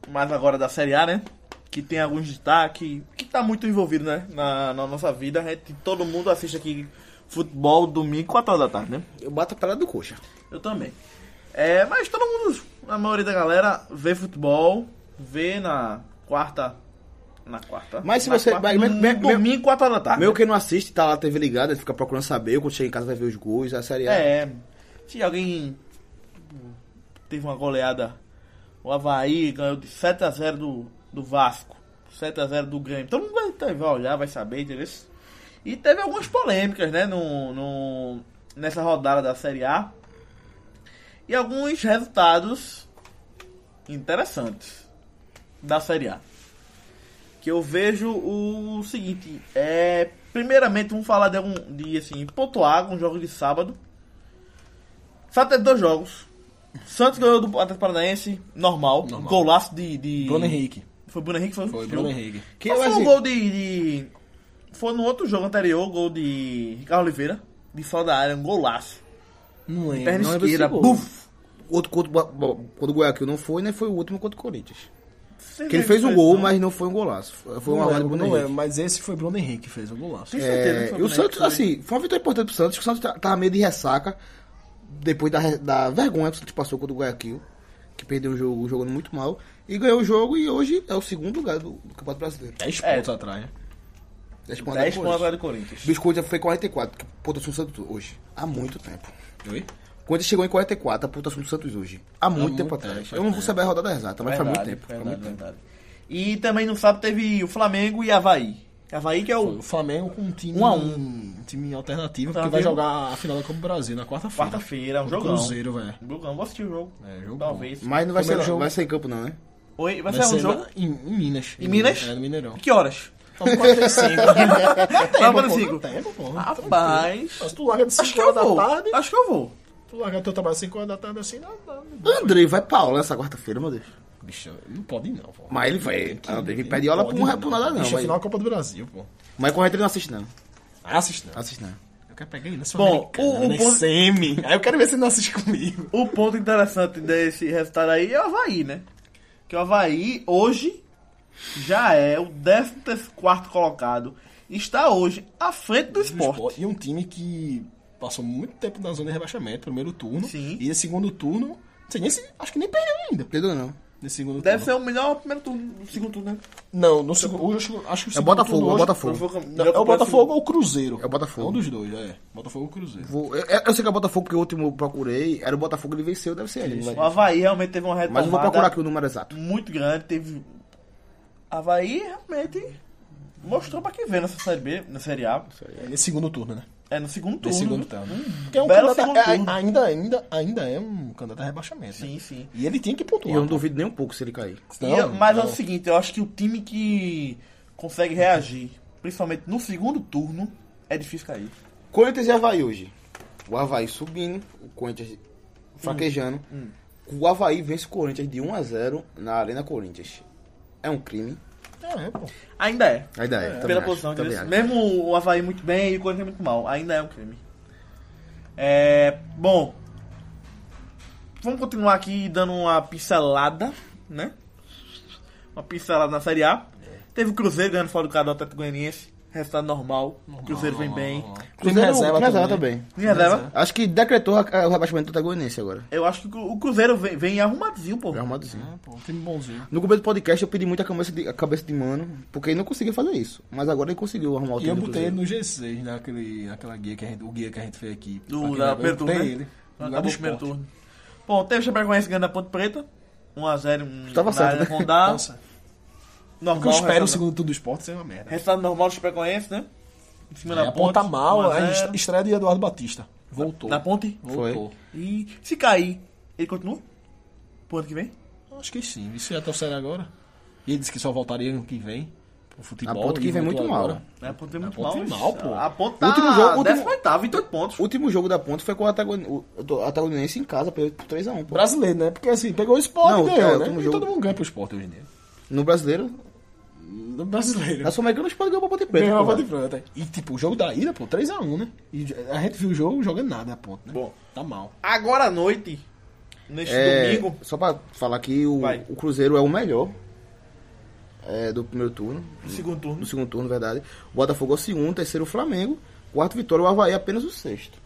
[SPEAKER 2] mais agora da Série A, né? Que tem alguns destaques, que tá muito envolvido, né? Na, na nossa vida. A gente- todo mundo assiste aqui futebol domingo, 4 horas da tarde, né?
[SPEAKER 4] Eu bato a pelada do coxa.
[SPEAKER 2] Eu também. É, mas todo mundo, a maioria da galera, vê futebol, vê na quarta. Na quarta.
[SPEAKER 4] Mas se
[SPEAKER 2] Na
[SPEAKER 4] você-
[SPEAKER 2] quarta,
[SPEAKER 4] mas- mas- mas-
[SPEAKER 2] domingo, 4 horas da
[SPEAKER 3] Ah,
[SPEAKER 2] tarde.
[SPEAKER 3] né?
[SPEAKER 4] Meu que não assiste, tá lá a TV ligada, ele fica procurando saber, eu quando chega em casa vai ver os gols, a série A.
[SPEAKER 2] É. Se alguém tipo, teve uma goleada, o Havaí ganhou de 7x0 do, do Vasco, 7x0 do Grêmio. Todo mundo vai, tá- vai olhar, vai saber, entendeu? E teve algumas polêmicas, né, no, no- nessa rodada da Série A. E alguns resultados interessantes da Série A. Que eu vejo o seguinte, é... Primeiramente, vamos falar de, algum, de assim, pontuar alguns jogos de sábado. Só teve dois jogos. Santos ganhou do Atlético Paranaense, normal.
[SPEAKER 3] Normal.
[SPEAKER 2] Golaço de, de.
[SPEAKER 3] Bruno Henrique.
[SPEAKER 2] Foi Bruno Henrique? Foi,
[SPEAKER 3] Foi
[SPEAKER 2] Bruno
[SPEAKER 3] Bruno
[SPEAKER 2] Henrique.
[SPEAKER 3] Henrique.
[SPEAKER 4] Que
[SPEAKER 2] Mas
[SPEAKER 4] eu
[SPEAKER 2] foi um
[SPEAKER 4] acho-
[SPEAKER 2] gol de, de- Foi no outro jogo anterior, gol de Ricardo Oliveira, de fora da área, um golaço.
[SPEAKER 3] Não lembro.
[SPEAKER 2] Perna
[SPEAKER 4] não é
[SPEAKER 2] esquerda,
[SPEAKER 4] possível.
[SPEAKER 2] buf!
[SPEAKER 4] Outro contra o Gua- quando o Guayaquil não foi, nem foi o último contra o Corinthians.
[SPEAKER 2] Sem
[SPEAKER 4] Que ele
[SPEAKER 2] ver
[SPEAKER 4] fez um
[SPEAKER 2] expressão.
[SPEAKER 4] gol, mas não foi um golaço. Foi uma
[SPEAKER 3] É, então. Não
[SPEAKER 4] jogada do
[SPEAKER 3] lembro,
[SPEAKER 4] Bruno
[SPEAKER 3] não lembro,
[SPEAKER 4] Henrique.
[SPEAKER 3] mas esse foi Bruno Henrique que fez o golaço.
[SPEAKER 2] Tem certeza que foi
[SPEAKER 4] É,
[SPEAKER 2] né?
[SPEAKER 4] e o
[SPEAKER 2] Bruno Henrique,
[SPEAKER 4] Santos,
[SPEAKER 2] foi.
[SPEAKER 4] assim, foi uma vitória importante pro Santos, que o Santos tá- tava meio de ressaca depois da, re- da vergonha que o Santos passou contra o Guayaquil, que perdeu o jogo jogando muito mal, e ganhou o jogo e hoje é o segundo lugar do, do Campeonato Brasileiro.
[SPEAKER 3] 10
[SPEAKER 2] É.
[SPEAKER 3] pontos atrás, né?
[SPEAKER 2] 10
[SPEAKER 4] 10 depois.
[SPEAKER 2] pontos atrás do Corinthians.
[SPEAKER 4] Biscoito já foi 44, que é pontuação do Santos hoje. Há muito tempo.
[SPEAKER 3] Oi?
[SPEAKER 4] Quando ele chegou em 44, a pontuação do Santos hoje. Há muito,
[SPEAKER 3] muito
[SPEAKER 4] tempo
[SPEAKER 3] tempo,
[SPEAKER 4] atrás.
[SPEAKER 3] é.
[SPEAKER 4] Eu não vou saber a rodada exata, mas faz muito
[SPEAKER 2] Verdade,
[SPEAKER 4] tempo. faz
[SPEAKER 2] verdade,
[SPEAKER 4] muito tempo.
[SPEAKER 2] verdade. E também no sábado teve o Flamengo e Havaí. Havaí que é
[SPEAKER 3] O
[SPEAKER 2] o
[SPEAKER 3] Flamengo com um time.
[SPEAKER 2] Um a
[SPEAKER 3] Um time alternativo, porque vai
[SPEAKER 2] Alternativo.
[SPEAKER 3] jogar a final da Copa do Brasil na quarta-feira.
[SPEAKER 2] quarta-feira, um
[SPEAKER 3] Contra o
[SPEAKER 2] jogão.
[SPEAKER 3] Cruzeiro, velho.
[SPEAKER 2] Jogão, vou assistir o jogo.
[SPEAKER 3] É, jogo
[SPEAKER 2] Talvez.
[SPEAKER 4] Mas não vai ser,
[SPEAKER 3] Primeiro jogo.
[SPEAKER 4] vai ser em campo, não, né?
[SPEAKER 2] Oi, vai,
[SPEAKER 3] Vai
[SPEAKER 2] ser um
[SPEAKER 3] ser
[SPEAKER 2] jogo?
[SPEAKER 3] na- em, em Minas.
[SPEAKER 2] Em Minas?
[SPEAKER 3] É, no Mineirão.
[SPEAKER 2] Que horas?
[SPEAKER 3] Então, 45. Dá
[SPEAKER 2] Vai pra
[SPEAKER 3] pô,
[SPEAKER 2] cinco.
[SPEAKER 3] dá tempo, pô.
[SPEAKER 2] Rapaz.
[SPEAKER 3] Mas tu larga de
[SPEAKER 2] Acho que
[SPEAKER 3] 5
[SPEAKER 2] eu
[SPEAKER 3] horas da
[SPEAKER 2] vou.
[SPEAKER 3] tarde.
[SPEAKER 2] Acho que eu vou.
[SPEAKER 3] Tu larga teu trabalho 5 horas da tarde assim, não dá.
[SPEAKER 4] Andrei vai pra aula essa quarta-feira, meu Deus.
[SPEAKER 3] Bicho, não pode ir, não, pô.
[SPEAKER 4] Mas ah, ele vai. Não teve pediola por, por um nada, não.
[SPEAKER 3] Bicho,
[SPEAKER 4] Mas,
[SPEAKER 3] afinal é a Copa do Brasil, pô.
[SPEAKER 4] mas correto ele não assiste, não.
[SPEAKER 3] Ah, assiste não.
[SPEAKER 4] Assiste, não.
[SPEAKER 3] Eu quero pegar ele na
[SPEAKER 2] Bom,
[SPEAKER 3] Sul-Americana,
[SPEAKER 2] o, o
[SPEAKER 3] na
[SPEAKER 2] ponto,
[SPEAKER 3] SM. Aí eu quero ver se ele não assiste comigo.
[SPEAKER 2] o ponto interessante desse resultado aí é o Havaí, né? Que o Havaí hoje já é o 14 colocado. Está hoje à frente do esporte.
[SPEAKER 3] E um time que passou muito tempo na zona de rebaixamento, primeiro turno.
[SPEAKER 2] Sim.
[SPEAKER 3] E no segundo turno, não sei nem se. Acho que nem perdeu ainda.
[SPEAKER 4] Entendeu, não?
[SPEAKER 3] Nesse segundo
[SPEAKER 2] Deve
[SPEAKER 3] turno.
[SPEAKER 2] ser o melhor primeiro turno, segundo turno, né?
[SPEAKER 3] Não, no segundo. hoje Acho, acho que o
[SPEAKER 4] É
[SPEAKER 3] segundo
[SPEAKER 4] o Botafogo,
[SPEAKER 3] turno
[SPEAKER 4] é o
[SPEAKER 3] hoje-
[SPEAKER 4] Botafogo.
[SPEAKER 3] Não, é o Botafogo ou o Cruzeiro?
[SPEAKER 4] É o Botafogo.
[SPEAKER 3] É um dos dois, é. Botafogo ou Cruzeiro.
[SPEAKER 4] Vou- eu, eu sei que é o Botafogo, porque o último eu procurei era o Botafogo, ele venceu, deve ser ele.
[SPEAKER 2] O
[SPEAKER 4] moleque.
[SPEAKER 2] Havaí realmente teve uma retomada
[SPEAKER 4] Mas eu vou procurar aqui o número exato.
[SPEAKER 2] muito grande. Teve. Havaí realmente mostrou pra quem vê nessa série B, na série A.
[SPEAKER 3] É nesse segundo turno, né?
[SPEAKER 2] É no segundo
[SPEAKER 3] Nesse
[SPEAKER 2] turno.
[SPEAKER 3] segundo turno. Porque é um
[SPEAKER 2] belo
[SPEAKER 3] candidato,
[SPEAKER 2] segundo
[SPEAKER 3] é-
[SPEAKER 2] turno.
[SPEAKER 3] ainda, ainda, ainda é um candidato a rebaixamento. né?
[SPEAKER 2] Sim, sim.
[SPEAKER 3] E ele tinha que
[SPEAKER 4] E
[SPEAKER 3] pontuar. Então,
[SPEAKER 4] eu não
[SPEAKER 3] pô.
[SPEAKER 4] duvido nem um pouco se ele cair.
[SPEAKER 3] Senão-
[SPEAKER 2] E eu- mas é
[SPEAKER 3] não.
[SPEAKER 2] o seguinte, eu acho que o time que consegue reagir, principalmente no segundo turno, é difícil cair.
[SPEAKER 4] Corinthians e Havaí hoje. O Havaí subindo, o Corinthians fraquejando. O Havaí vence o Corinthians de 1 a 0 na Arena Corinthians. É um crime.
[SPEAKER 3] É, pô.
[SPEAKER 2] Ainda é.
[SPEAKER 4] A ideia, também
[SPEAKER 2] pela
[SPEAKER 4] acho,
[SPEAKER 2] posição.
[SPEAKER 4] também
[SPEAKER 2] deles.
[SPEAKER 4] acho.
[SPEAKER 2] mesmo o Havaí muito bem e o Corinthians muito mal. Ainda é um crime. É, bom, vamos continuar aqui dando uma pincelada, né? Uma pincelada na Série A. Teve o Cruzeiro ganhando fora do cara do Atlético Goianiense. Resultado normal. O Cruzeiro vem bem.
[SPEAKER 4] Cruzeiro
[SPEAKER 3] Tem é reserva
[SPEAKER 4] tem reserva
[SPEAKER 3] também.
[SPEAKER 4] também.
[SPEAKER 2] Em reserva,
[SPEAKER 4] Acho que decretou a- a- o rebaixamento do Tagoinense agora.
[SPEAKER 2] eu acho que o Cruzeiro vem, vem arrumadinho, pô.
[SPEAKER 4] É armadozinho.
[SPEAKER 3] É, pô, um time bonzinho.
[SPEAKER 4] No começo do podcast eu pedi muito a cabeça de, a cabeça de mano, porque ele não conseguia fazer isso. Mas agora ele conseguiu arrumar o
[SPEAKER 3] E
[SPEAKER 4] time
[SPEAKER 3] eu
[SPEAKER 4] do
[SPEAKER 3] botei
[SPEAKER 4] Cruzeiro.
[SPEAKER 3] ele no G6, naquele, naquela guia que a gente, o guia que a gente fez aqui.
[SPEAKER 2] Do-
[SPEAKER 3] Aquele-
[SPEAKER 2] da
[SPEAKER 3] eu
[SPEAKER 2] primeiro
[SPEAKER 3] botei
[SPEAKER 2] turno, né?
[SPEAKER 3] ele.
[SPEAKER 2] Acabou
[SPEAKER 3] Lá do
[SPEAKER 2] o primeiro
[SPEAKER 3] esporte.
[SPEAKER 2] turno. Bom, teve o Chapecoense ganhando a Ponte Preta. 1x0 um
[SPEAKER 4] Tava
[SPEAKER 2] na
[SPEAKER 4] certo,
[SPEAKER 2] área
[SPEAKER 4] né?
[SPEAKER 2] da Condá.
[SPEAKER 3] Nossa, o que
[SPEAKER 2] Normal,
[SPEAKER 3] eu espero é o
[SPEAKER 2] resultado-
[SPEAKER 3] segundo turno do esporte ser uma merda.
[SPEAKER 2] Resultado normal do Chapecoense, né? Em cima
[SPEAKER 3] É,
[SPEAKER 2] da
[SPEAKER 3] a
[SPEAKER 2] ponte.
[SPEAKER 3] ponta mal,
[SPEAKER 2] 1 a
[SPEAKER 3] a
[SPEAKER 2] 0.
[SPEAKER 3] estreia de Eduardo Batista. Voltou.
[SPEAKER 2] Na ponte?
[SPEAKER 3] Voltou.
[SPEAKER 2] E se cair, ele continua? Pro ano que vem?
[SPEAKER 3] Acho que sim. Isso já tá sério agora. E ele disse que só voltaria ano que vem. O futebol.
[SPEAKER 4] A ponta que
[SPEAKER 3] e
[SPEAKER 4] vem
[SPEAKER 3] voltou
[SPEAKER 4] muito mal.
[SPEAKER 3] agora.
[SPEAKER 2] É, a ponte é
[SPEAKER 3] A
[SPEAKER 2] muito
[SPEAKER 3] ponte
[SPEAKER 2] mal.
[SPEAKER 3] é
[SPEAKER 2] isso.
[SPEAKER 3] mal, pô.
[SPEAKER 2] A ponte tá
[SPEAKER 4] Último jogo, último-
[SPEAKER 2] 18º, 28 pontos.
[SPEAKER 4] O último jogo da ponta foi com o Atagon- o- o Atagonense em casa, perdeu por 3x1. pô.
[SPEAKER 3] Brasileiro, né? Porque assim, pegou o esporte
[SPEAKER 4] Não,
[SPEAKER 3] e ganhou,
[SPEAKER 4] é,
[SPEAKER 3] né?
[SPEAKER 4] como
[SPEAKER 3] E
[SPEAKER 4] jogo.
[SPEAKER 3] todo mundo ganha pro esporte hoje em dia.
[SPEAKER 4] No brasileiro,
[SPEAKER 3] No brasileiro.
[SPEAKER 4] na Sul-Americana, o Sport ganhou pra Ponte Preta.
[SPEAKER 3] Ganhou a
[SPEAKER 4] pô.
[SPEAKER 3] Ponte Preta. E tipo, o jogo da ida, pô, 3x1, né? E a gente viu o jogo jogando nada a ponta, né?
[SPEAKER 2] Bom.
[SPEAKER 3] Tá mal.
[SPEAKER 2] Agora à noite, neste
[SPEAKER 4] É,
[SPEAKER 2] domingo,
[SPEAKER 4] só pra falar que o,
[SPEAKER 2] Vai.
[SPEAKER 4] o Cruzeiro é o melhor é, do primeiro turno,
[SPEAKER 2] no segundo turno.
[SPEAKER 4] do segundo turno, na verdade. O Botafogo é o segundo, terceiro o Flamengo, quarto Vitória, o Havaí é apenas o sexto.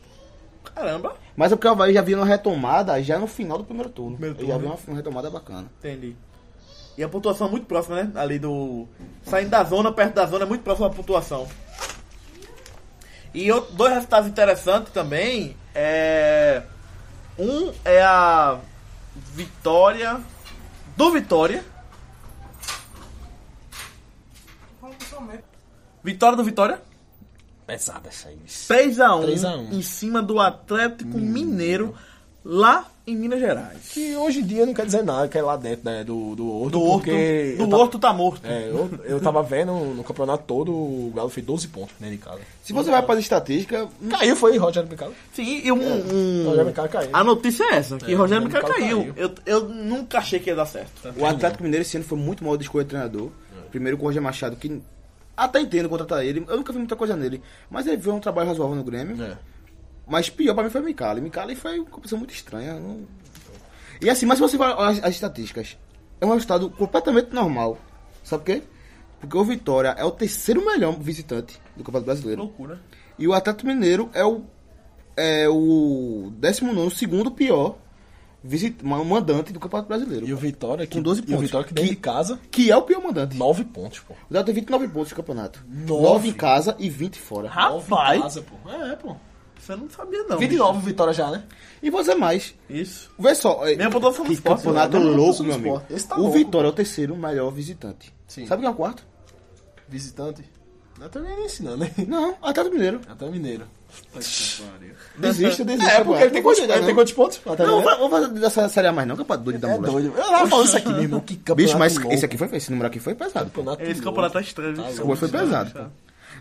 [SPEAKER 2] Caramba.
[SPEAKER 4] Mas é porque o Havaí já vinha uma retomada já no final do primeiro turno.
[SPEAKER 2] Primeiro
[SPEAKER 4] já
[SPEAKER 2] turno,
[SPEAKER 4] vinha uma, uma retomada bacana.
[SPEAKER 2] Entendi. E a pontuação é muito próxima, né? Ali do. Saindo da zona, perto da zona, é muito próxima a pontuação. E outro- dois resultados interessantes também. É... Um é a vitória do Vitória. Vitória do Vitória.
[SPEAKER 3] Pesada essa aí. bicho.
[SPEAKER 2] 3x1
[SPEAKER 3] 3x1.
[SPEAKER 2] em cima do Atlético Mineiro, lá em Minas Gerais.
[SPEAKER 3] Que hoje em dia não quer dizer nada, que é lá dentro, né? Do, do Horto.
[SPEAKER 2] Do Horto,
[SPEAKER 3] porque eu
[SPEAKER 2] do
[SPEAKER 3] tava-
[SPEAKER 2] Horto tá morto.
[SPEAKER 3] É, eu, eu tava vendo no campeonato todo, o Galo fez 12 pontos né, de casa.
[SPEAKER 4] Se você vai hum, para as estatísticas,
[SPEAKER 3] Caiu, foi Rogério Mercado.
[SPEAKER 2] Sim, e um, um-
[SPEAKER 3] É. Rogério Mercado caiu.
[SPEAKER 2] A notícia é essa, que
[SPEAKER 3] É,
[SPEAKER 2] Rogério
[SPEAKER 3] o
[SPEAKER 2] Mercado
[SPEAKER 3] Mercado
[SPEAKER 2] caiu.
[SPEAKER 3] caiu.
[SPEAKER 2] Eu, eu nunca achei que ia dar certo.
[SPEAKER 4] o Atlético Mineiro esse ano foi muito mal de escolha de treinador.
[SPEAKER 3] É.
[SPEAKER 4] Primeiro com o Roger Machado, que até entendo contratar ele. Eu nunca vi muita coisa nele. Mas ele veio um trabalho razoável no Grêmio.
[SPEAKER 3] É.
[SPEAKER 4] Mas pior pra mim foi Micali. Micali foi uma competição muito estranha. não- E assim, mas se você olhar as, as estatísticas, é um resultado completamente normal. Sabe por quê? Porque o Vitória é o terceiro melhor visitante do Campeonato Brasileiro.
[SPEAKER 2] Loucura.
[SPEAKER 4] E o Atlético Mineiro é o, é o 19 segundo pior visit, ma- mandante do Campeonato Brasileiro.
[SPEAKER 3] E o Vitória que.
[SPEAKER 4] Com 12
[SPEAKER 3] e o
[SPEAKER 4] pontos.
[SPEAKER 3] Vitória que dentro
[SPEAKER 4] Que-
[SPEAKER 3] de casa,
[SPEAKER 4] Que é o pior mandante.
[SPEAKER 3] 9 pontos, pô.
[SPEAKER 4] O Atlético tem 29 pontos no campeonato.
[SPEAKER 3] Nove?
[SPEAKER 4] 9 em casa e 20 fora.
[SPEAKER 3] Nove em
[SPEAKER 2] Rapaz,
[SPEAKER 3] casa, pô. É, é, pô.
[SPEAKER 2] você não sabia não.
[SPEAKER 3] 29 Vitória já, né?
[SPEAKER 4] E você mais.
[SPEAKER 2] bicho. Isso.
[SPEAKER 4] Vê só, é,
[SPEAKER 2] Mesmo pra todo
[SPEAKER 4] que
[SPEAKER 2] esporte,
[SPEAKER 4] campeonato é
[SPEAKER 6] né?
[SPEAKER 4] louco,
[SPEAKER 6] Mesmo pra
[SPEAKER 4] meu
[SPEAKER 6] todo
[SPEAKER 4] amigo.
[SPEAKER 6] esporte. Esse tá
[SPEAKER 4] o
[SPEAKER 6] louco.
[SPEAKER 4] Vitória é o terceiro melhor visitante.
[SPEAKER 3] Sim.
[SPEAKER 4] Sabe quem é o quarto?
[SPEAKER 3] Visitante. Não tô nem ensinando, né?
[SPEAKER 4] Não, Atlético Mineiro.
[SPEAKER 3] Até Mineiro.
[SPEAKER 4] Desiste, desiste.
[SPEAKER 3] É,
[SPEAKER 4] agora.
[SPEAKER 3] porque ele tem quantos,
[SPEAKER 4] Não vou chegar,
[SPEAKER 3] ele tem
[SPEAKER 4] não.
[SPEAKER 3] quantos pontos? Até
[SPEAKER 4] Não,
[SPEAKER 3] Mineiro?
[SPEAKER 4] vamos fazer dessa série a mais não, que é pra doido da
[SPEAKER 3] É
[SPEAKER 4] moleque.
[SPEAKER 3] tá doido. Eu tava falando isso aqui mesmo, que campeonato
[SPEAKER 4] Bicho, mas
[SPEAKER 3] louco.
[SPEAKER 4] esse aqui foi, esse número aqui foi pesado. pô.
[SPEAKER 3] Campeonato
[SPEAKER 2] Esse
[SPEAKER 3] louco.
[SPEAKER 2] campeonato tá estranho. viu?
[SPEAKER 3] Então,
[SPEAKER 4] Esse gol foi pesado. pô.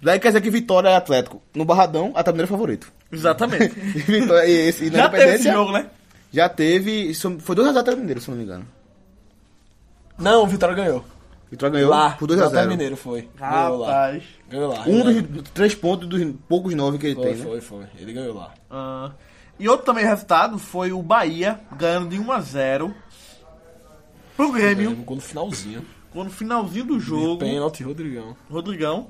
[SPEAKER 4] Daí quer dizer que Vitória é Atlético. No Barradão, Atlético Mineiro é favorito.
[SPEAKER 2] Exatamente.
[SPEAKER 4] E Vitória, e esse, e na
[SPEAKER 2] Já teve esse
[SPEAKER 4] Independência,
[SPEAKER 2] jogo, né?
[SPEAKER 4] Já teve. isso Foi dois resultados Atlético Mineiro, se eu não me engano.
[SPEAKER 3] Não, o Vitória ganhou.
[SPEAKER 4] Vitória ganhou
[SPEAKER 3] lá.
[SPEAKER 4] por 2x0.
[SPEAKER 3] Até Mineiro foi. Ganhou lá.
[SPEAKER 2] Rapaz.
[SPEAKER 3] Ganhou lá.
[SPEAKER 4] Um
[SPEAKER 3] Ganhou lá.
[SPEAKER 4] dos três pontos dos poucos nove que ele
[SPEAKER 3] Foi,
[SPEAKER 4] tem, né?
[SPEAKER 3] foi, foi. Ele ganhou lá.
[SPEAKER 2] Ah, e outro também resultado foi o Bahia ganhando de 1 a 0 pro Grêmio,
[SPEAKER 3] Ganhou no finalzinho.
[SPEAKER 2] quando no finalzinho do
[SPEAKER 3] De
[SPEAKER 2] jogo,
[SPEAKER 3] pênalti, Rodrigão.
[SPEAKER 2] Rodrigão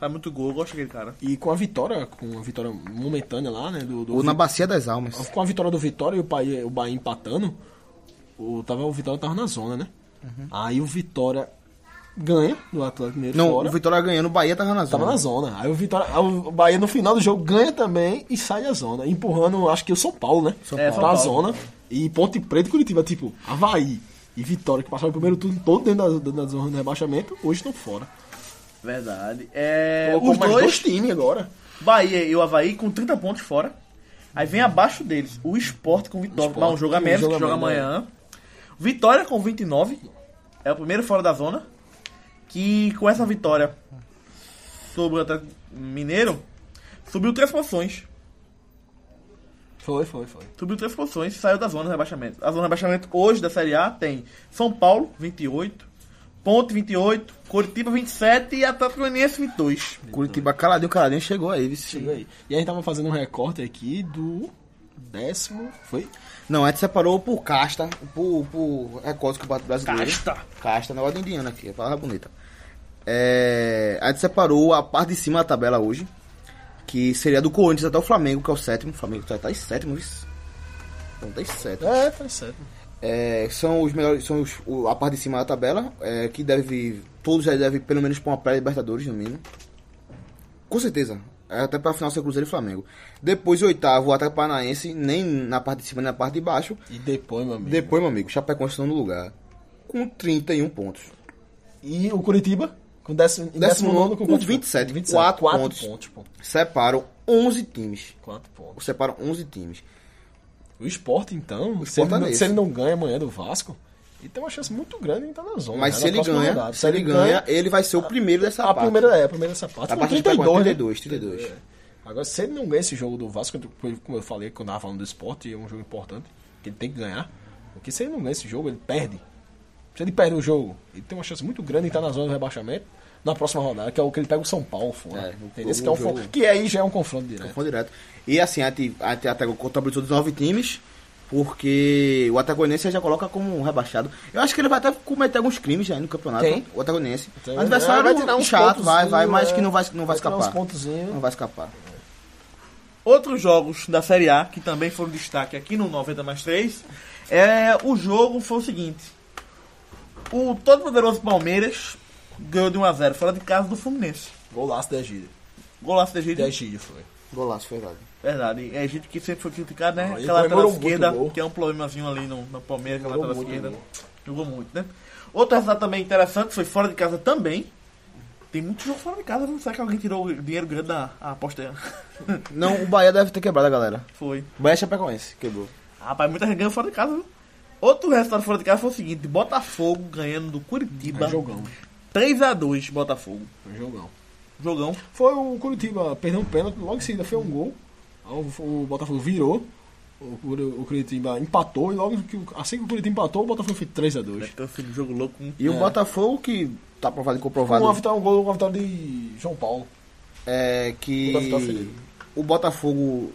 [SPEAKER 2] faz muito gol, eu gosto daquele cara.
[SPEAKER 3] E com a vitória, com a vitória momentânea lá, né? Do, do
[SPEAKER 4] Ou na Bacia das Almas.
[SPEAKER 3] Com a vitória do Vitória e o Bahia, o Bahia empatando, o, tava, o Vitória tava na zona, né?
[SPEAKER 4] Uhum.
[SPEAKER 3] Aí o Vitória ganha do Atlético Mineiro
[SPEAKER 4] Não,
[SPEAKER 3] fora.
[SPEAKER 4] o Vitória ganhando, o Bahia tava na zona.
[SPEAKER 3] Tava na zona. Aí o Vitória, aí o Bahia no final do jogo ganha também e sai da zona, empurrando, acho que o São Paulo, né? São
[SPEAKER 2] É, Paulo.
[SPEAKER 3] pra
[SPEAKER 2] São
[SPEAKER 3] zona. E Ponte Preta e Curitiba, tipo, Havaí e Vitória, que passaram o primeiro turno todo dentro da, da zona do rebaixamento, hoje estão fora.
[SPEAKER 2] Verdade. É,
[SPEAKER 3] Colocou
[SPEAKER 2] os
[SPEAKER 3] mais
[SPEAKER 2] dois,
[SPEAKER 3] dois times agora.
[SPEAKER 2] Bahia e o Havaí, com 30 pontos fora. Aí vem abaixo deles o Sport com 29,
[SPEAKER 3] Sport,
[SPEAKER 2] mas um jogo a
[SPEAKER 3] um
[SPEAKER 2] menos,
[SPEAKER 3] jogo
[SPEAKER 2] que
[SPEAKER 3] a
[SPEAKER 2] joga
[SPEAKER 3] menos,
[SPEAKER 2] amanhã. Vitória com 29, é o primeiro fora da zona. Que com essa vitória sobre o Atlético Mineiro, subiu três posições.
[SPEAKER 3] Foi, foi, foi.
[SPEAKER 2] Subiu três posições, saiu da zona de rebaixamento. A zona de rebaixamento hoje da Série A tem São Paulo, 28, Ponte, 28, Curitiba, 27 e Atlético Goianiense, 22.
[SPEAKER 4] Curitiba caladinho, caladinho, chegou aí. vice.
[SPEAKER 3] Chega aí. E a gente tava fazendo um recorte aqui do décimo. Foi?
[SPEAKER 4] Não, a gente separou por casta, por, por recordes que bate brasileiro.
[SPEAKER 2] Casta.
[SPEAKER 4] Casta, negócio de indiano aqui, a palavra bonita. É, a gente separou a parte de cima da tabela hoje, que seria do Corinthians até o Flamengo, que é o sétimo. O Flamengo tá, tá em sétimo, isso. Então tá em sétimo.
[SPEAKER 3] É, foi certo.
[SPEAKER 4] É, são os melhores, são os- o- a parte de cima da tabela, é, que deve, todos já devem pelo menos para uma pré-libertadores no mínimo. Com certeza, é, até para final ser Cruzeiro e Flamengo. Depois o oitavo, o Atlético Paranaense, nem na parte de cima nem na parte de baixo.
[SPEAKER 3] E depois, meu amigo.
[SPEAKER 4] Depois, meu amigo, Chapecoense no lugar, com 31 pontos.
[SPEAKER 3] E o Curitiba com décimo, em
[SPEAKER 4] Décimo
[SPEAKER 3] décimo nono
[SPEAKER 4] nono
[SPEAKER 3] com,
[SPEAKER 4] com
[SPEAKER 3] quantos
[SPEAKER 4] 27.
[SPEAKER 3] pontos?
[SPEAKER 4] Quatro
[SPEAKER 3] Quatro
[SPEAKER 4] pontos.
[SPEAKER 3] pontos, pô.
[SPEAKER 4] Separam 11 times.
[SPEAKER 3] Quatro pontos.
[SPEAKER 4] Separam 11 times.
[SPEAKER 3] O esporte, então, se,
[SPEAKER 4] Sport
[SPEAKER 3] ele,
[SPEAKER 4] tá
[SPEAKER 3] não-
[SPEAKER 4] nesse.
[SPEAKER 3] se ele não ganha amanhã do Vasco, ele tem uma chance muito grande de entrar na zona.
[SPEAKER 4] Mas
[SPEAKER 3] né,
[SPEAKER 4] se
[SPEAKER 3] na
[SPEAKER 4] ele
[SPEAKER 3] próxima
[SPEAKER 4] ganha,
[SPEAKER 3] rodada.
[SPEAKER 4] se ele ganha, Tá ele vai ser o primeiro dessa
[SPEAKER 3] a
[SPEAKER 4] parte.
[SPEAKER 3] primeira é, a primeira dessa parte.
[SPEAKER 4] A
[SPEAKER 3] Com
[SPEAKER 4] parte de 32, 32,
[SPEAKER 3] né? É. Agora, se ele não ganha esse jogo do Vasco, como eu falei quando eu tava falando do esporte, é um jogo importante, que ele tem que ganhar. Porque se ele não ganha esse jogo, ele perde. Se ele perde o jogo, ele tem uma chance muito grande de estar na zona do rebaixamento na próxima rodada, que é o que ele pega o São Paulo fora.
[SPEAKER 4] É, o-
[SPEAKER 3] Entendeu? Esse
[SPEAKER 4] o
[SPEAKER 3] que, é um
[SPEAKER 4] jogo-
[SPEAKER 3] fo- que aí já é um confronto direto.
[SPEAKER 4] Confronto direto. E assim, a gente, a gente até contabilizou 19 times, porque o Atagonense já coloca como um rebaixado. Eu acho que ele vai até cometer alguns crimes aí no campeonato,
[SPEAKER 3] Quem?
[SPEAKER 4] o Atagonense.
[SPEAKER 3] Então,
[SPEAKER 4] Adversário é um
[SPEAKER 3] vai tirar uns
[SPEAKER 4] chato, vai,
[SPEAKER 3] pontozinho,
[SPEAKER 4] vai, mas
[SPEAKER 3] é.
[SPEAKER 4] que não vai, não vai
[SPEAKER 3] tirar uns
[SPEAKER 4] escapar.
[SPEAKER 3] pontozinhos.
[SPEAKER 4] Não vai escapar.
[SPEAKER 2] Outros jogos da Série A, que também foram destaque aqui no 90 mais 3, é, o jogo foi o seguinte. O todo-poderoso Palmeiras ganhou de 1x0 fora de casa do Fluminense.
[SPEAKER 3] Golaço da Gíria.
[SPEAKER 2] Golaço da Egito.
[SPEAKER 3] Da Gíria foi.
[SPEAKER 4] Golaço, foi verdade.
[SPEAKER 2] Verdade. É Egito que sempre foi criticado, né?
[SPEAKER 3] Ah, ele
[SPEAKER 2] Aquela lateral
[SPEAKER 3] comemorou muito
[SPEAKER 2] esquerda,
[SPEAKER 3] o gol.
[SPEAKER 2] que é um problemazinho ali no, no Palmeiras, aquela
[SPEAKER 3] Jogou
[SPEAKER 2] lateral
[SPEAKER 3] muito,
[SPEAKER 2] esquerda.
[SPEAKER 3] jogou.
[SPEAKER 2] Jogou muito, né? Outro resultado também interessante foi fora de casa também. Tem muito jogo fora de casa, viu? será que alguém tirou o dinheiro grande da a aposta?
[SPEAKER 4] Não, o Bahia deve ter quebrado a galera.
[SPEAKER 2] foi.
[SPEAKER 4] O Bahia é Chapecoense, quebrou.
[SPEAKER 2] Rapaz, muita gente ganhou fora de casa, viu? Outro resultado fora de casa foi o seguinte: Botafogo ganhando do Curitiba.
[SPEAKER 3] Foi
[SPEAKER 4] É,
[SPEAKER 3] jogão.
[SPEAKER 2] 3x2 Botafogo.
[SPEAKER 3] Foi jogão.
[SPEAKER 2] Jogão.
[SPEAKER 3] Foi o Curitiba, perdeu um pênalti, logo em seguida foi um gol. Aí O, o Botafogo virou, o, Curi- o Curitiba empatou e logo que, o- assim que o Curitiba empatou, o Botafogo foi 3x2.
[SPEAKER 2] Então foi um jogo louco. hein?
[SPEAKER 4] E o
[SPEAKER 3] É.
[SPEAKER 4] Botafogo, que tá provado e comprovado,
[SPEAKER 3] Uma vitória, um gol com a vitória de João Paulo.
[SPEAKER 4] é
[SPEAKER 3] O Botafogo tá
[SPEAKER 4] que
[SPEAKER 3] ferido.
[SPEAKER 4] o Botafogo,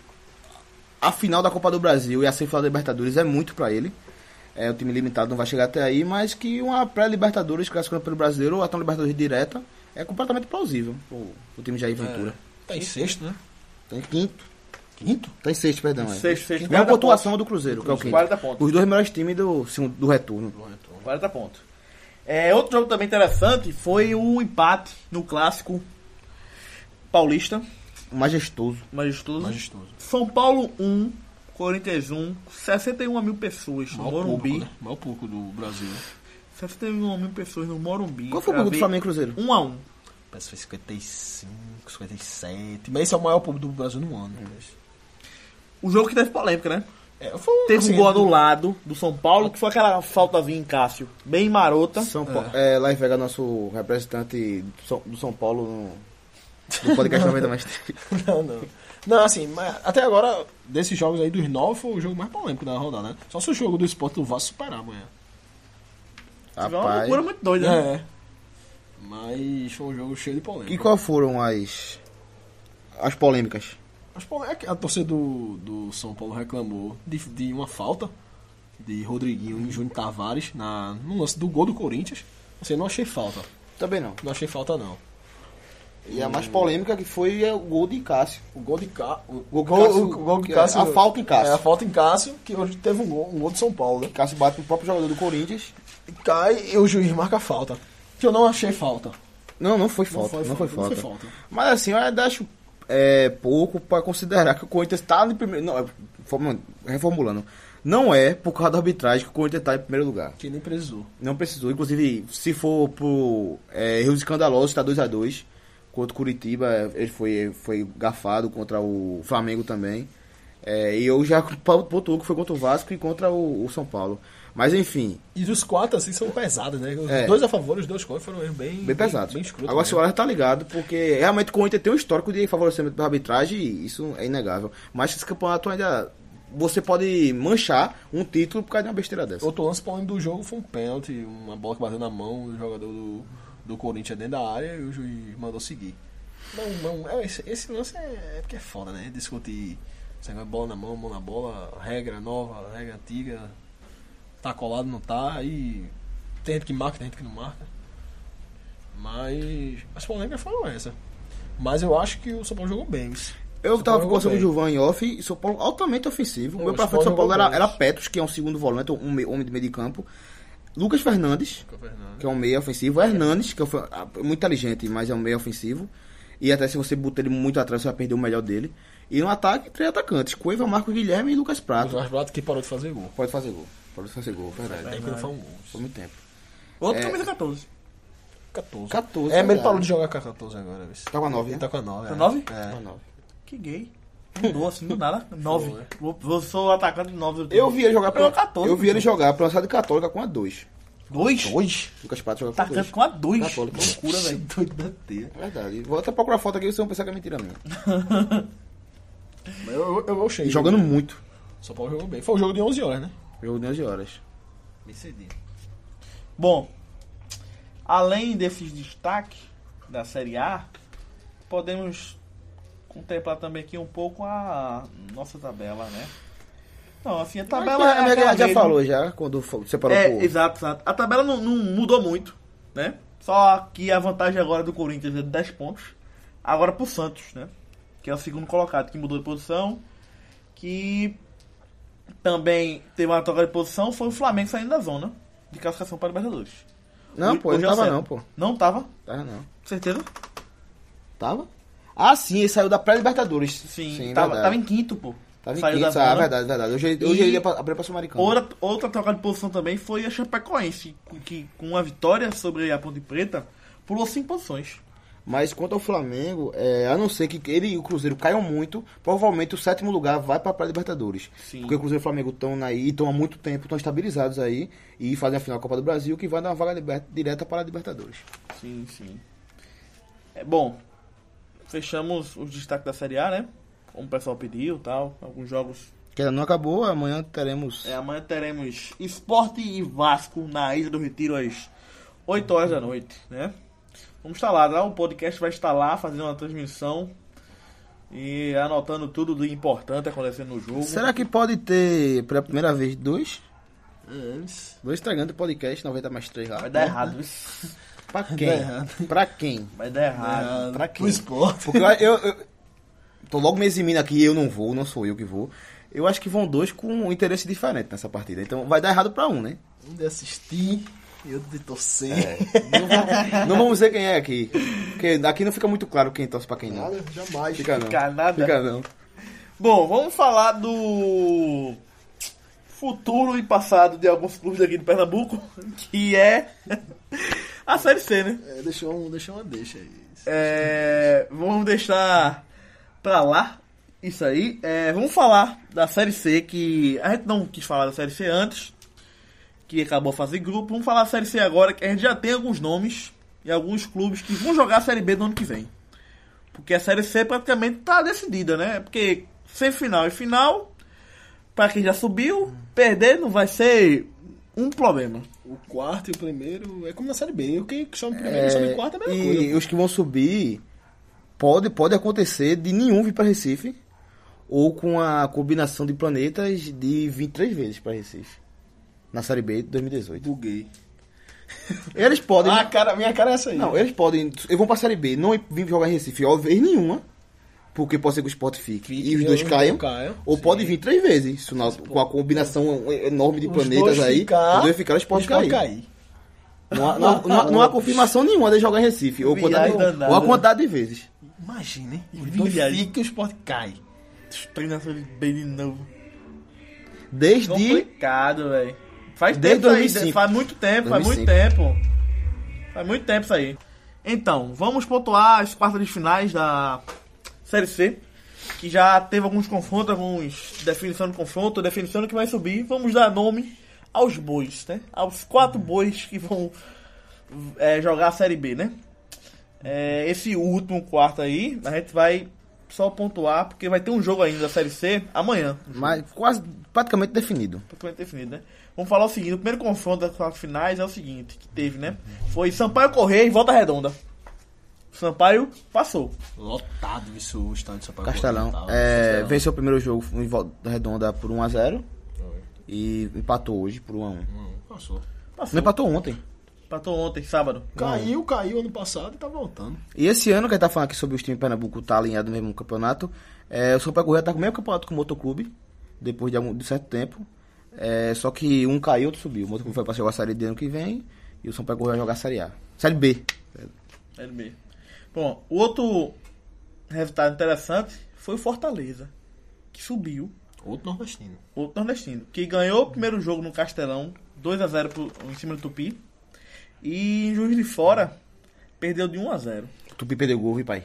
[SPEAKER 4] a final da Copa do Brasil e a semifinal da Libertadores é muito pra ele. É um time limitado, não vai chegar até aí, mas que uma pré-Libertadores classificando pelo brasileiro ou até uma Libertadores direta é completamente plausível. O, o time Jair Ventura.
[SPEAKER 3] Tá em sexto, né?
[SPEAKER 4] Tem quinto.
[SPEAKER 3] Quinto?
[SPEAKER 4] Tem sexto, perdão. É.
[SPEAKER 2] Sexto, sexto,
[SPEAKER 4] Mesma
[SPEAKER 2] 40 pontos.
[SPEAKER 4] pontuação do Cruzeiro, que é o quinto.
[SPEAKER 2] 40 pontos.
[SPEAKER 4] Os dois melhores times do, segundo- do retorno.
[SPEAKER 2] 40 pontos. É, outro jogo também interessante foi o empate no clássico paulista.
[SPEAKER 4] Majestoso.
[SPEAKER 2] Majestoso.
[SPEAKER 3] Majestoso.
[SPEAKER 2] São Paulo 1, Corinthians 1, 61 mil pessoas no
[SPEAKER 3] Maior
[SPEAKER 2] Morumbi.
[SPEAKER 3] público, né? Maior público do Brasil. né?
[SPEAKER 2] 61 mil pessoas no Morumbi.
[SPEAKER 4] Qual foi o
[SPEAKER 2] pra
[SPEAKER 4] gol do
[SPEAKER 2] ver
[SPEAKER 4] Flamengo e Cruzeiro?
[SPEAKER 2] 1 a 1
[SPEAKER 3] Parece que foi 55, 57. Mas esse é o maior público do Brasil no ano.
[SPEAKER 2] É O jogo que teve polêmica, né?
[SPEAKER 3] É, foi um-
[SPEAKER 2] Teve
[SPEAKER 3] assim,
[SPEAKER 2] um gol anulado do São Paulo, que foi aquela faltazinha em Cássio, bem marota.
[SPEAKER 4] São Paulo, é. lá em Vega, nosso representante do São, do São Paulo no, no podcast 90 mais três.
[SPEAKER 3] Não, não. Não, assim, mas até agora, desses jogos aí dos nove, foi o jogo mais polêmico da rodada, né? Só se o jogo do esporte do Vasco superar amanhã.
[SPEAKER 2] Foi uma
[SPEAKER 4] Rapaz.
[SPEAKER 2] loucura muito doida, né?
[SPEAKER 5] É.
[SPEAKER 3] Mas foi um jogo cheio de polêmica.
[SPEAKER 4] E qual foram as. as polêmicas?
[SPEAKER 3] Mas, pô, é que a torcida do, do São Paulo reclamou de, de uma falta de Rodriguinho e Júnior Tavares na, no lance do gol do Corinthians. Assim, não achei falta.
[SPEAKER 4] Também não.
[SPEAKER 3] Não achei falta, não.
[SPEAKER 4] E a mais polêmica que foi é o gol de Cássio.
[SPEAKER 3] O gol de Cá. O
[SPEAKER 4] gol de Cássio- é, a falta em Cássio.
[SPEAKER 3] É, a falta em Cássio, que hoje teve um gol, um gol de São Paulo, né?
[SPEAKER 4] Cássio bate no próprio jogador do Corinthians.
[SPEAKER 3] E Cai e o juiz marca a falta. Que eu não achei falta.
[SPEAKER 4] Não, não foi falta. Não foi falta.
[SPEAKER 3] Não foi falta.
[SPEAKER 4] Mas assim, eu ainda acho é, pouco pra considerar que o Corinthians tá no primeiro. Não, é, formu- reformulando. Não é por causa da arbitragem que o Corinthians tá em primeiro lugar.
[SPEAKER 3] Que nem precisou.
[SPEAKER 4] Não precisou. Inclusive, se for pro é, Rio Escandaloso, tá 2x2. Contra o Curitiba, é, ele foi, foi gafado contra o Flamengo também. É, e eu já pontuou que foi contra o Vasco e contra o, o São Paulo. Mas enfim,
[SPEAKER 3] E os quatro, assim, são pesados, né? Os
[SPEAKER 4] É.
[SPEAKER 3] dois a favor, os dois contra foram erros bem...
[SPEAKER 4] bem pesado.
[SPEAKER 3] Bem escroto.
[SPEAKER 4] Agora, se o
[SPEAKER 3] mesmo.
[SPEAKER 4] olhar tá ligado, porque realmente o Corinthians tem um histórico de favorecimento da arbitragem e isso é inegável. Mas esse campeonato ainda. Você pode manchar um título por causa de uma besteira dessa.
[SPEAKER 3] Outro lance polêmico do jogo foi um pênalti, uma bola que bateu na mão do jogador do, do Corinthians dentro da área e o juiz mandou seguir. Não, não, é, esse, esse lance é, é porque é foda, né? Discutir esse negócio de bola na mão, mão na bola, regra nova, regra antiga, tá colado, não tá, aí tem gente que marca, tem gente que não marca. Mas as polêmicas foram essa. Mas eu acho que o São Paulo jogou bem.
[SPEAKER 4] Eu
[SPEAKER 3] São
[SPEAKER 4] tava
[SPEAKER 3] Paulo
[SPEAKER 4] conversando com o
[SPEAKER 3] jogou
[SPEAKER 4] Gilvan em off e São Paulo altamente ofensivo. O
[SPEAKER 3] É,
[SPEAKER 4] meu
[SPEAKER 3] o
[SPEAKER 4] pra
[SPEAKER 3] São
[SPEAKER 4] frente São
[SPEAKER 3] Paulo
[SPEAKER 4] Paulo era,
[SPEAKER 3] jogou
[SPEAKER 4] era
[SPEAKER 3] bem.
[SPEAKER 4] Petros, que é um segundo volante, um, me- homem de meio de campo. Lucas Fernandes, que é um meio ofensivo. Hernandes, que é um fe- ah, muito inteligente, mas é um meio ofensivo. E até se você botar ele muito atrás, você vai perder o melhor dele. E no ataque, três atacantes. Cueva, Marcos Guilherme e Lucas
[SPEAKER 3] O
[SPEAKER 4] Prato.
[SPEAKER 3] Jorge Brato que parou de fazer gol.
[SPEAKER 4] Pode fazer gol. Pode fazer gol, É verdade.
[SPEAKER 3] Aí que não foi um gol.
[SPEAKER 4] Foi muito tempo.
[SPEAKER 2] Outro
[SPEAKER 4] É.
[SPEAKER 2] camisa 14.
[SPEAKER 3] 14.
[SPEAKER 4] 14,
[SPEAKER 3] É, mas ele
[SPEAKER 4] verdade.
[SPEAKER 3] parou de jogar com a 14 agora. viu?
[SPEAKER 4] Tá com a nove,
[SPEAKER 3] Ele
[SPEAKER 4] né?
[SPEAKER 3] tá com a 9.
[SPEAKER 2] Tá nove?
[SPEAKER 3] É.
[SPEAKER 2] Que gay. Mudou assim do nada. 9.
[SPEAKER 5] Vou, vou, sou atacante de nove.
[SPEAKER 4] Eu vi ele jogar pela,
[SPEAKER 2] Pela 14,
[SPEAKER 4] Eu vi ele jogar pela Universidade Católica com a 2.
[SPEAKER 2] 2?
[SPEAKER 4] Lucas Prato joga com a
[SPEAKER 2] Tá
[SPEAKER 4] 2.
[SPEAKER 2] com a 2.
[SPEAKER 4] Católica.
[SPEAKER 2] Loucura, velho.
[SPEAKER 3] Doido da teia.
[SPEAKER 4] É verdade. Vou até procurar foto aqui, vocês vão pensar que é mentira minha.
[SPEAKER 3] Mas eu, eu, eu achei.
[SPEAKER 4] E
[SPEAKER 2] Né?
[SPEAKER 4] jogando muito.
[SPEAKER 3] São Paulo jogou bem. Foi um jogo de 11 horas, né?
[SPEAKER 4] Jogo de 11 horas.
[SPEAKER 3] Bem cedinho.
[SPEAKER 2] Bom, além desses destaques da Série A, podemos contemplar também aqui um pouco a nossa tabela, né? Não, assim, a tabela é
[SPEAKER 4] a
[SPEAKER 2] aquela
[SPEAKER 4] minha já
[SPEAKER 2] mesma.
[SPEAKER 4] falou já, quando fo- separou
[SPEAKER 2] É,
[SPEAKER 4] pro...
[SPEAKER 2] exato, exato. A tabela não, não mudou muito, né? Só que a vantagem agora do Corinthians é de 10 pontos. Agora pro Santos, né? Que é o segundo colocado, que mudou de posição. Que também teve uma troca de posição. Foi o Flamengo saindo da zona de classificação para Libertadores.
[SPEAKER 4] Não, pô,
[SPEAKER 2] Hoje
[SPEAKER 4] ele
[SPEAKER 2] é o
[SPEAKER 4] tava
[SPEAKER 2] certo.
[SPEAKER 4] não, pô.
[SPEAKER 2] Não tava?
[SPEAKER 4] Tava não.
[SPEAKER 2] Certeza?
[SPEAKER 4] Tava? Ah, sim, ele saiu da pré-Libertadores.
[SPEAKER 2] Sim, tava,
[SPEAKER 4] verdade.
[SPEAKER 2] tava em quinto, pô.
[SPEAKER 4] Tava em
[SPEAKER 2] Saiu
[SPEAKER 4] quinto,
[SPEAKER 2] da zona.
[SPEAKER 4] ah, verdade, verdade. Hoje, ele- hoje
[SPEAKER 2] E-
[SPEAKER 4] ele ia pra- abrir pra Sul-Americana.
[SPEAKER 2] Outra, outra troca de posição também foi a Chapecoense, que, que com uma vitória sobre a Ponte Preta, pulou cinco posições.
[SPEAKER 4] Mas quanto ao Flamengo, é, a não ser que ele e o Cruzeiro caiam muito, provavelmente o sétimo lugar vai para a Libertadores.
[SPEAKER 2] Sim.
[SPEAKER 4] Porque o Cruzeiro e o Flamengo estão aí, estão há muito tempo, estão estabilizados aí e fazem a final da Copa do Brasil, que vai dar uma vaga liber- direta para a Libertadores.
[SPEAKER 2] Sim, sim. É bom. Fechamos os destaques da Série A, né? Como o pessoal pediu tal. Alguns jogos.
[SPEAKER 4] Que ainda não acabou, amanhã teremos.
[SPEAKER 2] É, amanhã teremos Esporte e Vasco na Ilha do Retiro às 8 horas da noite, né? Vamos estar lá, lá o podcast vai estar lá fazendo uma transmissão e anotando tudo do importante acontecendo no jogo.
[SPEAKER 4] Será que pode ter, pela primeira vez, dois?
[SPEAKER 3] Antes.
[SPEAKER 4] Dois tragando podcast, 90 mais 3 lá.
[SPEAKER 2] Vai dar errado isso.
[SPEAKER 4] Pra
[SPEAKER 3] Dá
[SPEAKER 4] quem?
[SPEAKER 3] errado.
[SPEAKER 4] pra quem?
[SPEAKER 2] Vai dar errado.
[SPEAKER 4] pra quem?
[SPEAKER 3] O esporte.
[SPEAKER 4] Porque eu, eu- eu- tô logo me eximindo aqui, eu não vou, não sou eu que vou. Eu acho que vão dois com um interesse diferente nessa partida. Então vai dar errado pra um, né?
[SPEAKER 3] Um de assistir e outro de torcer.
[SPEAKER 4] Não, va- não vamos dizer quem é aqui. Porque aqui não fica muito claro quem torce pra quem não.
[SPEAKER 6] Nada, jamais.
[SPEAKER 4] Fica não.
[SPEAKER 2] Fica nada.
[SPEAKER 4] Fica não.
[SPEAKER 2] Bom, vamos falar do futuro e passado de alguns clubes aqui de Pernambuco, que é a Série C, né?
[SPEAKER 6] É, deixou, um, deixou uma deixa aí.
[SPEAKER 2] É, vamos deixar pra lá isso aí. É, vamos falar da Série C, que a gente não quis falar da Série C antes, que acabou a fase de grupo. Vamos falar da Série C agora, que a gente já tem alguns nomes e alguns clubes que vão jogar a Série B no ano que vem. Porque a Série C praticamente tá decidida, né? Porque semifinal e final, pra quem já subiu, perder não vai ser um problema.
[SPEAKER 3] O quarto e o primeiro é como na Série B. O que chama primeiro e chama em quarto é a mesma
[SPEAKER 4] e
[SPEAKER 3] coisa.
[SPEAKER 4] os que vão subir, pode, pode acontecer de nenhum vir para Recife, ou com a combinação de planetas de vir três vezes para Recife. Na Série B de 2018.
[SPEAKER 3] Buguei.
[SPEAKER 4] Eles podem.
[SPEAKER 3] Ah, cara, minha cara é essa aí.
[SPEAKER 4] Não, eles podem. Eles vão pra Série B, não vir jogar em Recife, ó, vez nenhuma. Porque pode ser que o Sport fique
[SPEAKER 3] Fique,
[SPEAKER 4] e os
[SPEAKER 3] né,
[SPEAKER 4] dois
[SPEAKER 3] os
[SPEAKER 4] caiam.
[SPEAKER 3] dois caiam,
[SPEAKER 4] ou pode vir três vezes. isso na- com a combinação enorme de
[SPEAKER 3] Os
[SPEAKER 4] planetas
[SPEAKER 3] dois
[SPEAKER 4] aí.
[SPEAKER 3] ficar,
[SPEAKER 4] os dois ficaram, eles
[SPEAKER 3] Pode
[SPEAKER 4] podem cair.
[SPEAKER 3] cair.
[SPEAKER 4] Não, há, não há- não há- não há confirmação nenhuma de jogar em Recife. Ou, quantidade,
[SPEAKER 2] Viagem danada.
[SPEAKER 4] ou a quantidade de vezes.
[SPEAKER 3] Imagina, hein?
[SPEAKER 2] Os dois
[SPEAKER 3] Fica que o esporte cai.
[SPEAKER 2] Os treinadores bem de novo.
[SPEAKER 4] Desde.
[SPEAKER 2] Complicado, velho. Faz
[SPEAKER 4] Desde
[SPEAKER 2] tempo
[SPEAKER 4] 2005.
[SPEAKER 2] aí, né? faz muito tempo, faz muito tempo. Faz muito tempo isso aí. Então, vamos pontuar as quartas de finais da Série C, que já teve alguns confrontos, alguns definição de confronto, definição do que vai subir. Vamos dar nome aos bois, né? Aos quatro bois que vão é, jogar a Série B, né? É, esse último quarto aí, a gente vai só pontuar, porque vai ter um jogo ainda da Série C amanhã,
[SPEAKER 4] Mas quase praticamente definido.
[SPEAKER 2] praticamente definido, né? Vamos falar o seguinte, o primeiro confronto das quartas finais é o seguinte, que teve, né? Foi Sampaio Correia e Volta Redonda. Sampaio passou.
[SPEAKER 3] Lotado, isso, o estádio de São Paulo.
[SPEAKER 4] Castelão.
[SPEAKER 3] Lotado,
[SPEAKER 4] é,
[SPEAKER 3] Castelão.
[SPEAKER 4] venceu o primeiro jogo em volta redonda por 1x0. E empatou hoje por 1x1.
[SPEAKER 3] Hum, Passou.
[SPEAKER 4] Não
[SPEAKER 2] Passou.
[SPEAKER 4] empatou ontem.
[SPEAKER 2] Empatou ontem, sábado.
[SPEAKER 3] Caiu, caiu ano passado e tá voltando.
[SPEAKER 4] E esse ano, que a gente tá falando aqui sobre os times de Pernambuco tá alinhado no mesmo campeonato, é, o Sampaio Correia tá com o mesmo campeonato que o Motoclube, depois de algum de certo tempo. É, só que um caiu, outro subiu. O Motoclube foi pra jogar a Série D ano que vem e o Sampaio Correia vai jogar a Série A. Série B.
[SPEAKER 2] LB. Bom, o outro resultado interessante foi o Fortaleza, que subiu.
[SPEAKER 3] Outro nordestino.
[SPEAKER 2] outro nordestino, que ganhou o primeiro jogo no Castelão, 2 a 0 pro- em cima do Tupi. E em Juiz de Fora, perdeu de 1 a 0
[SPEAKER 4] Tupi perdeu gol, viu, pai?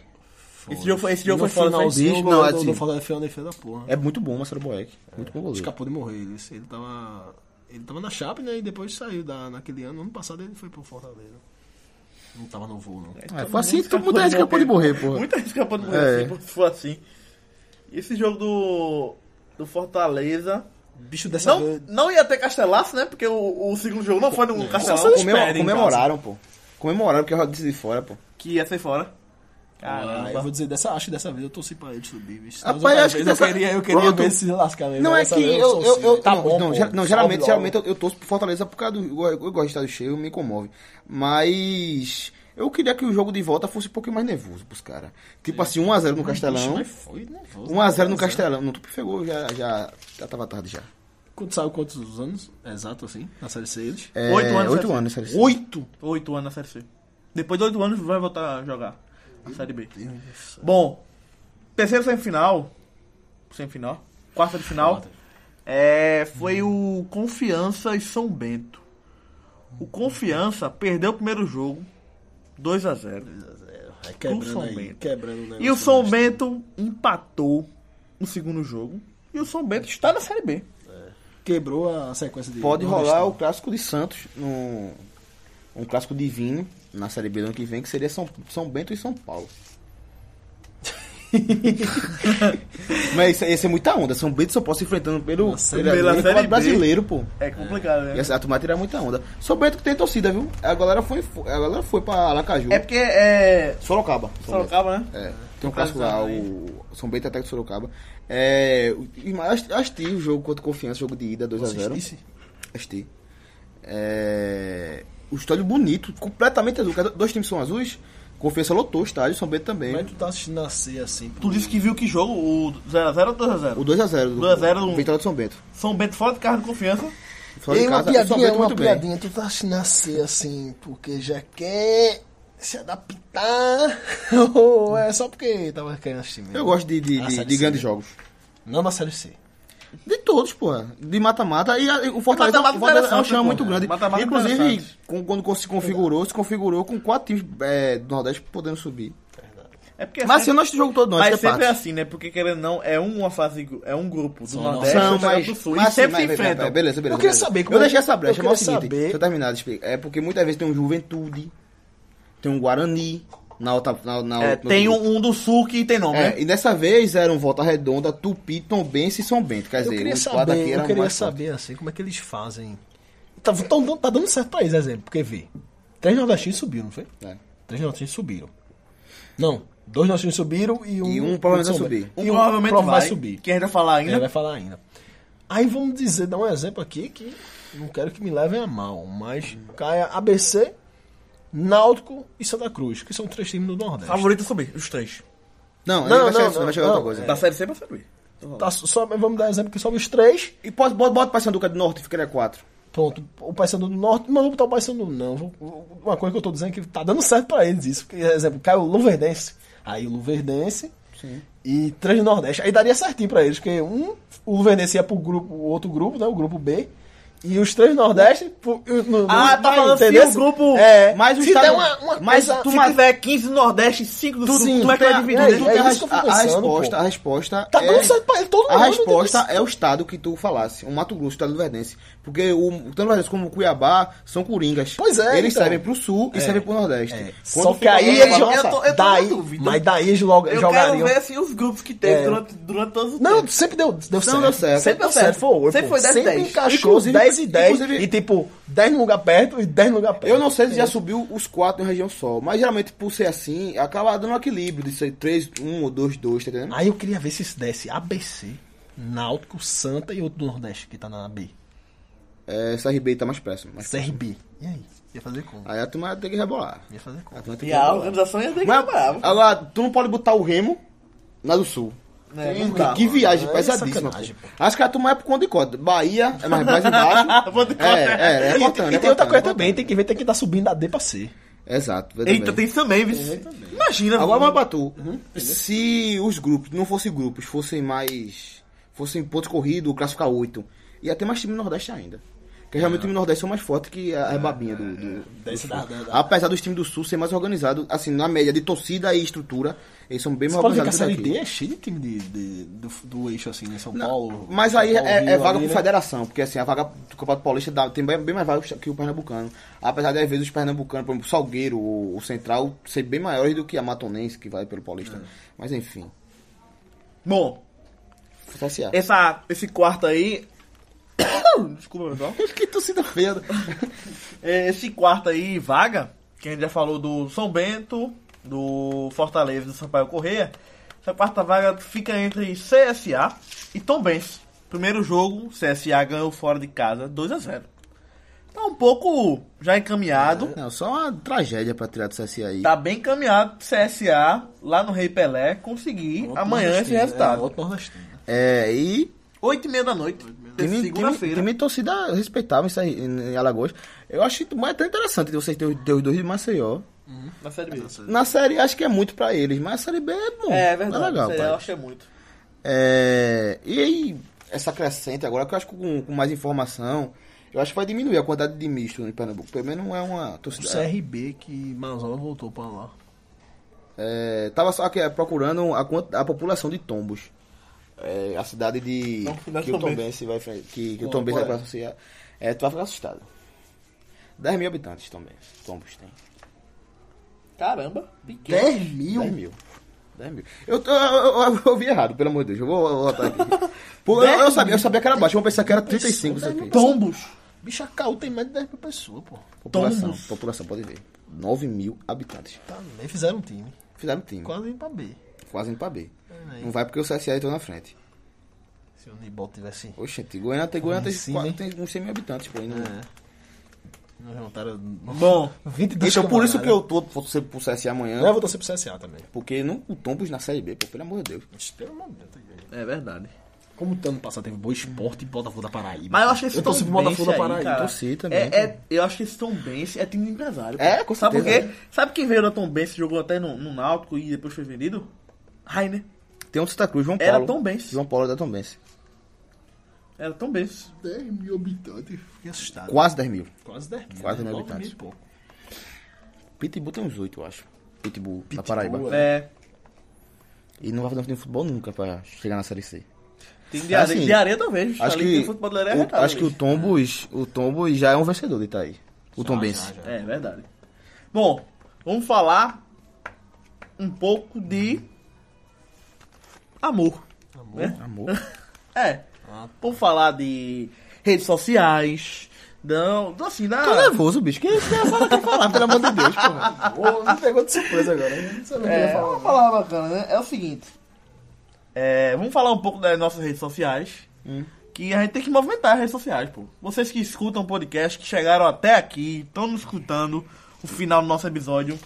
[SPEAKER 2] Esse jogo foi, esse jogo
[SPEAKER 3] no
[SPEAKER 2] foi fora, foi?
[SPEAKER 4] foi-
[SPEAKER 3] finalzinho,
[SPEAKER 4] Bicho,
[SPEAKER 3] não,
[SPEAKER 4] não,
[SPEAKER 3] não,
[SPEAKER 4] assim-
[SPEAKER 3] assim, do Fortaleza foi uma defesa da porra.
[SPEAKER 4] É muito bom o Marcelo Boeck. Muito bom goleiro.
[SPEAKER 3] Escapou de morrer. Ele, ele tava. Ele tava na Chape, né? E depois saiu da, naquele ano. Ano passado ele foi pro Fortaleza. Não tava no voo, não.
[SPEAKER 4] Ah, foi assim, todo mundo escapou de morrer, porra.
[SPEAKER 2] Muita gente escapou de morrer
[SPEAKER 4] É.
[SPEAKER 2] assim, se for assim. E esse jogo do, do Fortaleza.
[SPEAKER 3] Bicho dessa
[SPEAKER 2] Não,
[SPEAKER 3] vez.
[SPEAKER 2] não ia ter Castelaço, né? Porque o, o segundo jogo não foi no Castelaço.
[SPEAKER 4] Comemo-
[SPEAKER 2] eles perdem em
[SPEAKER 4] é comemoraram, pô. Comemoraram porque eu disse de fora, pô.
[SPEAKER 2] casa, Que ia sair fora.
[SPEAKER 3] Ah, eu vou
[SPEAKER 2] Caramba.
[SPEAKER 3] dizer, dessa, acho que dessa vez eu torci pra ele subir, bicho.
[SPEAKER 4] Rapaz,
[SPEAKER 3] Mas outra
[SPEAKER 4] acho que
[SPEAKER 3] vez
[SPEAKER 4] dessa-
[SPEAKER 3] Eu queria, eu queria
[SPEAKER 4] Pronto.
[SPEAKER 3] ver ele se lascar mesmo.
[SPEAKER 4] Não, é
[SPEAKER 3] Dessa
[SPEAKER 4] que
[SPEAKER 3] vez
[SPEAKER 4] eu, eu,
[SPEAKER 3] torci.
[SPEAKER 4] eu-
[SPEAKER 3] Tá
[SPEAKER 4] não,
[SPEAKER 3] bom,
[SPEAKER 4] não,
[SPEAKER 3] pô,
[SPEAKER 4] ger- não, geralmente,
[SPEAKER 3] salve
[SPEAKER 4] geralmente
[SPEAKER 3] logo.
[SPEAKER 4] eu, eu torço pro Fortaleza por causa do. Eu, eu gosto de estádio cheio, me comove. Mas eu queria que o jogo de volta fosse um pouquinho mais nervoso pros caras. Tipo assim, 1x0 no
[SPEAKER 3] Bicho,
[SPEAKER 4] Castelão.
[SPEAKER 3] mas foi nervoso. é.
[SPEAKER 4] 1x0 no Castelão. Não, tu pegou, já, já, já tava tarde já.
[SPEAKER 3] Quando sabe quantos anos? Exato, assim, na série C eles.
[SPEAKER 4] É,
[SPEAKER 2] Oito anos,
[SPEAKER 4] Oito
[SPEAKER 2] certo?
[SPEAKER 4] anos, sério.
[SPEAKER 3] Oito!
[SPEAKER 2] Oito anos na Série C. Depois de oito anos vai voltar a jogar a Série B. Bom, terceiro semifinal. Semifinal. Quarta de final. É, foi o Confiança e São Bento. O Confiança perdeu o primeiro jogo 2 a 0
[SPEAKER 3] Aí
[SPEAKER 2] O São
[SPEAKER 3] É, quebrando aí,
[SPEAKER 2] Bento.
[SPEAKER 3] quebrando o negócio.
[SPEAKER 2] E o São
[SPEAKER 3] né?
[SPEAKER 2] Bento empatou no segundo jogo. E o São Bento está na Série B.
[SPEAKER 3] Quebrou a sequência de.
[SPEAKER 4] Pode
[SPEAKER 3] nordestino.
[SPEAKER 4] rolar o clássico de Santos, no, um clássico divino na Série B do ano que vem, que seria São, São Bento e São Paulo. Mas isso- ia ser muita onda. São Bento e São Paulo se enfrentando pelo,
[SPEAKER 3] Nossa,
[SPEAKER 4] pela-
[SPEAKER 2] pela Série
[SPEAKER 4] pelo Campeonato
[SPEAKER 2] B.
[SPEAKER 4] brasileiro, pô.
[SPEAKER 2] É complicado, né?
[SPEAKER 4] Ia ser- A turma tirar muita onda. São Bento que tem torcida, viu? A galera foi, foi- a galera foi pra Aracaju.
[SPEAKER 2] É porque é.
[SPEAKER 4] Sorocaba. São Bento.
[SPEAKER 2] Sorocaba, né?
[SPEAKER 3] Uhum.
[SPEAKER 4] É, tem
[SPEAKER 3] Tá
[SPEAKER 4] um clássico lá, o São Bento até Sorocaba. É, o- assisti o jogo contra Confiança, jogo de ida 2x0.
[SPEAKER 3] Assistisse?
[SPEAKER 4] Assisti. É... O estádio bonito, completamente azul. Cada- Dois times são azuis. Confiança lotou o estádio, São Bento também.
[SPEAKER 3] Mas tu tá assistindo a C assim.
[SPEAKER 2] Tu disse que viu que jogo? O 0x0 ou 2x0?
[SPEAKER 4] O 2x0
[SPEAKER 2] 2 a 0
[SPEAKER 3] um.
[SPEAKER 2] no-
[SPEAKER 4] Vitória do São Bento.
[SPEAKER 2] São Bento fora de carro de confiança.
[SPEAKER 3] tá
[SPEAKER 4] Fora de casa, o São Bento muito bem.
[SPEAKER 3] Tu tá assistindo a C assim, porque já quer se adaptar. Ou é só porque tava querendo assistir mesmo?
[SPEAKER 4] Eu gosto de, de,
[SPEAKER 3] Ah,
[SPEAKER 4] de-
[SPEAKER 3] Série
[SPEAKER 4] de
[SPEAKER 3] C,
[SPEAKER 4] grandes
[SPEAKER 3] né?
[SPEAKER 4] jogos.
[SPEAKER 3] Não na série C.
[SPEAKER 4] De todos, porra. De mata-mata. E a- e o Fortaleza,
[SPEAKER 2] Mata-mata
[SPEAKER 4] o Fortaleza é um
[SPEAKER 2] interessante,
[SPEAKER 4] chão
[SPEAKER 2] porra.
[SPEAKER 4] muito grande.
[SPEAKER 2] Mata-mata
[SPEAKER 4] Inclusive,
[SPEAKER 2] interessante.
[SPEAKER 4] com- quando se configurou, se configurou com quatro times é, do Nordeste podendo subir.
[SPEAKER 2] É porque
[SPEAKER 4] Mas assim, eu não assisti o jogo todo, não.
[SPEAKER 2] Mas
[SPEAKER 4] assisti
[SPEAKER 2] sempre é
[SPEAKER 4] partes.
[SPEAKER 2] assim, né? Porque querendo ou não, é uma fase, é um grupo do Nordeste
[SPEAKER 4] São,
[SPEAKER 2] outro é
[SPEAKER 4] mas,
[SPEAKER 2] do Sul.
[SPEAKER 4] mas
[SPEAKER 2] e sempre
[SPEAKER 4] assim,
[SPEAKER 2] se
[SPEAKER 4] mas- mas-
[SPEAKER 2] enfrentam.
[SPEAKER 4] mas- Beleza, beleza.
[SPEAKER 3] Eu queria
[SPEAKER 4] beleza.
[SPEAKER 3] saber como
[SPEAKER 4] Eu
[SPEAKER 3] é-
[SPEAKER 4] deixei essa brecha,
[SPEAKER 3] eu
[SPEAKER 4] mas é o
[SPEAKER 3] queria
[SPEAKER 4] seguinte,
[SPEAKER 3] saber-
[SPEAKER 4] deixa eu terminar de explicar. É porque muitas vezes tem um Juventude, tem um Guarani, na outra... Na, na
[SPEAKER 2] É,
[SPEAKER 4] outra-
[SPEAKER 2] tem um, um do Sul que tem nome, né?
[SPEAKER 4] É, e dessa vez eram Volta Redonda, Tupi, Tombense e São Bento. Quer
[SPEAKER 3] Eu
[SPEAKER 4] dizer,
[SPEAKER 3] queria
[SPEAKER 4] os quatro
[SPEAKER 3] saber,
[SPEAKER 4] aqui eram
[SPEAKER 3] eu queria
[SPEAKER 4] mais
[SPEAKER 3] saber assim, como é que eles fazem Tá, tão dando- tá dando certo pra eles, exemplo, porque vê. Três nordestinos subiram, não foi?
[SPEAKER 4] É.
[SPEAKER 3] Três nordestinos subiram. Não, dois nordestinos subiram e um.
[SPEAKER 4] E um provavelmente vai
[SPEAKER 3] São Bento.
[SPEAKER 4] subir.
[SPEAKER 7] Um provavelmente
[SPEAKER 3] provavelmente
[SPEAKER 7] vai,
[SPEAKER 3] subir.
[SPEAKER 7] Que a gente vai falar
[SPEAKER 3] Ele
[SPEAKER 7] ainda.
[SPEAKER 3] vai falar ainda. Aí vamos dizer, dar um exemplo aqui que não quero que me levem a mal, mas caia ABC, Náutico e Santa Cruz, que são três times do Nordeste.
[SPEAKER 2] Favorito é subir, os três.
[SPEAKER 4] Não,
[SPEAKER 3] Não,
[SPEAKER 4] não, vai,
[SPEAKER 3] não,
[SPEAKER 4] chegar, isso,
[SPEAKER 3] não,
[SPEAKER 4] vai chegar
[SPEAKER 3] não,
[SPEAKER 4] outra coisa.
[SPEAKER 2] Da série C pra série B.
[SPEAKER 3] Tá, só, mas vamos dar exemplo que sobe os três.
[SPEAKER 4] E pode, bota, bota Paysanduca do Norte, ficaria 4.
[SPEAKER 3] Pronto, o Paysandu do Norte, mas não vou botar o Paysandu não. Vou- vou- Uma coisa que eu tô dizendo é que tá dando certo pra eles isso. Porque, por exemplo, cai o Luverdense. Aí o Luverdense e três do Nordeste. Aí daria certinho pra eles, porque um, o Luverdense ia pro grupo, o outro grupo, né? O grupo B. E os três do Nordeste. pro- no- no-
[SPEAKER 7] Ah, tá
[SPEAKER 3] vai,
[SPEAKER 7] falando se
[SPEAKER 3] entendeu?
[SPEAKER 7] o grupo-
[SPEAKER 3] É,
[SPEAKER 4] mas o
[SPEAKER 3] se
[SPEAKER 4] estado-
[SPEAKER 3] der uma, uma
[SPEAKER 4] mas
[SPEAKER 3] coisa-
[SPEAKER 4] tu
[SPEAKER 3] se
[SPEAKER 4] ma-
[SPEAKER 3] tiver-
[SPEAKER 2] tiver 15 do Nordeste, 5 do
[SPEAKER 3] Sim,
[SPEAKER 2] Sul, como é que vai
[SPEAKER 3] tem-
[SPEAKER 2] dividir?
[SPEAKER 3] é,
[SPEAKER 2] né?
[SPEAKER 3] é isso que eu fico
[SPEAKER 4] a, a
[SPEAKER 3] pensando,
[SPEAKER 4] resposta,
[SPEAKER 3] pô.
[SPEAKER 4] a resposta
[SPEAKER 3] Tá
[SPEAKER 4] é,
[SPEAKER 3] dando certo pra ele, todo
[SPEAKER 4] A
[SPEAKER 3] mundo
[SPEAKER 4] resposta
[SPEAKER 3] entendeu?
[SPEAKER 4] é o estado que tu falasse, o Mato Grosso, o estado do Verdense. Porque o, tanto o Verdense como o Cuiabá são coringas.
[SPEAKER 3] Pois é,
[SPEAKER 4] Eles
[SPEAKER 3] então.
[SPEAKER 4] servem pro sul e servem pro nordeste.
[SPEAKER 3] É,
[SPEAKER 4] Quando
[SPEAKER 3] Só que
[SPEAKER 4] fica
[SPEAKER 3] aí
[SPEAKER 4] lá,
[SPEAKER 3] eles
[SPEAKER 4] vai
[SPEAKER 3] jogam.
[SPEAKER 4] balançar.
[SPEAKER 2] Eu tô- eu tô na
[SPEAKER 3] daí,
[SPEAKER 2] dúvida.
[SPEAKER 3] mas daí eles logo-
[SPEAKER 2] Eu quero
[SPEAKER 3] jogariam.
[SPEAKER 2] ver assim, os grupos que teve
[SPEAKER 3] É.
[SPEAKER 2] durante, durante todos os
[SPEAKER 3] Não,
[SPEAKER 2] tempos.
[SPEAKER 3] sempre deu, deu certo.
[SPEAKER 4] deu certo.
[SPEAKER 3] Sempre deu
[SPEAKER 2] Deu certo.
[SPEAKER 3] certo. Foi,
[SPEAKER 2] Sempre
[SPEAKER 3] pô.
[SPEAKER 2] foi 10,
[SPEAKER 3] Sempre
[SPEAKER 2] 10.
[SPEAKER 3] encaixou
[SPEAKER 4] Inclusive-
[SPEAKER 3] 10 e 10.
[SPEAKER 4] inclusive-
[SPEAKER 3] E tipo, 10 num lugar perto e 10 num lugar perto.
[SPEAKER 4] Eu não sei se
[SPEAKER 3] É.
[SPEAKER 4] já subiu os quatro em região só, mas geralmente por ser assim, acaba dando um equilíbrio de ser 3, 1 ou 2, 2, tá entendendo?
[SPEAKER 3] É. Aí eu queria ver se isso desse ABC, Náutico, Santa e outro do Nordeste que tá na B.
[SPEAKER 4] É, CRB tá mais próximo. Mas...
[SPEAKER 3] CRB. E aí? Ia fazer como?
[SPEAKER 4] Aí a turma tem que rebolar.
[SPEAKER 3] Ia fazer como?
[SPEAKER 4] A turma tem
[SPEAKER 2] E
[SPEAKER 4] que
[SPEAKER 2] a
[SPEAKER 4] rebolar.
[SPEAKER 2] organização ia ter que
[SPEAKER 4] Mas,
[SPEAKER 2] acabar.
[SPEAKER 4] agora, tu não pode botar o Remo na do Sul.
[SPEAKER 2] né?
[SPEAKER 4] Que-
[SPEAKER 2] Não dá.
[SPEAKER 4] Então, que viagem
[SPEAKER 3] É
[SPEAKER 4] pesadíssima.
[SPEAKER 3] sacanagem,
[SPEAKER 4] pô. Acho que a turma é por conta de cota. Bahia é mais, mais embaixo. é, é, é cortando.
[SPEAKER 3] E
[SPEAKER 4] é
[SPEAKER 3] tem outra
[SPEAKER 4] cortando,
[SPEAKER 3] coisa
[SPEAKER 4] é
[SPEAKER 3] também, tem que ver, tem que tá subindo da D pra C.
[SPEAKER 4] cortando. Exato. vê
[SPEAKER 2] Eita, tem
[SPEAKER 4] também.
[SPEAKER 2] isso também, viu? Imagina.
[SPEAKER 4] Agora, mas Batu,
[SPEAKER 3] Uhum.
[SPEAKER 4] se os grupos, não fossem grupos, fossem mais. fossem pontos corridos, classificar 8, ia ter mais time no Nordeste ainda. Porque
[SPEAKER 3] É.
[SPEAKER 4] realmente o time do Nordeste são mais fortes que a a rebabinha do. do- do
[SPEAKER 3] Desse
[SPEAKER 4] Sul.
[SPEAKER 3] da- da- da-
[SPEAKER 4] Apesar dos times do Sul serem mais organizados, assim, na média de torcida e estrutura, eles são bem mais
[SPEAKER 3] Você pode ver que a Série
[SPEAKER 4] organizados. que
[SPEAKER 3] D
[SPEAKER 4] daqui.
[SPEAKER 3] é cheia de time de, de- do, do eixo assim, né? São Paulo.
[SPEAKER 4] Mas aí
[SPEAKER 3] São Paulo,
[SPEAKER 4] é, é
[SPEAKER 3] Rio,
[SPEAKER 4] vaga
[SPEAKER 3] ali,
[SPEAKER 4] por
[SPEAKER 3] né?
[SPEAKER 4] federação, porque assim, a vaga do Campeonato Paulista dá- tem bem, bem mais vaga que o Pernambucano. Apesar de, às vezes, os Pernambucanos, por exemplo, o Salgueiro ou o Central, ser bem maiores do que a Matonense, que vai pelo Paulista. Mas enfim,
[SPEAKER 2] Bom,
[SPEAKER 4] FSA.
[SPEAKER 2] essa, esse quarto aí. Desculpa, meu irmão.
[SPEAKER 4] que torcida feia.
[SPEAKER 2] É, Esse quarto aí, vaga, que a gente já falou do São Bento, do Fortaleza e do Sampaio Correia. Essa quarta vaga fica entre CSA e Tombense. Primeiro jogo, CSA ganhou fora de casa 2 a 0 Tá um pouco já encaminhado.
[SPEAKER 4] Não, só uma tragédia pra tirar do CSA aí.
[SPEAKER 2] Tá bem encaminhado pro CSA lá no Rei Pelé conseguir
[SPEAKER 3] Outro
[SPEAKER 2] amanhã esse
[SPEAKER 3] nordestino, É,
[SPEAKER 2] resultado.
[SPEAKER 3] outro nordestino.
[SPEAKER 4] É, e.
[SPEAKER 2] Oito e meia da noite, dessa
[SPEAKER 4] Time, time,
[SPEAKER 2] segunda-feira.
[SPEAKER 4] time torcida respeitável isso aí, em em Alagoas. Eu acho que é até interessante de vocês terem os- ter os dois de Maceió.
[SPEAKER 2] Na Série B.
[SPEAKER 4] Na série acho que é muito pra eles, mas a série B é bom.
[SPEAKER 2] É, é verdade.
[SPEAKER 4] É legal,
[SPEAKER 2] Série A
[SPEAKER 4] pai.
[SPEAKER 2] eu achei muito.
[SPEAKER 4] É, e aí, essa crescente agora, que eu acho que com, com mais informação, eu acho que vai diminuir a quantidade de misto em Pernambuco. Pelo menos não é uma
[SPEAKER 3] O
[SPEAKER 4] torcida.
[SPEAKER 3] CRB que Mazola voltou pra lá.
[SPEAKER 4] É, tava só aqui, é, procurando a, quant- a população de tombos. É, a cidade de.
[SPEAKER 2] final
[SPEAKER 4] que o
[SPEAKER 2] também.
[SPEAKER 4] Tombense vai. fre- Que, que o
[SPEAKER 3] Pô,
[SPEAKER 4] Tombense vai
[SPEAKER 3] qual é?
[SPEAKER 4] associar. É, tu vai ficar assustado. 10 mil habitantes também. Tombos tem.
[SPEAKER 2] Caramba, pequeno.
[SPEAKER 4] 10 mil? 10 mil. Eu, tô- eu, eu, eu vi errado, pelo amor de Deus. Eu vou vou botar aqui. Pô, eu, eu sabia, eu sabia que era baixo. Vamos pensar que era 35 isso aqui.
[SPEAKER 2] Tombos.
[SPEAKER 3] Bicha Caú tem mais de 10 mil pessoas, pô.
[SPEAKER 4] População,
[SPEAKER 2] Tombos.
[SPEAKER 4] população, pode ver. 9 mil habitantes.
[SPEAKER 3] Tá, nem fizeram um time.
[SPEAKER 4] Fizeram time,
[SPEAKER 3] Quase indo pra B.
[SPEAKER 4] quase indo pra B.
[SPEAKER 3] Peraí.
[SPEAKER 4] Não vai porque o CSA entrou na frente.
[SPEAKER 3] Se o Nibol tivesse.
[SPEAKER 4] Oxente, Goiânia tem, Goiânia tem,
[SPEAKER 3] Em cima,
[SPEAKER 4] quase,
[SPEAKER 3] hein?
[SPEAKER 4] tem uns 100 mil habitantes, pô. ainda.
[SPEAKER 3] Não juntaram.
[SPEAKER 2] Bom,
[SPEAKER 3] 22
[SPEAKER 4] Então por isso que
[SPEAKER 3] camaradas.
[SPEAKER 4] eu tô, vou torcer pro CSA
[SPEAKER 3] Não, eu
[SPEAKER 4] amanhã.
[SPEAKER 3] vou torcer pro CSA também.
[SPEAKER 4] Porque não, o Tombos na Série B, pô, pelo amor de Deus.
[SPEAKER 3] Mas, Pelo amor de Deus, tá ligado?
[SPEAKER 2] É verdade.
[SPEAKER 3] Como o ano passado teve boa esporte e Botafogo da Paraíba.
[SPEAKER 2] Mas eu acho que esse
[SPEAKER 3] Eu torci pro Botafogo da
[SPEAKER 2] aí,
[SPEAKER 3] Paraíba.
[SPEAKER 2] cara,
[SPEAKER 4] torci também,
[SPEAKER 2] É,
[SPEAKER 4] pô.
[SPEAKER 2] é- eu acho que esse Tom Bense é time de empresário. pô.
[SPEAKER 4] É, com
[SPEAKER 2] Sabe por
[SPEAKER 4] certeza,
[SPEAKER 2] quê? Sabe quem veio da Tom Bense, jogou até no, no Náutico e depois foi vendido? Rainer.
[SPEAKER 4] Tem um Santa Cruz, João Paulo.
[SPEAKER 2] Era Tombense.
[SPEAKER 4] João Paulo era Tombense.
[SPEAKER 2] Era Tom Bense.
[SPEAKER 8] 10 mil habitantes.
[SPEAKER 3] Fiquei assustado.
[SPEAKER 4] Quase 10 mil.
[SPEAKER 3] Quase 10 mil.
[SPEAKER 4] Quase
[SPEAKER 3] né?
[SPEAKER 4] mil
[SPEAKER 3] Nove
[SPEAKER 4] habitantes.
[SPEAKER 3] e pouco.
[SPEAKER 4] Pitbull tem uns 8, eu acho. Pitbull, na Paraíba.
[SPEAKER 2] É,
[SPEAKER 4] E não vai fazer um time de futebol nunca pra chegar na Série C.
[SPEAKER 2] time de areia,
[SPEAKER 4] Assim,
[SPEAKER 2] de areia talvez.
[SPEAKER 4] Acho
[SPEAKER 2] Ali
[SPEAKER 4] que,
[SPEAKER 2] tem futebol de areia, é
[SPEAKER 4] o,
[SPEAKER 2] retado,
[SPEAKER 4] acho que o
[SPEAKER 2] bicho.
[SPEAKER 4] Tombos, o Tombos já é um vencedor de Itaí. O Tombense.
[SPEAKER 2] É, verdade. Bom, vamos falar um pouco de amor. Amor?
[SPEAKER 4] Amor.
[SPEAKER 2] É. Vamos falar de redes sociais, Não, tô assim,
[SPEAKER 4] Tô
[SPEAKER 2] na.
[SPEAKER 4] nervoso, bicho. Que engraçado que falar, pelo amor de Deus, porra.
[SPEAKER 3] Ô, me pegou de surpresa agora. hein? Não sabia o que eu ia
[SPEAKER 2] É,
[SPEAKER 3] falar.
[SPEAKER 2] uma palavra bacana, né? É o seguinte. É, vamos falar um pouco das nossas redes sociais. Que a gente tem que movimentar as redes sociais, pô. Vocês que escutam o podcast, que chegaram até aqui, estão nos escutando o final do nosso episódio.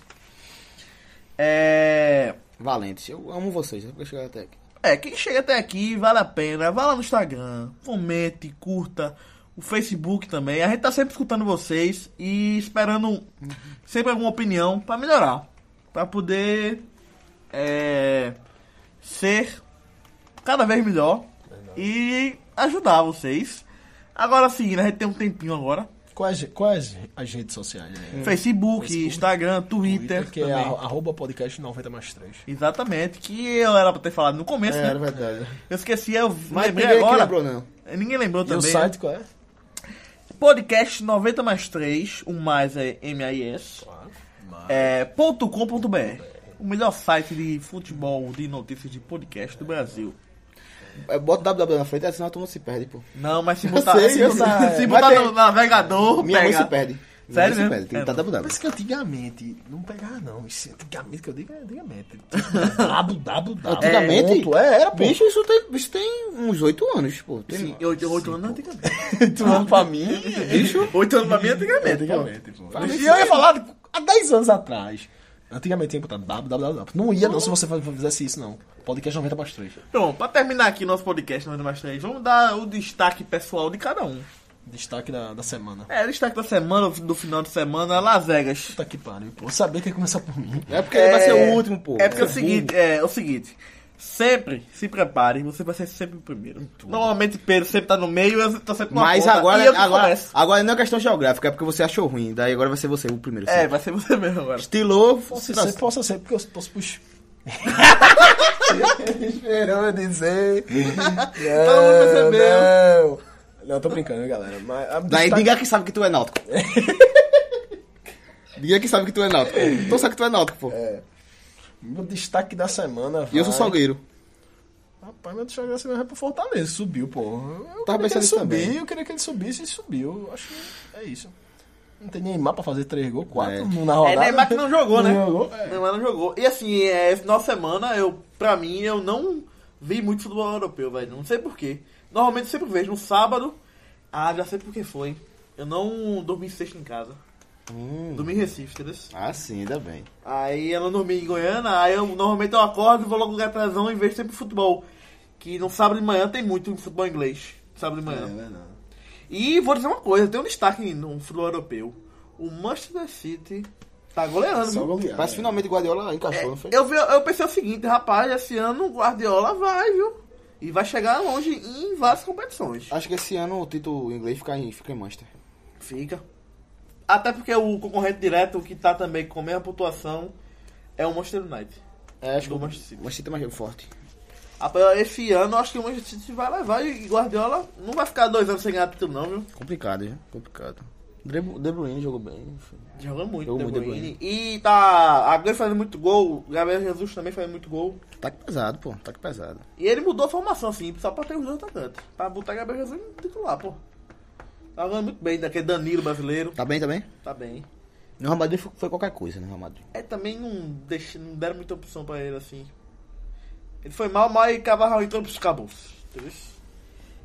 [SPEAKER 2] É.
[SPEAKER 4] Valentes, eu amo vocês, né? Porque chegaram até aqui.
[SPEAKER 2] É, quem chega até aqui, vale a pena. Vá lá no Instagram, comente, curta. O Facebook também. A gente tá sempre escutando vocês e esperando sempre alguma opinião pra melhorar. Pra poder é, ser cada vez melhor e ajudar vocês. Agora seguindo, a gente tem um tempinho agora.
[SPEAKER 3] Quais, quais as redes sociais? Né?
[SPEAKER 2] Facebook,
[SPEAKER 3] Facebook,
[SPEAKER 2] Instagram, Twitter.
[SPEAKER 3] que é
[SPEAKER 2] também.
[SPEAKER 3] arro- arroba podcast 90 mais 3.
[SPEAKER 2] Exatamente, que eu era pra ter falado no começo, né?
[SPEAKER 4] É, verdade.
[SPEAKER 2] Eu esqueci, eu
[SPEAKER 4] Mas
[SPEAKER 2] lembrei
[SPEAKER 4] ninguém aqui né,
[SPEAKER 2] agora.
[SPEAKER 4] lembrou, não.
[SPEAKER 2] Ninguém lembrou
[SPEAKER 3] E o
[SPEAKER 2] também. né?
[SPEAKER 3] site qual é?
[SPEAKER 2] Podcast 90 mais 3, o mais é MIS, é, ponto .com.br, o melhor site de futebol, de notícias de podcast do Brasil.
[SPEAKER 4] É, Bota o WW na frente, assim senão a turma se perde, pô.
[SPEAKER 2] Não, mas se botar,
[SPEAKER 4] sei,
[SPEAKER 2] se,
[SPEAKER 4] eu
[SPEAKER 2] botar-
[SPEAKER 4] sei.
[SPEAKER 2] se
[SPEAKER 4] Mas
[SPEAKER 2] botar
[SPEAKER 4] tem-
[SPEAKER 2] no navegador,
[SPEAKER 4] Minha
[SPEAKER 2] pega.
[SPEAKER 4] mãe se perde. Minha
[SPEAKER 2] Sério
[SPEAKER 4] mãe se
[SPEAKER 2] mesmo?
[SPEAKER 4] perde, tem que
[SPEAKER 2] É,
[SPEAKER 4] estar WW.
[SPEAKER 3] Parece que antigamente não pegava, não. Isso, antigamente que eu digo é antigamente. Dabo, dabo, dabo.
[SPEAKER 4] Antigamente?
[SPEAKER 3] Ponto. É, era, pô.
[SPEAKER 4] Bicho, isso tem, isso tem uns 8 anos, pô. Tem
[SPEAKER 2] Sim, eu eu oito anos antigamente.
[SPEAKER 4] tu anos pra mim, bicho.
[SPEAKER 2] Oito anos pra mim é antigamente.
[SPEAKER 3] É, Antigamente, pô. E eu ia falar há 10 anos atrás. Antigamente tinha que botar www. Não ia, não, se você fizesse isso, não. Podcast 90 mais 3.
[SPEAKER 2] Bom, pra terminar aqui nosso podcast 90 mais 3, vamos dar o destaque pessoal de cada um.
[SPEAKER 3] Destaque da, da semana.
[SPEAKER 2] É, destaque da semana, do final de semana, Las Vegas.
[SPEAKER 3] Puta que pariu, pô. Eu sabia que ia começar por mim.
[SPEAKER 4] É porque ele vai ser o último, pô.
[SPEAKER 2] É porque é o
[SPEAKER 4] burro.
[SPEAKER 2] seguinte, é, é o seguinte. Sempre se preparem, você vai ser sempre o primeiro. Normalmente Pedro sempre tá no meio, eu tô sempre na
[SPEAKER 4] Mas
[SPEAKER 2] ponta,
[SPEAKER 4] agora,
[SPEAKER 2] e eu que
[SPEAKER 4] agora,
[SPEAKER 2] começo.
[SPEAKER 4] agora não é questão geográfica, é porque você achou ruim. Daí agora vai ser você o primeiro.
[SPEAKER 2] É, vai ser você mesmo agora.
[SPEAKER 4] Estilou,
[SPEAKER 3] Posso
[SPEAKER 4] nossa,
[SPEAKER 3] ser, posso ser, porque eu posso puxar. Esperou dizer.
[SPEAKER 2] Todo mundo percebeu.
[SPEAKER 3] Não, não tô brincando, galera. Mas, a-
[SPEAKER 4] Daí
[SPEAKER 3] destaque-
[SPEAKER 4] diga que sabe que tu é náutico. diga que sabe que tu é náutico. Então sabe que tu é náutico, pô.
[SPEAKER 3] Meu destaque da semana.
[SPEAKER 4] e eu sou
[SPEAKER 3] vai-
[SPEAKER 4] salgueiro.
[SPEAKER 3] Rapaz, meu destaque da semana é pro Fortaleza. Subiu, pô. Eu
[SPEAKER 4] Tava
[SPEAKER 3] queria que ele
[SPEAKER 4] pensando nisso
[SPEAKER 3] subir,
[SPEAKER 4] também.
[SPEAKER 3] eu queria que ele subisse e subiu. Eu Acho que é isso. Não tem Neymar pra fazer 3 gols, 4
[SPEAKER 4] É.
[SPEAKER 3] na rodada.
[SPEAKER 2] É, Neymar que não jogou, né?
[SPEAKER 3] Não jogou, é.
[SPEAKER 2] Neymar não jogou. E assim, é, esse final de semana, eu, pra mim, eu não vi muito futebol europeu, velho. Não sei porquê. Normalmente eu sempre vejo no sábado. Ah, já sei por que foi. hein? Eu não dormi sexta em casa.
[SPEAKER 3] Hum.
[SPEAKER 2] Dormi em Recife, entendeu?
[SPEAKER 4] Ah, sim, ainda bem.
[SPEAKER 2] Aí eu não dormi em Goiânia, aí eu normalmente eu acordo e vou logo lugar atrasão e vejo sempre futebol. Que no sábado de manhã tem muito futebol inglês. Sábado de
[SPEAKER 4] É, né?
[SPEAKER 2] manhã. e vou dizer uma coisa, tem um destaque no futebol europeu. O Manchester City tá goleando.
[SPEAKER 3] Só né?
[SPEAKER 2] viu?
[SPEAKER 3] goleado.
[SPEAKER 4] Mas finalmente Guardiola
[SPEAKER 2] É,
[SPEAKER 4] encaixou, não foi?
[SPEAKER 2] eu, vi- eu pensei o seguinte, rapaz, esse ano o Guardiola vai, viu? E vai chegar longe em várias competições.
[SPEAKER 4] Acho que esse ano o título inglês fica em, fica em Manchester.
[SPEAKER 2] Fica. Até porque o concorrente direto, que tá também com a mesma pontuação, é o Manchester United.
[SPEAKER 4] É, acho
[SPEAKER 2] Do
[SPEAKER 4] que o
[SPEAKER 2] Manchester City.
[SPEAKER 4] Manchester é mais forte.
[SPEAKER 2] Rapaz, Esse ano eu acho que o Manchester City vai levar e Guardiola não vai ficar dois anos sem ganhar título não, viu?
[SPEAKER 4] Complicado, já. Complicado. De Bru- De Bruyne jogou bem. enfim.
[SPEAKER 2] Jogando muito,
[SPEAKER 4] Jogou
[SPEAKER 2] De
[SPEAKER 4] muito, De
[SPEAKER 2] Bruyne. E tá. A Glenn fazendo muito gol, o Gabriel Jesus também fazendo muito gol.
[SPEAKER 4] Tá que pesado, pô. Tá que pesado.
[SPEAKER 2] E ele mudou a formação, assim, só pra ter os dois atacantes. Pra botar Gabriel Jesus no titular, pô. Tá jogando muito bem, daquele Danilo brasileiro.
[SPEAKER 4] Tá bem, tá bem?
[SPEAKER 2] Tá bem.
[SPEAKER 4] No Real Madrid foi foi qualquer coisa, né, no Real Madrid.
[SPEAKER 2] É, também não, deixa, não deram muita opção pra ele, assim. Ele foi mal, mal e Cavarral entrou pros cabos. Entendeu?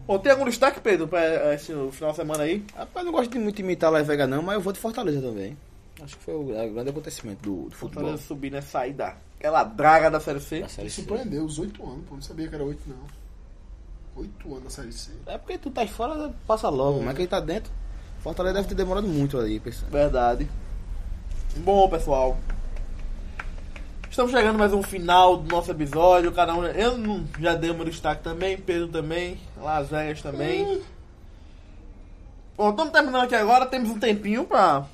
[SPEAKER 2] Bom, tem algum destaque, Pedro, pra esse final de semana aí?
[SPEAKER 4] Rapaz, não gosto de muito imitar Las Vegas, não, mas eu vou de Fortaleza também. Acho que foi o é, o grande acontecimento do, do futebol.
[SPEAKER 2] Fortaleza subir, né? Sair da. Aquela draga da Série C.
[SPEAKER 4] Da série
[SPEAKER 6] Me
[SPEAKER 4] C.
[SPEAKER 6] surpreendeu, os 8 anos, pô. Não sabia que era 8, não. 8 anos na Série C.
[SPEAKER 4] É porque tu tá fora, passa logo, mas quem tá dentro, Fortaleza deve ter demorado muito ali, pensando.
[SPEAKER 2] Verdade. Bom, pessoal. Estamos chegando mais um final do nosso episódio. Cada um. Eu não- já dei o meu destaque também, Pedro também, Las Vegas também. Bom, estamos terminando aqui agora, temos um tempinho pra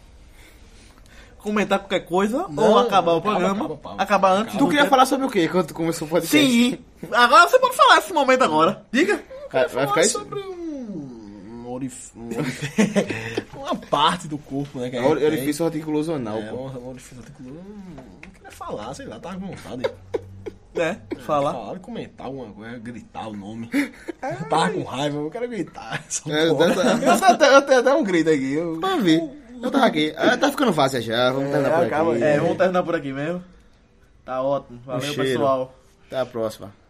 [SPEAKER 2] comentar qualquer coisa ou
[SPEAKER 3] Não,
[SPEAKER 2] acabar o
[SPEAKER 3] acaba,
[SPEAKER 2] programa.
[SPEAKER 3] acaba, acaba.
[SPEAKER 2] acabar antes.
[SPEAKER 4] Tu
[SPEAKER 2] do
[SPEAKER 4] queria
[SPEAKER 2] tempo.
[SPEAKER 4] falar sobre o quê quando tu começou o podcast?
[SPEAKER 2] Sim! Agora você pode falar esse momento agora. Diga!
[SPEAKER 4] Vai, vai ficar
[SPEAKER 3] Falar
[SPEAKER 4] isso?
[SPEAKER 3] sobre um. um orif... um orif- uma parte do corpo, né? Que a
[SPEAKER 4] É
[SPEAKER 3] gente
[SPEAKER 4] or-
[SPEAKER 3] tem.
[SPEAKER 4] orifício articuloso anal,
[SPEAKER 3] É,
[SPEAKER 4] pô.
[SPEAKER 3] hum, um orifício articular. Não queria falar, sei lá, tava com vontade.
[SPEAKER 2] né? Falar.
[SPEAKER 3] Falaram, comentar alguma coisa, gritar o nome. Eu tava com raiva, eu quero gritar. essa
[SPEAKER 4] É,
[SPEAKER 3] porra.
[SPEAKER 4] dessa-
[SPEAKER 3] Eu tenho até- eu tenho até um grito aqui. eu-
[SPEAKER 4] Vamos ver. Eu tava aqui. Ah, tá ficando vazia já. Vamos terminar
[SPEAKER 2] é,
[SPEAKER 4] por aqui.
[SPEAKER 5] É, vamos terminar por aqui mesmo. Tá ótimo. Valeu,
[SPEAKER 4] cheiro.
[SPEAKER 5] pessoal.
[SPEAKER 4] Até a próxima.